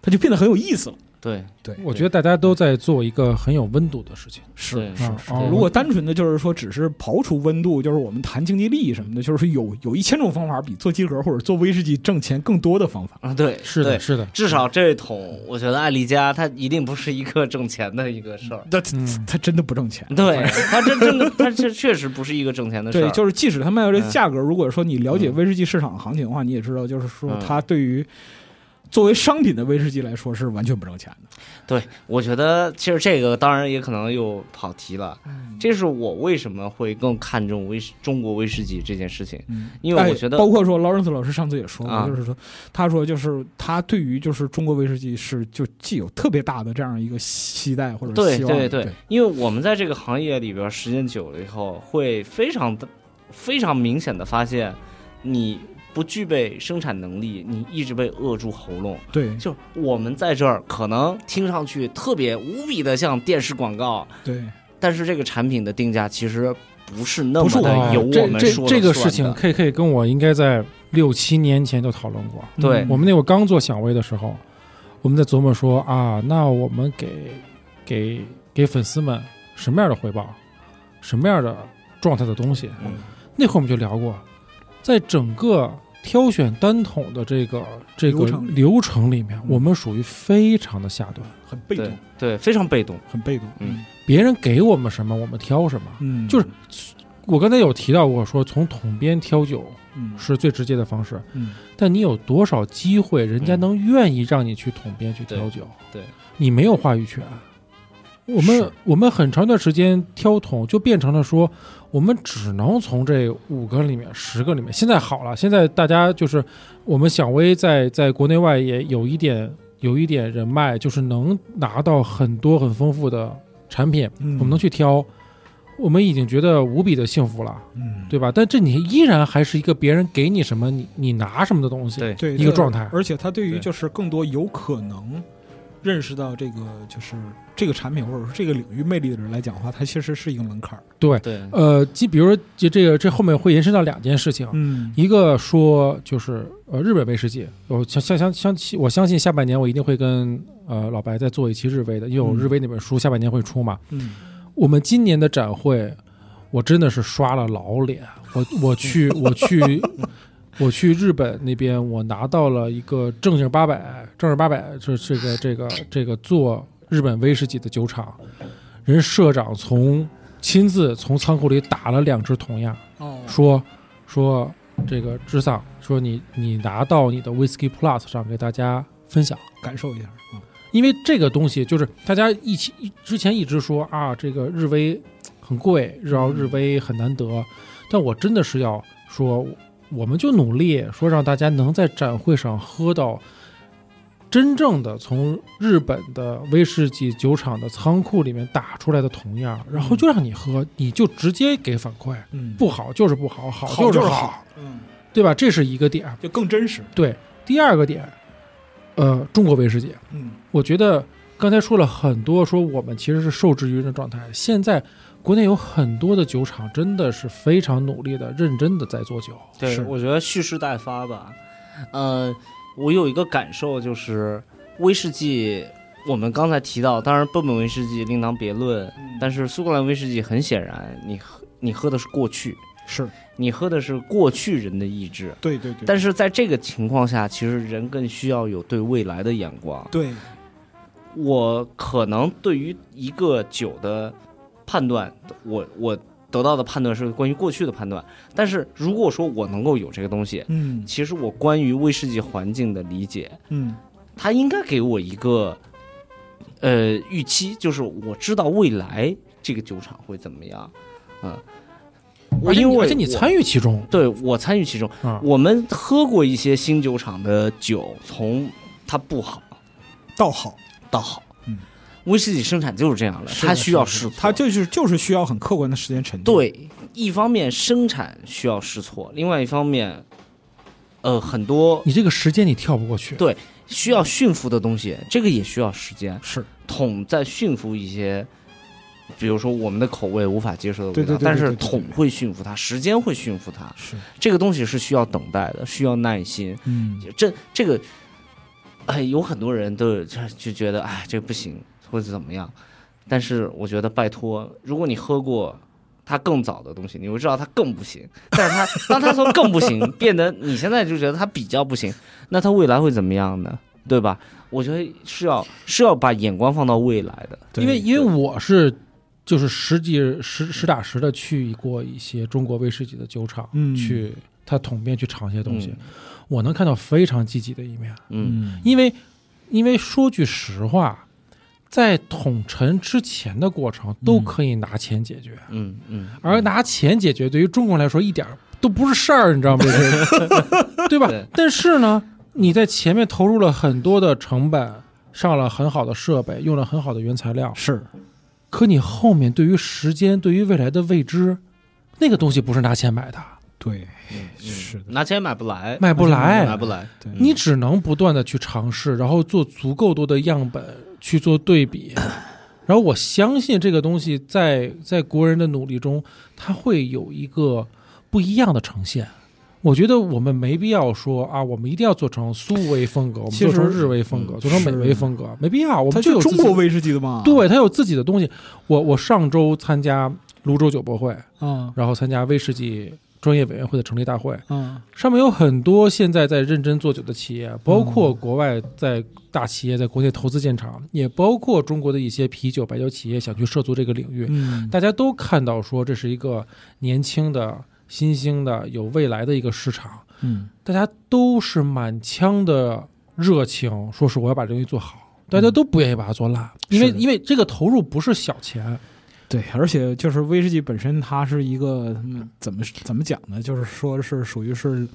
S1: 它就变得很有意思了。
S3: 对
S1: 对，
S2: 我觉得大家都在做一个很有温度的事情。
S1: 是哦
S3: 对
S2: 啊
S3: 是
S2: 啊
S3: 对
S1: 如果单纯的就是说，只是刨除温度，就是我们谈经济利益什么的，就是有有一千种方法比做鸡盒或者做威士忌挣钱更多的方法。
S3: 啊对
S2: 是的，
S3: 对
S2: 是的，
S3: 至少这桶，我觉得艾丽家它一定不是一个挣钱的一个事儿。
S1: 那它
S2: 嗯
S1: 它真的不挣钱。
S3: 对，它这真的，它这确实不是一个挣钱的事
S1: 对
S3: 儿。，
S1: 就是即使它卖到这
S3: 嗯
S1: 价格，如果说你了解威士忌市场行情的话，你也知道，就是说
S3: 嗯
S1: 它对于作为商品的威士忌来说是完全不挣钱的。
S3: 对，我觉得其实这个当然也可能又跑题了。
S1: 嗯
S3: 这是我为什么会更看重威士中国威士忌这件事情，
S1: 嗯，
S3: 因为我觉得
S1: 哎包括说劳伦斯老师上次也说过，
S3: 啊
S1: 就是说他说就是他对于就是中国威士忌是就既有特别大的这样一个期待或者
S3: 对
S1: 希望，
S3: 对
S1: 对
S3: 对，因为我们在这个行业里边时间久了以后，会非常的非常明显的发现，你不具备生产能力，你一直被扼住喉咙。
S1: 对
S3: 就我们在这儿可能听上去特别无比的像电视广告，
S1: 对。
S3: 但是这个产品的定价其实不是那
S1: 不是
S3: 么
S1: 我
S3: 的
S2: 哦
S3: 由
S2: 这
S3: 我们
S2: 这
S3: 说了
S2: 这个
S3: 算
S2: 事情
S3: 的
S2: ，K K 跟我应该在六七年前就讨论过。
S3: 对
S1: 嗯
S2: 我们那会儿刚做响威的时候，我们在琢磨说啊，那我们给给给粉丝们什么样的回报，什么样的状态的东西？
S3: 嗯
S2: 那会儿我们就聊过，在整个挑选单桶的这个这个
S1: 流程里
S2: 流程里
S3: 嗯
S2: 面，我们属于非常的下端，
S1: 很被
S3: 对
S1: 动，
S3: 对，非常被动。
S1: 很被动。
S3: 嗯
S2: 别人给我们什么，我们挑什么。
S1: 嗯，
S2: 就是我刚才有提到过，说从桶边挑酒
S1: 嗯
S2: 是最直接的方式，
S1: 嗯
S2: 但你有多少机会，人家
S3: 嗯
S2: 能愿意让你去桶边去挑酒？
S3: 对对
S2: 你没有话语权。我们
S1: 是
S2: 我们很长一段时间挑桶就变成了说，我们只能从这五个里面、十个里面。现在好了，现在大家就是我们响威在在国内外也有一点有一点人脉，就是能拿到很多很丰富的产品，
S1: 嗯
S2: 我们能去挑，我们已经觉得无比的幸福了。
S1: 嗯
S2: 对吧？但这你依然还是一个别人给你什么，你你拿什么的东西。
S3: 对
S1: 对
S2: 一个状态
S1: 而且他对于
S3: 对
S1: 就是更多有可能认识到这个就是这个产品或者说这个领域魅力的人来讲的话，它其实是一个门槛儿。
S3: 对
S2: 呃，即比如说这这个这后面会延伸到两件事情，
S1: 嗯
S2: 一个说就是呃日本威士忌，我相相相相信我相信下半年我一定会跟呃老白再做一期日威的，因为我
S1: 嗯
S2: 日威那本书下半年会出嘛。
S1: 嗯，
S2: 我们今年的展会，我真的是刷了老脸，我我去我去。我去日本那边，我拿到了一个正经八百，正经八百是这个这个这个做日本威士忌的酒厂，人社长从亲自从仓库里打了两只铜样，
S1: 哦
S2: 说说这个之上说你你拿到你的 Whisky Plus 上给大家分享，
S1: 感受一下啊，
S2: 因为这个东西就是大家一起一之前一直说啊，这个日威很贵，然后日威很难得，但我真的是要说，我们就努力说让大家能在展会上喝到真正的从日本的威士忌酒厂的仓库里面打出来的铜样，然后就让你喝，你就直接给反馈，
S1: 嗯，
S2: 不好就是不好，好
S1: 好
S2: 就是
S1: 是
S2: 好，
S1: 好，嗯，
S2: 对吧？这是一个点。
S1: 就更真实。
S2: 对，第二个点，呃，中国威士忌。
S1: 嗯
S2: 我觉得刚才说了很多，说我们其实是受制于人的状态。现在国内有很多的酒厂真的是非常努力的、认真的在做酒。
S3: 对
S1: 是，
S3: 我觉得蓄势待发吧。呃，我有一个感受就是，威士忌我们刚才提到，当然笨笨威士忌另当别论，
S1: 嗯
S3: 但是苏格兰威士忌很显然，你喝你喝的是过去，
S1: 是
S3: 你喝的是过去人的意志。
S1: 对对对，
S3: 但
S1: 是
S3: 是在这个情况下，其实人更需要有对未来的眼光。
S1: 对
S3: 我可能对于一个酒的判断，我我得到的判断是关于过去的判断。但是如果说我能够有这个东西，
S1: 嗯
S3: 其实我关于威士忌环境的理解，
S1: 嗯
S3: 它应该给我一个呃预期，就是我知道未来这个酒厂会怎么样，嗯，我
S2: 而且
S3: 因
S2: 你
S3: 为
S2: 而且你
S3: 我
S2: 参与其中
S3: 对我参与其中，
S2: 啊，
S3: 我们喝过一些新酒厂的酒，从它不好
S1: 倒好，
S3: 到好，
S1: 嗯
S3: 威士忌生产就是这样的，
S1: 是的
S3: 它需要
S1: 是
S3: 试
S1: 的
S3: 错，
S1: 它就是就是需要很客观的时间沉淀。，
S3: 对，一方面生产需要试错，另外一方面，呃，很多
S2: 你这个时间你跳不过去。
S3: 对需要驯服的东西，这个也需要时间。
S1: 是
S3: 桶在驯服一些，比如说我们的口味无法接受的味道，
S1: 对对对对
S3: 但
S1: 对
S3: 是
S1: 对对
S3: 桶会驯服它，时间会驯服它。
S1: 是，
S3: 这个东西是需要等待的，需要耐心。
S1: 嗯
S3: 这这个，哎，有很多人都有就就觉得哎，这不行或者怎么样。但是我觉得，拜托，如果你喝过它更早的东西，你会知道它更不行。但是它当它从更不行变得你现在就觉得它比较不行，那它未来会怎么样呢？对吧？我觉得是要是要把眼光放到未来的。
S1: 对
S2: 因为因为
S3: 对
S2: 我是就是实际实实打实的去过一些中国威士忌的酒厂，
S1: 嗯
S2: 去它桶边去尝一些东西，我能看到非常积极的一面。
S3: 嗯，
S1: 嗯
S2: 因为因为说句实话，在统陈之前的过程都可以拿钱解决，
S3: 嗯嗯嗯，
S2: 而拿钱解决对于中国人来说一点儿都不是事儿，你知道吗？对吧
S3: 对？
S2: 但是呢，你在前面投入了很多的成本，上了很好的设备，用了很好的原材料，
S1: 是
S2: 可你后面对于时间、对于未来的未知，那个东西不是拿钱买的，
S1: 对
S3: 嗯嗯
S1: 是的
S3: 拿钱买不来，
S2: 买不来，
S3: 买不来。
S1: 对
S3: 嗯
S2: 你只能不断的去尝试，然后做足够多的样本去做 对比，然后我相信这个东西在在国人的努力中，它会有一个不一样的呈现。我觉得我们没必要说啊，我们一定要做成苏维风格，我们
S1: 其
S2: 做
S1: 实
S2: 成日维风格，
S1: 嗯
S2: 做成美
S1: 是
S2: 维风格，没必要。我
S1: 它
S2: 们就有
S1: 是
S2: 自
S1: 中
S2: 己
S1: 国威士忌的嘛？
S2: 对，它有自己的东西。我我上周参加泸州酒博会，
S1: 啊
S2: 然后参加威士忌专业委员会的成立大会，
S1: 啊，
S2: 上面有很多现在在认真做酒的企业，包括国外在大企业在国内投资建厂，也包括中国的一些啤酒、白酒企业想去涉足这个领域。
S1: 嗯，
S2: 大家都看到说这是一个年轻的、新兴的、有未来的一个市场，
S1: 嗯
S2: 大家都是满腔的热情，说是我要把这东西做好。大家都不愿意把它做烂，因为
S1: 是的
S2: 因为这个投入不是小钱，
S1: 对，而且就是威士忌本身，它是一个嗯怎么怎么讲呢？就是说是属于是。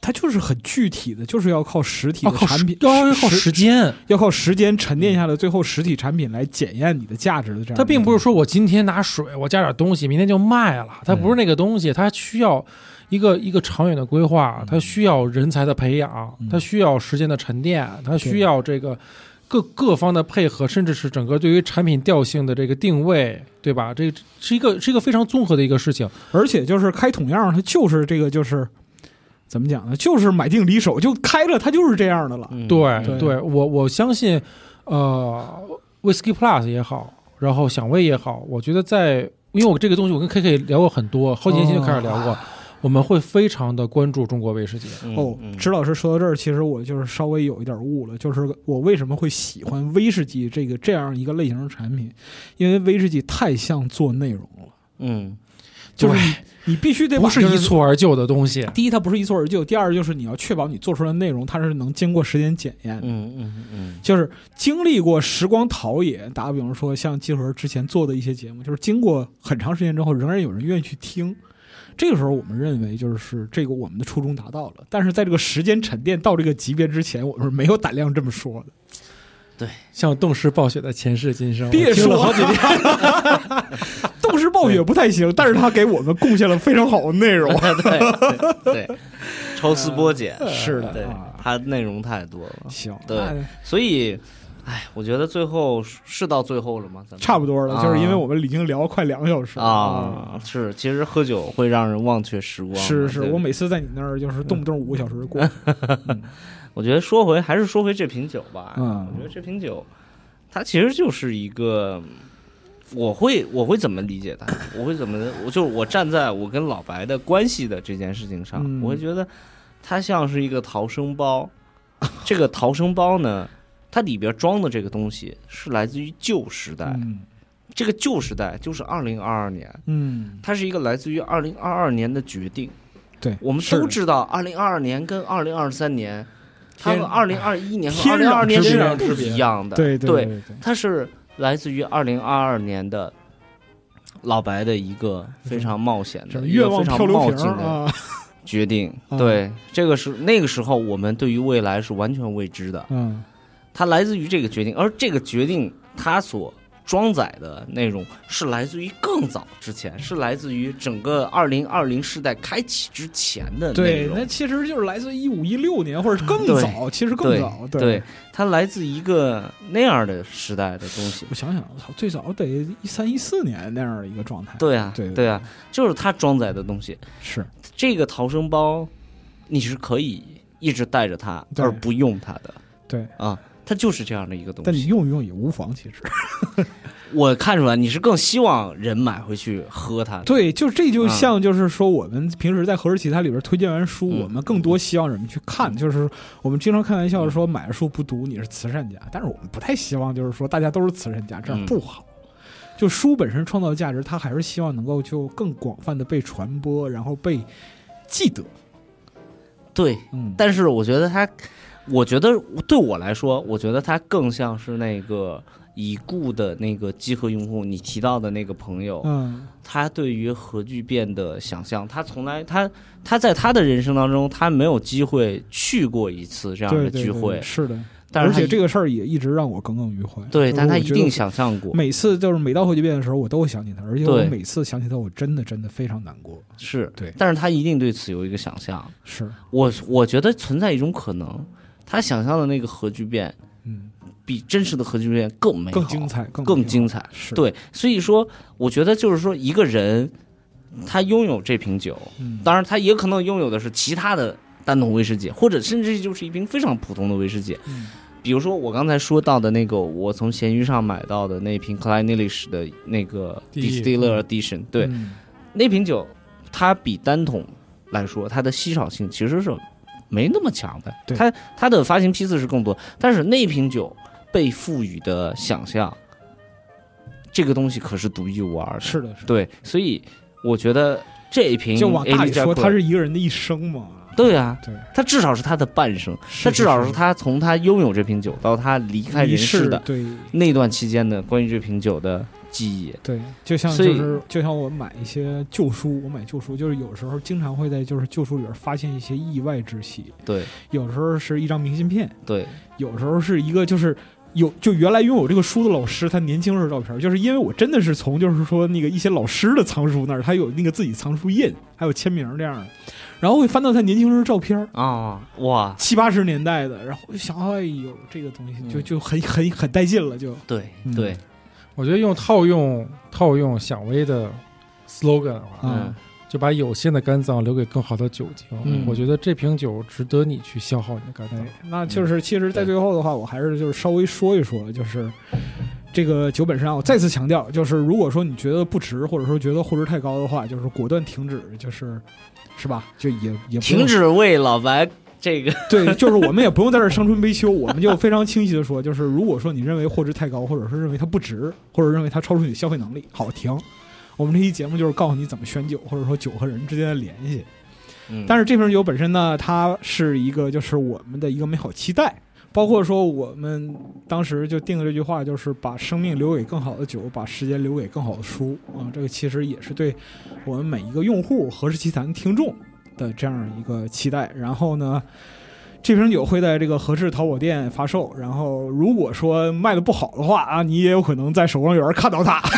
S1: 它就是很具体的，就是要靠实体
S2: 要
S1: 的
S2: 哦靠
S1: 产
S2: 时
S1: 品，
S2: 要靠时间。
S1: 要靠时间沉淀下来，最后实体产品来检验你的价值的这样一个。
S2: 它并不是说我今天拿水，我加点东西，明天就卖了。它不是那个东西，它需要一个一个长远的规划，
S1: 嗯
S2: 它需要人才的培养，它需要时间的沉淀，它需要这个各各方的配合，甚至是整个对于产品调性的这个定位，对吧？这个是一个是一个非常综合的一个事情。
S1: 而且就是开桶样儿，它就是这个就是怎么讲呢？就是买定离手就开了，它就是这样的了。
S3: 嗯
S2: 对
S1: 对
S2: 对，我我相信，呃，Whisky Plus 也好，然后响味也好，我觉得在，因为我这个东西我跟 KK 聊过很多，好几年前就开始聊过，我们会非常的关注中国威士忌。
S3: 嗯
S1: 哦
S3: 嗯，
S1: 池老师说到这儿，其实我就是稍微有一点悟了，就是我为什么会喜欢威士忌这个这样一个类型的产品，因为威士忌太像做内容了，
S3: 嗯，
S1: 就是你你必须得把
S2: 不是
S1: 这个
S2: 一蹴而就的东西，
S1: 第一，它不是一蹴而就；第二，就是你要确保你做出来的内容，它是能经过时间检验的。
S3: 嗯嗯嗯
S1: 就是经历过时光陶冶，打个比方说，像集合之前做的一些节目，就是经过很长时间之后，仍然有人愿意去听。这个时候，我们认为就是这个我们的初衷达到了，但是在这个时间沉淀到这个级别之前，我们是没有胆量这么说 的。
S2: 像动视暴雪的前世今生，
S1: 别
S2: 我听
S1: 说
S2: 了好几遍。
S1: 遍，动视暴雪不太行，但是他给我们贡献了非常好的内容。
S3: 嗯，对 对对，抽丝剥茧，
S1: 是的
S3: 对
S1: 啊，
S3: 它内容太多了，
S1: 行，
S3: 对
S1: 那
S3: 所以，哎，我觉得最后是到最后了吗？咱们
S1: 差不多了，
S3: 啊
S1: 就是因为我们已经聊了快两个小时了
S3: 啊，是，其实喝酒会让人忘却时光嘛。
S1: 是是，
S3: 对
S1: 我每次在你那儿就是动不动五个小时过，
S3: 我觉得说回还是说回这瓶酒吧。
S1: 嗯
S3: 我觉得这瓶酒，它其实就是一个，我会我会怎么理解它？我会怎么？我就是我站在我跟老白的关系的这件事情上，
S1: 嗯
S3: 我会觉得它像是一个逃生包。这个逃生包呢，它里边装的这个东西是来自于旧时代，
S1: 嗯
S3: 这个旧时代就是二零二二年，
S1: 嗯。
S3: 它是一个来自于二零二二年的决定。
S1: 对，
S3: 我们
S1: 是
S3: 都
S1: 的
S3: 知道，二零二二年跟二零二三年，它
S1: 天
S3: 和二零二一年和
S1: 天
S3: 二零二
S1: 壤
S3: 二年
S1: 之
S3: 是
S1: 别
S3: 不一样的。
S1: 对对
S3: 对，
S1: 对，
S3: 它是来自于二零二二年的老白的一个非常冒险
S1: 什
S3: 的、
S1: 么
S3: 呃一
S1: 愿
S3: 个
S1: 望
S3: 非
S1: 漂
S3: 常
S1: 流
S3: 冒
S1: 瓶
S3: 进
S1: 儿
S3: 的
S1: 啊，
S3: 决定。
S1: 啊
S3: 对，这个是那个时候我们对于未来是完全未知的，
S1: 嗯
S3: 它来自于这个决定，而这个决定它所装载的内容是来自于更早之前，是来自于整个二零二零世代开启之前的内
S1: 对，
S3: 容
S1: 那。其实就是来自一五一六年或者更
S3: 对
S1: 早，其实更早，
S3: 对，
S1: 对。
S3: 它来自一个那样的时代的东西。
S1: 我想想，我操，最早得一三一四年那样的一个状态，
S3: 对啊，
S1: 对对
S3: 啊，就是它装载的东西。
S1: 是
S3: 这个逃生包，你是可以一直带着它
S1: 对
S3: 而不用它的
S1: 对。
S3: 啊，它就是这样的一个东
S1: 但你
S3: 西。
S1: 用一用也无妨，其实。
S3: 我看出来你是更希望人买回去喝它的。
S1: 对，就这
S3: 嗯
S1: 就像就是说，我们平时在《何氏奇它里边推荐完书，
S3: 嗯
S1: 我们更多希望人们去看，就是我们经常开玩
S3: 嗯
S1: 笑说买了书不读，你是慈善家，但是我们不太希望就是说大家都是慈善家，这样
S3: 嗯
S1: 不好。就书本身创造价值，它还是希望能够就更广泛的被传播，然后被记得。
S3: 对，
S1: 嗯，
S3: 但是我觉得它，我觉得对我来说，我觉得它更像是那个已故的那个集合用户，你提到的那个朋友，
S1: 嗯，
S3: 他对于核聚变的想象，他从来他他在他的人生当中，他没有机会去过一次这样
S1: 对
S3: 的
S1: 对
S3: 聚会，
S1: 对是的，
S3: 但是
S1: 而
S3: 他
S1: 且这
S3: 一
S1: 个事儿也一直让我耿耿于怀。
S3: 对，但
S1: 他
S3: 他一定想象过，
S1: 每次就是每到核聚变的时候，我都会想起他，而且我
S3: 对
S1: 每次想起他，我真的真的非常难过。
S3: 是
S1: 对
S3: 但是他一定对此有一个想象。
S1: 是，
S3: 我我觉得存在一种可能，他想象的那个核聚变
S1: 嗯，
S3: 比真实的核聚变更美好、
S1: 更精彩，更
S3: 更
S1: 精
S3: 精
S1: 彩。
S3: 彩。
S1: 是，
S3: 对，所以说，我觉得就是说，一个人他拥有这瓶酒，
S1: 嗯
S3: 当然他也可能拥有的是其他的单桶威士忌，或者甚至就是一瓶非常普通的威士忌。
S1: 嗯
S3: 比如说我刚才说到的那个，我从闲鱼上买到的那瓶克莱尼利什的那个
S2: 第一
S3: Distiller Edition，对，
S1: 嗯
S3: 那瓶酒它比单桶来说，它的稀少性其实是没那么强的，
S1: 对
S3: 它它的发行批次是更多，但是那瓶酒被赋予的想象，这个东西可是独一无二的，
S1: 是的，是的。
S3: 对，所以我觉得这一瓶
S1: 就往大里
S3: Elijah
S1: 说，
S3: Craig-
S1: 他是一个人的一生嘛。
S3: 对啊，
S1: 对，
S3: 它至少是他的半生，
S1: 是
S3: 它至少
S1: 是
S3: 是他从他拥有这瓶酒到他离开人
S1: 仪
S3: 世
S1: 式
S3: 的
S1: 对
S3: 那段期间的关于这瓶酒的记忆，
S1: 对，就像
S3: 所
S1: 就
S3: 以
S1: 是就像我买一些旧书，我买旧书就是有时候经常会在就是旧书里边发现一些意外之喜，
S3: 对
S1: 有时候是一张明信片，
S3: 对，
S1: 有时候是一个就是有就原来拥有这个书的老师他年轻时候的照片，就是因为我真的是从就是说那个一些老师的藏书那儿，他有那个自己藏书印，还有签名这样的，然后会翻到他年轻时候的照片。
S3: 啊、哇，
S1: 七八十年代的，然后我就想，哎呦，这个东西就
S3: 嗯
S1: 就很很很带劲了，就
S3: 对
S1: 嗯
S3: 对，
S2: 我觉得用套用套用响威的 slogan 的话，
S1: 嗯
S2: 就把有限的肝脏留给更好的酒精。
S1: 嗯
S2: 我觉得这瓶酒值得你去消耗你的肝脏。
S1: 哎，那就是其实，在最后的话，我还是就是稍微说一说，就是这个酒本身啊，我再次强调，就是如果说你觉得不值，或者说觉得货值太高的话，就是果断停止，就是是吧？就也也不用
S3: 停止为老白这个
S1: 对，就是我们也不用在这儿伤春悲秋，我们就非常清晰的说，就是如果说你认为货值太高，或者是认为它不值，或者认为它超出你的消费能力，好停。我们这期节目就是告诉你怎么选酒，或者说酒和人之间的联系。
S3: 嗯
S1: 但是这瓶酒本身呢，它是一个就是我们的一个美好期待，包括说我们当时就定的这句话，就是把生命留给更好的酒，把时间留给更好的书啊、这个其实也是对我们每一个用户和氏奇谈听众的这样一个期待。然后呢，这瓶酒会在这个合适淘宝店发售。然后如果说卖的不好的话啊，你也有可能在守望园看到它。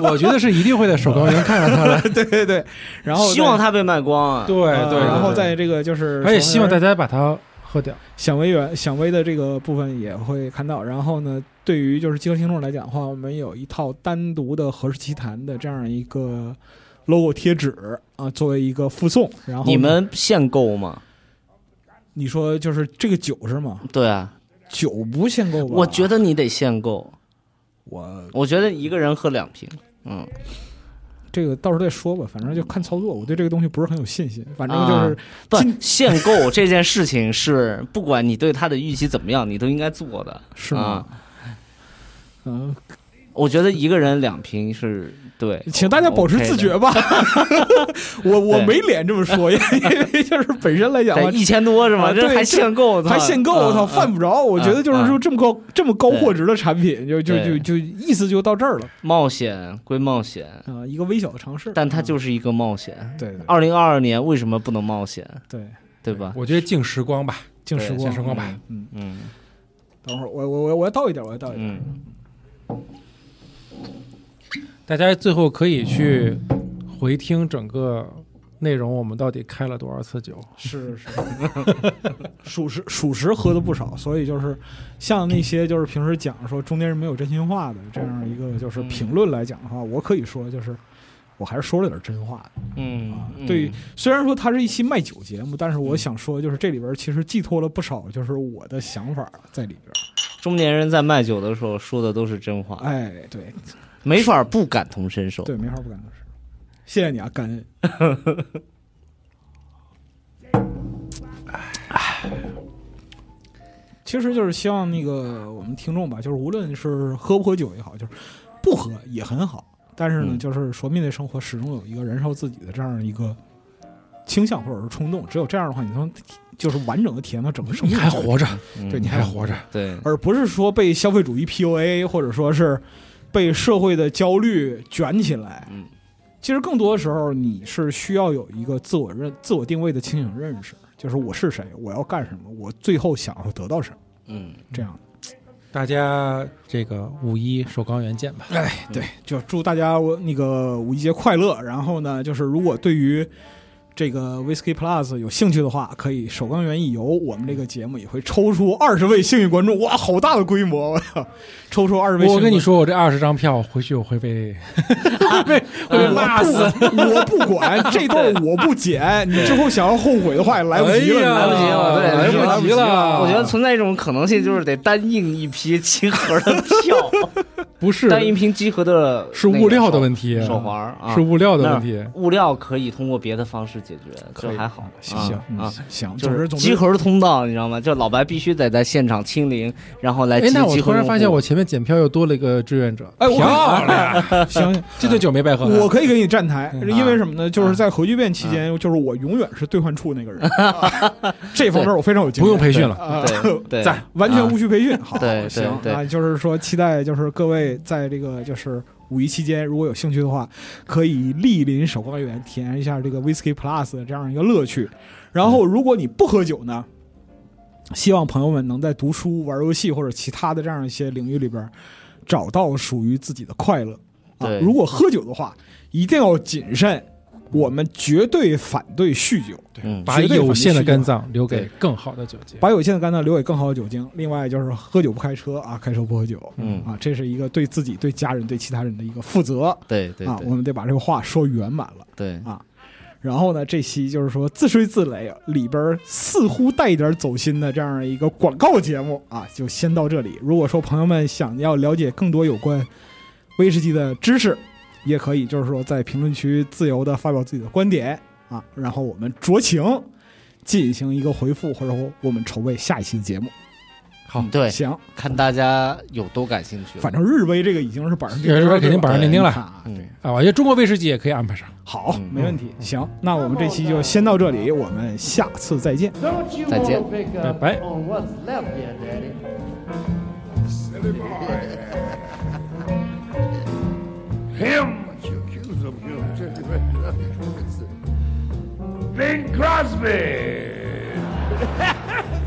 S2: 我觉得是一定会在首钢园看上它的。嗯
S1: 对对对，然后
S3: 希望
S1: 它。
S3: 它被卖光啊。
S2: 对对对，
S1: 然后
S2: 对
S1: 在这个就是，
S2: 而且希望大家把它喝掉。
S1: 响微远响微的这个部分也会看到。然后呢，对于就是集合听众来讲的话，我们有一套单独的《何氏奇谈》的这样一个 logo 贴纸啊，作为一个附送。然后呢
S3: 你们限购吗？
S1: 你说就是这个酒是吗？
S3: 对啊，
S1: 酒不限购吧？啊
S3: 我觉得你得限购。
S1: 我
S3: 我觉得一个人喝两瓶，嗯，
S1: 这个到时候再说吧，反正就看操作。我对这个东西不是很有信心，反正
S3: 啊
S1: 就是
S3: 不
S1: 今，
S3: 限购这件事情是不管你对它的预期怎么样，你都应该做的。
S1: 是
S3: 啊
S1: 吗？嗯，
S3: 我觉得一个人两瓶是对，
S1: 请大家保持
S3: OK 的
S1: 自觉。吧。 我我
S3: 对
S1: 没脸这么 说，因为因为就是本身来讲吧
S3: 对，，一千多是
S1: 啊
S3: 吗？
S1: 对
S3: 这还限购，我操
S1: 还限购，我操，
S3: 嗯
S1: 犯不着。我觉得就是说这么高这么高货值的产品，就就就
S3: 对
S1: 就意思就到这儿了
S3: 冒险归冒险，
S1: 啊，一个微小的尝试。
S3: 但它
S1: 啊
S3: 就是一啊个冒险。
S1: 对对
S3: 二零二二年为什么不能冒险？
S1: 对，
S3: 对吧？
S2: 我觉得静时光吧，
S1: 净时光
S2: 静时光吧。
S1: 嗯，
S3: 嗯
S1: 等会儿我我我我要倒一点，我要倒一点。
S3: 嗯，
S2: 大家最后可以去回听整个内容，我们到底开了多少次酒？
S1: 是 是，属实属实喝的不少，所以就是像那些就是平时讲说中间人没有真心话的这样一个就是评论来讲的
S3: 嗯
S1: 话，我可以说就是我还是说了点真话的。啊
S3: 嗯，
S1: 对，虽然说它是一期卖酒节目，但是我想说，就是这里边其实寄托了不少，就是我的想法在里边。
S3: 中年人在卖酒的时候说的都是真
S2: 啊
S3: 话，
S1: 哎，对
S3: 没法不感同身受。
S1: 对，没法不干这事。谢谢你啊，感恩。其实就是希望那个我们听众吧，就是无论是喝不喝酒也好，就是不喝也很好。但是呢，
S3: 嗯
S1: 就是说面对生活，始终有一个燃烧自己的这样一个倾向或者是冲动。只有这样的话，你才能就是完整的体验到整个生
S2: 你
S1: 命。
S2: 还活着，
S3: 嗯
S1: 对你啊
S2: 你还活着。
S3: 对，
S1: 而不是说被消费主义 PUA，或者说是被社会的焦虑卷起来。
S3: 嗯，
S1: 其实更多的时候，你是需要有一个自我认、自我定位的清醒认识，就是我是谁，我要干什么，我最后想要得到什么，
S3: 嗯，
S1: 这样。
S2: 大家这个五一首钢园见吧。
S1: 哎，对，就祝大家我那个五一节快乐。然后呢，就是如果对于这个 Whisky Plus 有兴趣的话，可以首钢源一游，我们这个节目也会抽出二十位幸运观众，哇，好大的规模！我操，抽出二十位幸运观众。
S2: 我跟你说，我这二十张票回去我会被
S1: 哎我骂死！我不管这段我不剪，你之后想要后悔的话也来不及
S2: 哎呀
S3: 来不及了，对，
S2: 来不及了
S3: 来不了。我觉得存在一种可能性，就是得单印一批集合的票，
S2: 不是
S3: 单一批集合的
S2: 是
S3: 那个
S2: 物料的
S3: 手
S2: 问题，
S3: 手环儿啊，
S2: 是物料的问题。嗯
S3: 那物料可以通过别的方式解决，就还好。
S1: 行
S3: 啊
S1: 行
S3: 啊，
S1: 行，
S3: 就
S1: 总
S3: 是
S1: 之总
S3: 集
S1: 之，
S3: 合通道，你知道吗？就老白必须得在现场清零，然后来集
S2: 哎，那我
S3: 集合
S2: 突
S3: 用
S2: 然
S3: 户。
S2: 发现我前面检票又多了一个志愿者，
S1: 哎我
S2: 漂亮，
S1: 行，行
S2: 这顿酒没白喝。
S1: 我可以给你站台，
S2: 嗯啊
S1: 因为什么呢？就是在核聚变期间，就是我永远是兑换处那 个人，啊这方面我非常有经验，
S2: 不用培训了
S1: 啊
S3: 对对，
S1: 在完全无需培训，好，
S3: 对对
S1: 行
S3: 对
S1: 啊，就是说期待就是各位在这个就是五一期间，如果有兴趣的话，可以莅临首钢园体验一下这个 Whisky Plus 的这样一个乐趣。然
S3: 嗯
S1: 后，如果你不喝酒呢，希望朋友们能在读书、玩游戏或者其他的这样一些领域里边，找到属于自己的快乐。啊
S3: 对，
S1: 如果喝酒的话，一定要谨慎，我们绝对反对酗酒。
S3: 嗯
S2: 把有限的肝脏留给更好的酒精。
S1: 把有限的肝脏留给更好的酒精。另外就是喝酒不开车啊，开车不喝酒。
S3: 嗯
S1: 啊，这是一个对自己、对家人、对其他人的一个负责
S3: 对对
S1: 啊，
S3: 对
S1: 我们得把这个话说圆满了。
S3: 对
S1: 然后呢，这期就是说自吹自擂里边似乎带一点走心的这样一个广告节目啊，就先到这里。如果说朋友们想要了解更多有关威士忌的知识，也可以就是说在评论区自由的发表自己的观点啊，然后我们酌情进行一个回复，或者说我们筹备下一期的节目。
S2: 好
S3: 对，
S1: 行，
S3: 看大家有多感兴趣了。
S1: 反正日威这个已经是板上钉钉
S2: 日
S1: 了，
S2: 威肯定板上钉钉了
S1: 对吧你看啊
S3: 嗯，
S2: 啊，我觉得中国威士忌也可以安排上。
S1: 好，
S3: 嗯
S1: 没问题。行，那我们这期就先到这里，我们下次再见。
S5: Don't you
S3: That's
S5: want to
S3: it.
S5: pick up
S2: Bye-bye.
S5: on what's left there, Daddy?
S4: Silly boy. Him what you accuse of you. Bing Crosby.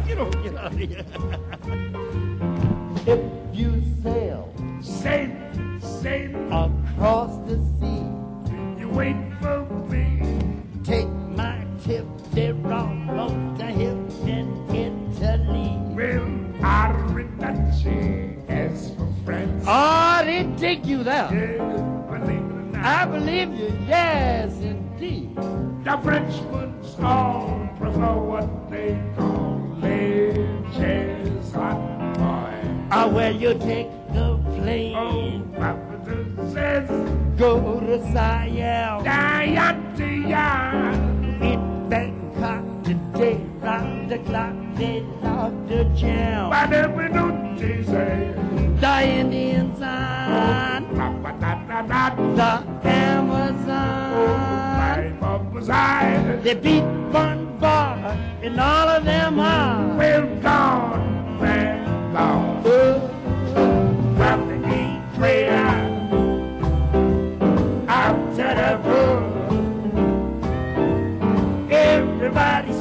S4: you don't get out of here.
S5: If you sail
S4: Safe, safe.
S5: across the sea,
S4: You wait for me.
S5: take my tip, they're wrong, on the hip in Italy.
S4: Well, arrivederci. As for France,
S5: Oh, they take you there.
S4: yeah, believe it or not.
S5: I believe you, yes, indeed.
S4: The Frenchman's all prefer what they call leches hot boy.
S5: Oh, well, you take the
S4: Oh,
S5: plane,
S4: Papa says,
S5: go to Siam,
S4: Diantia.
S5: in Bangkok today, round the clock, they lock the jam.
S4: Padabanuti say,
S5: The Indian sign,
S4: Papa da da da.
S5: the
S4: My
S5: Oh, Amazon.
S4: papa's eyes.
S5: They beat one bar, and all of them are.
S4: Well gone, man, gone.
S5: Oh.
S4: From the Equator out to the bush. Everybody's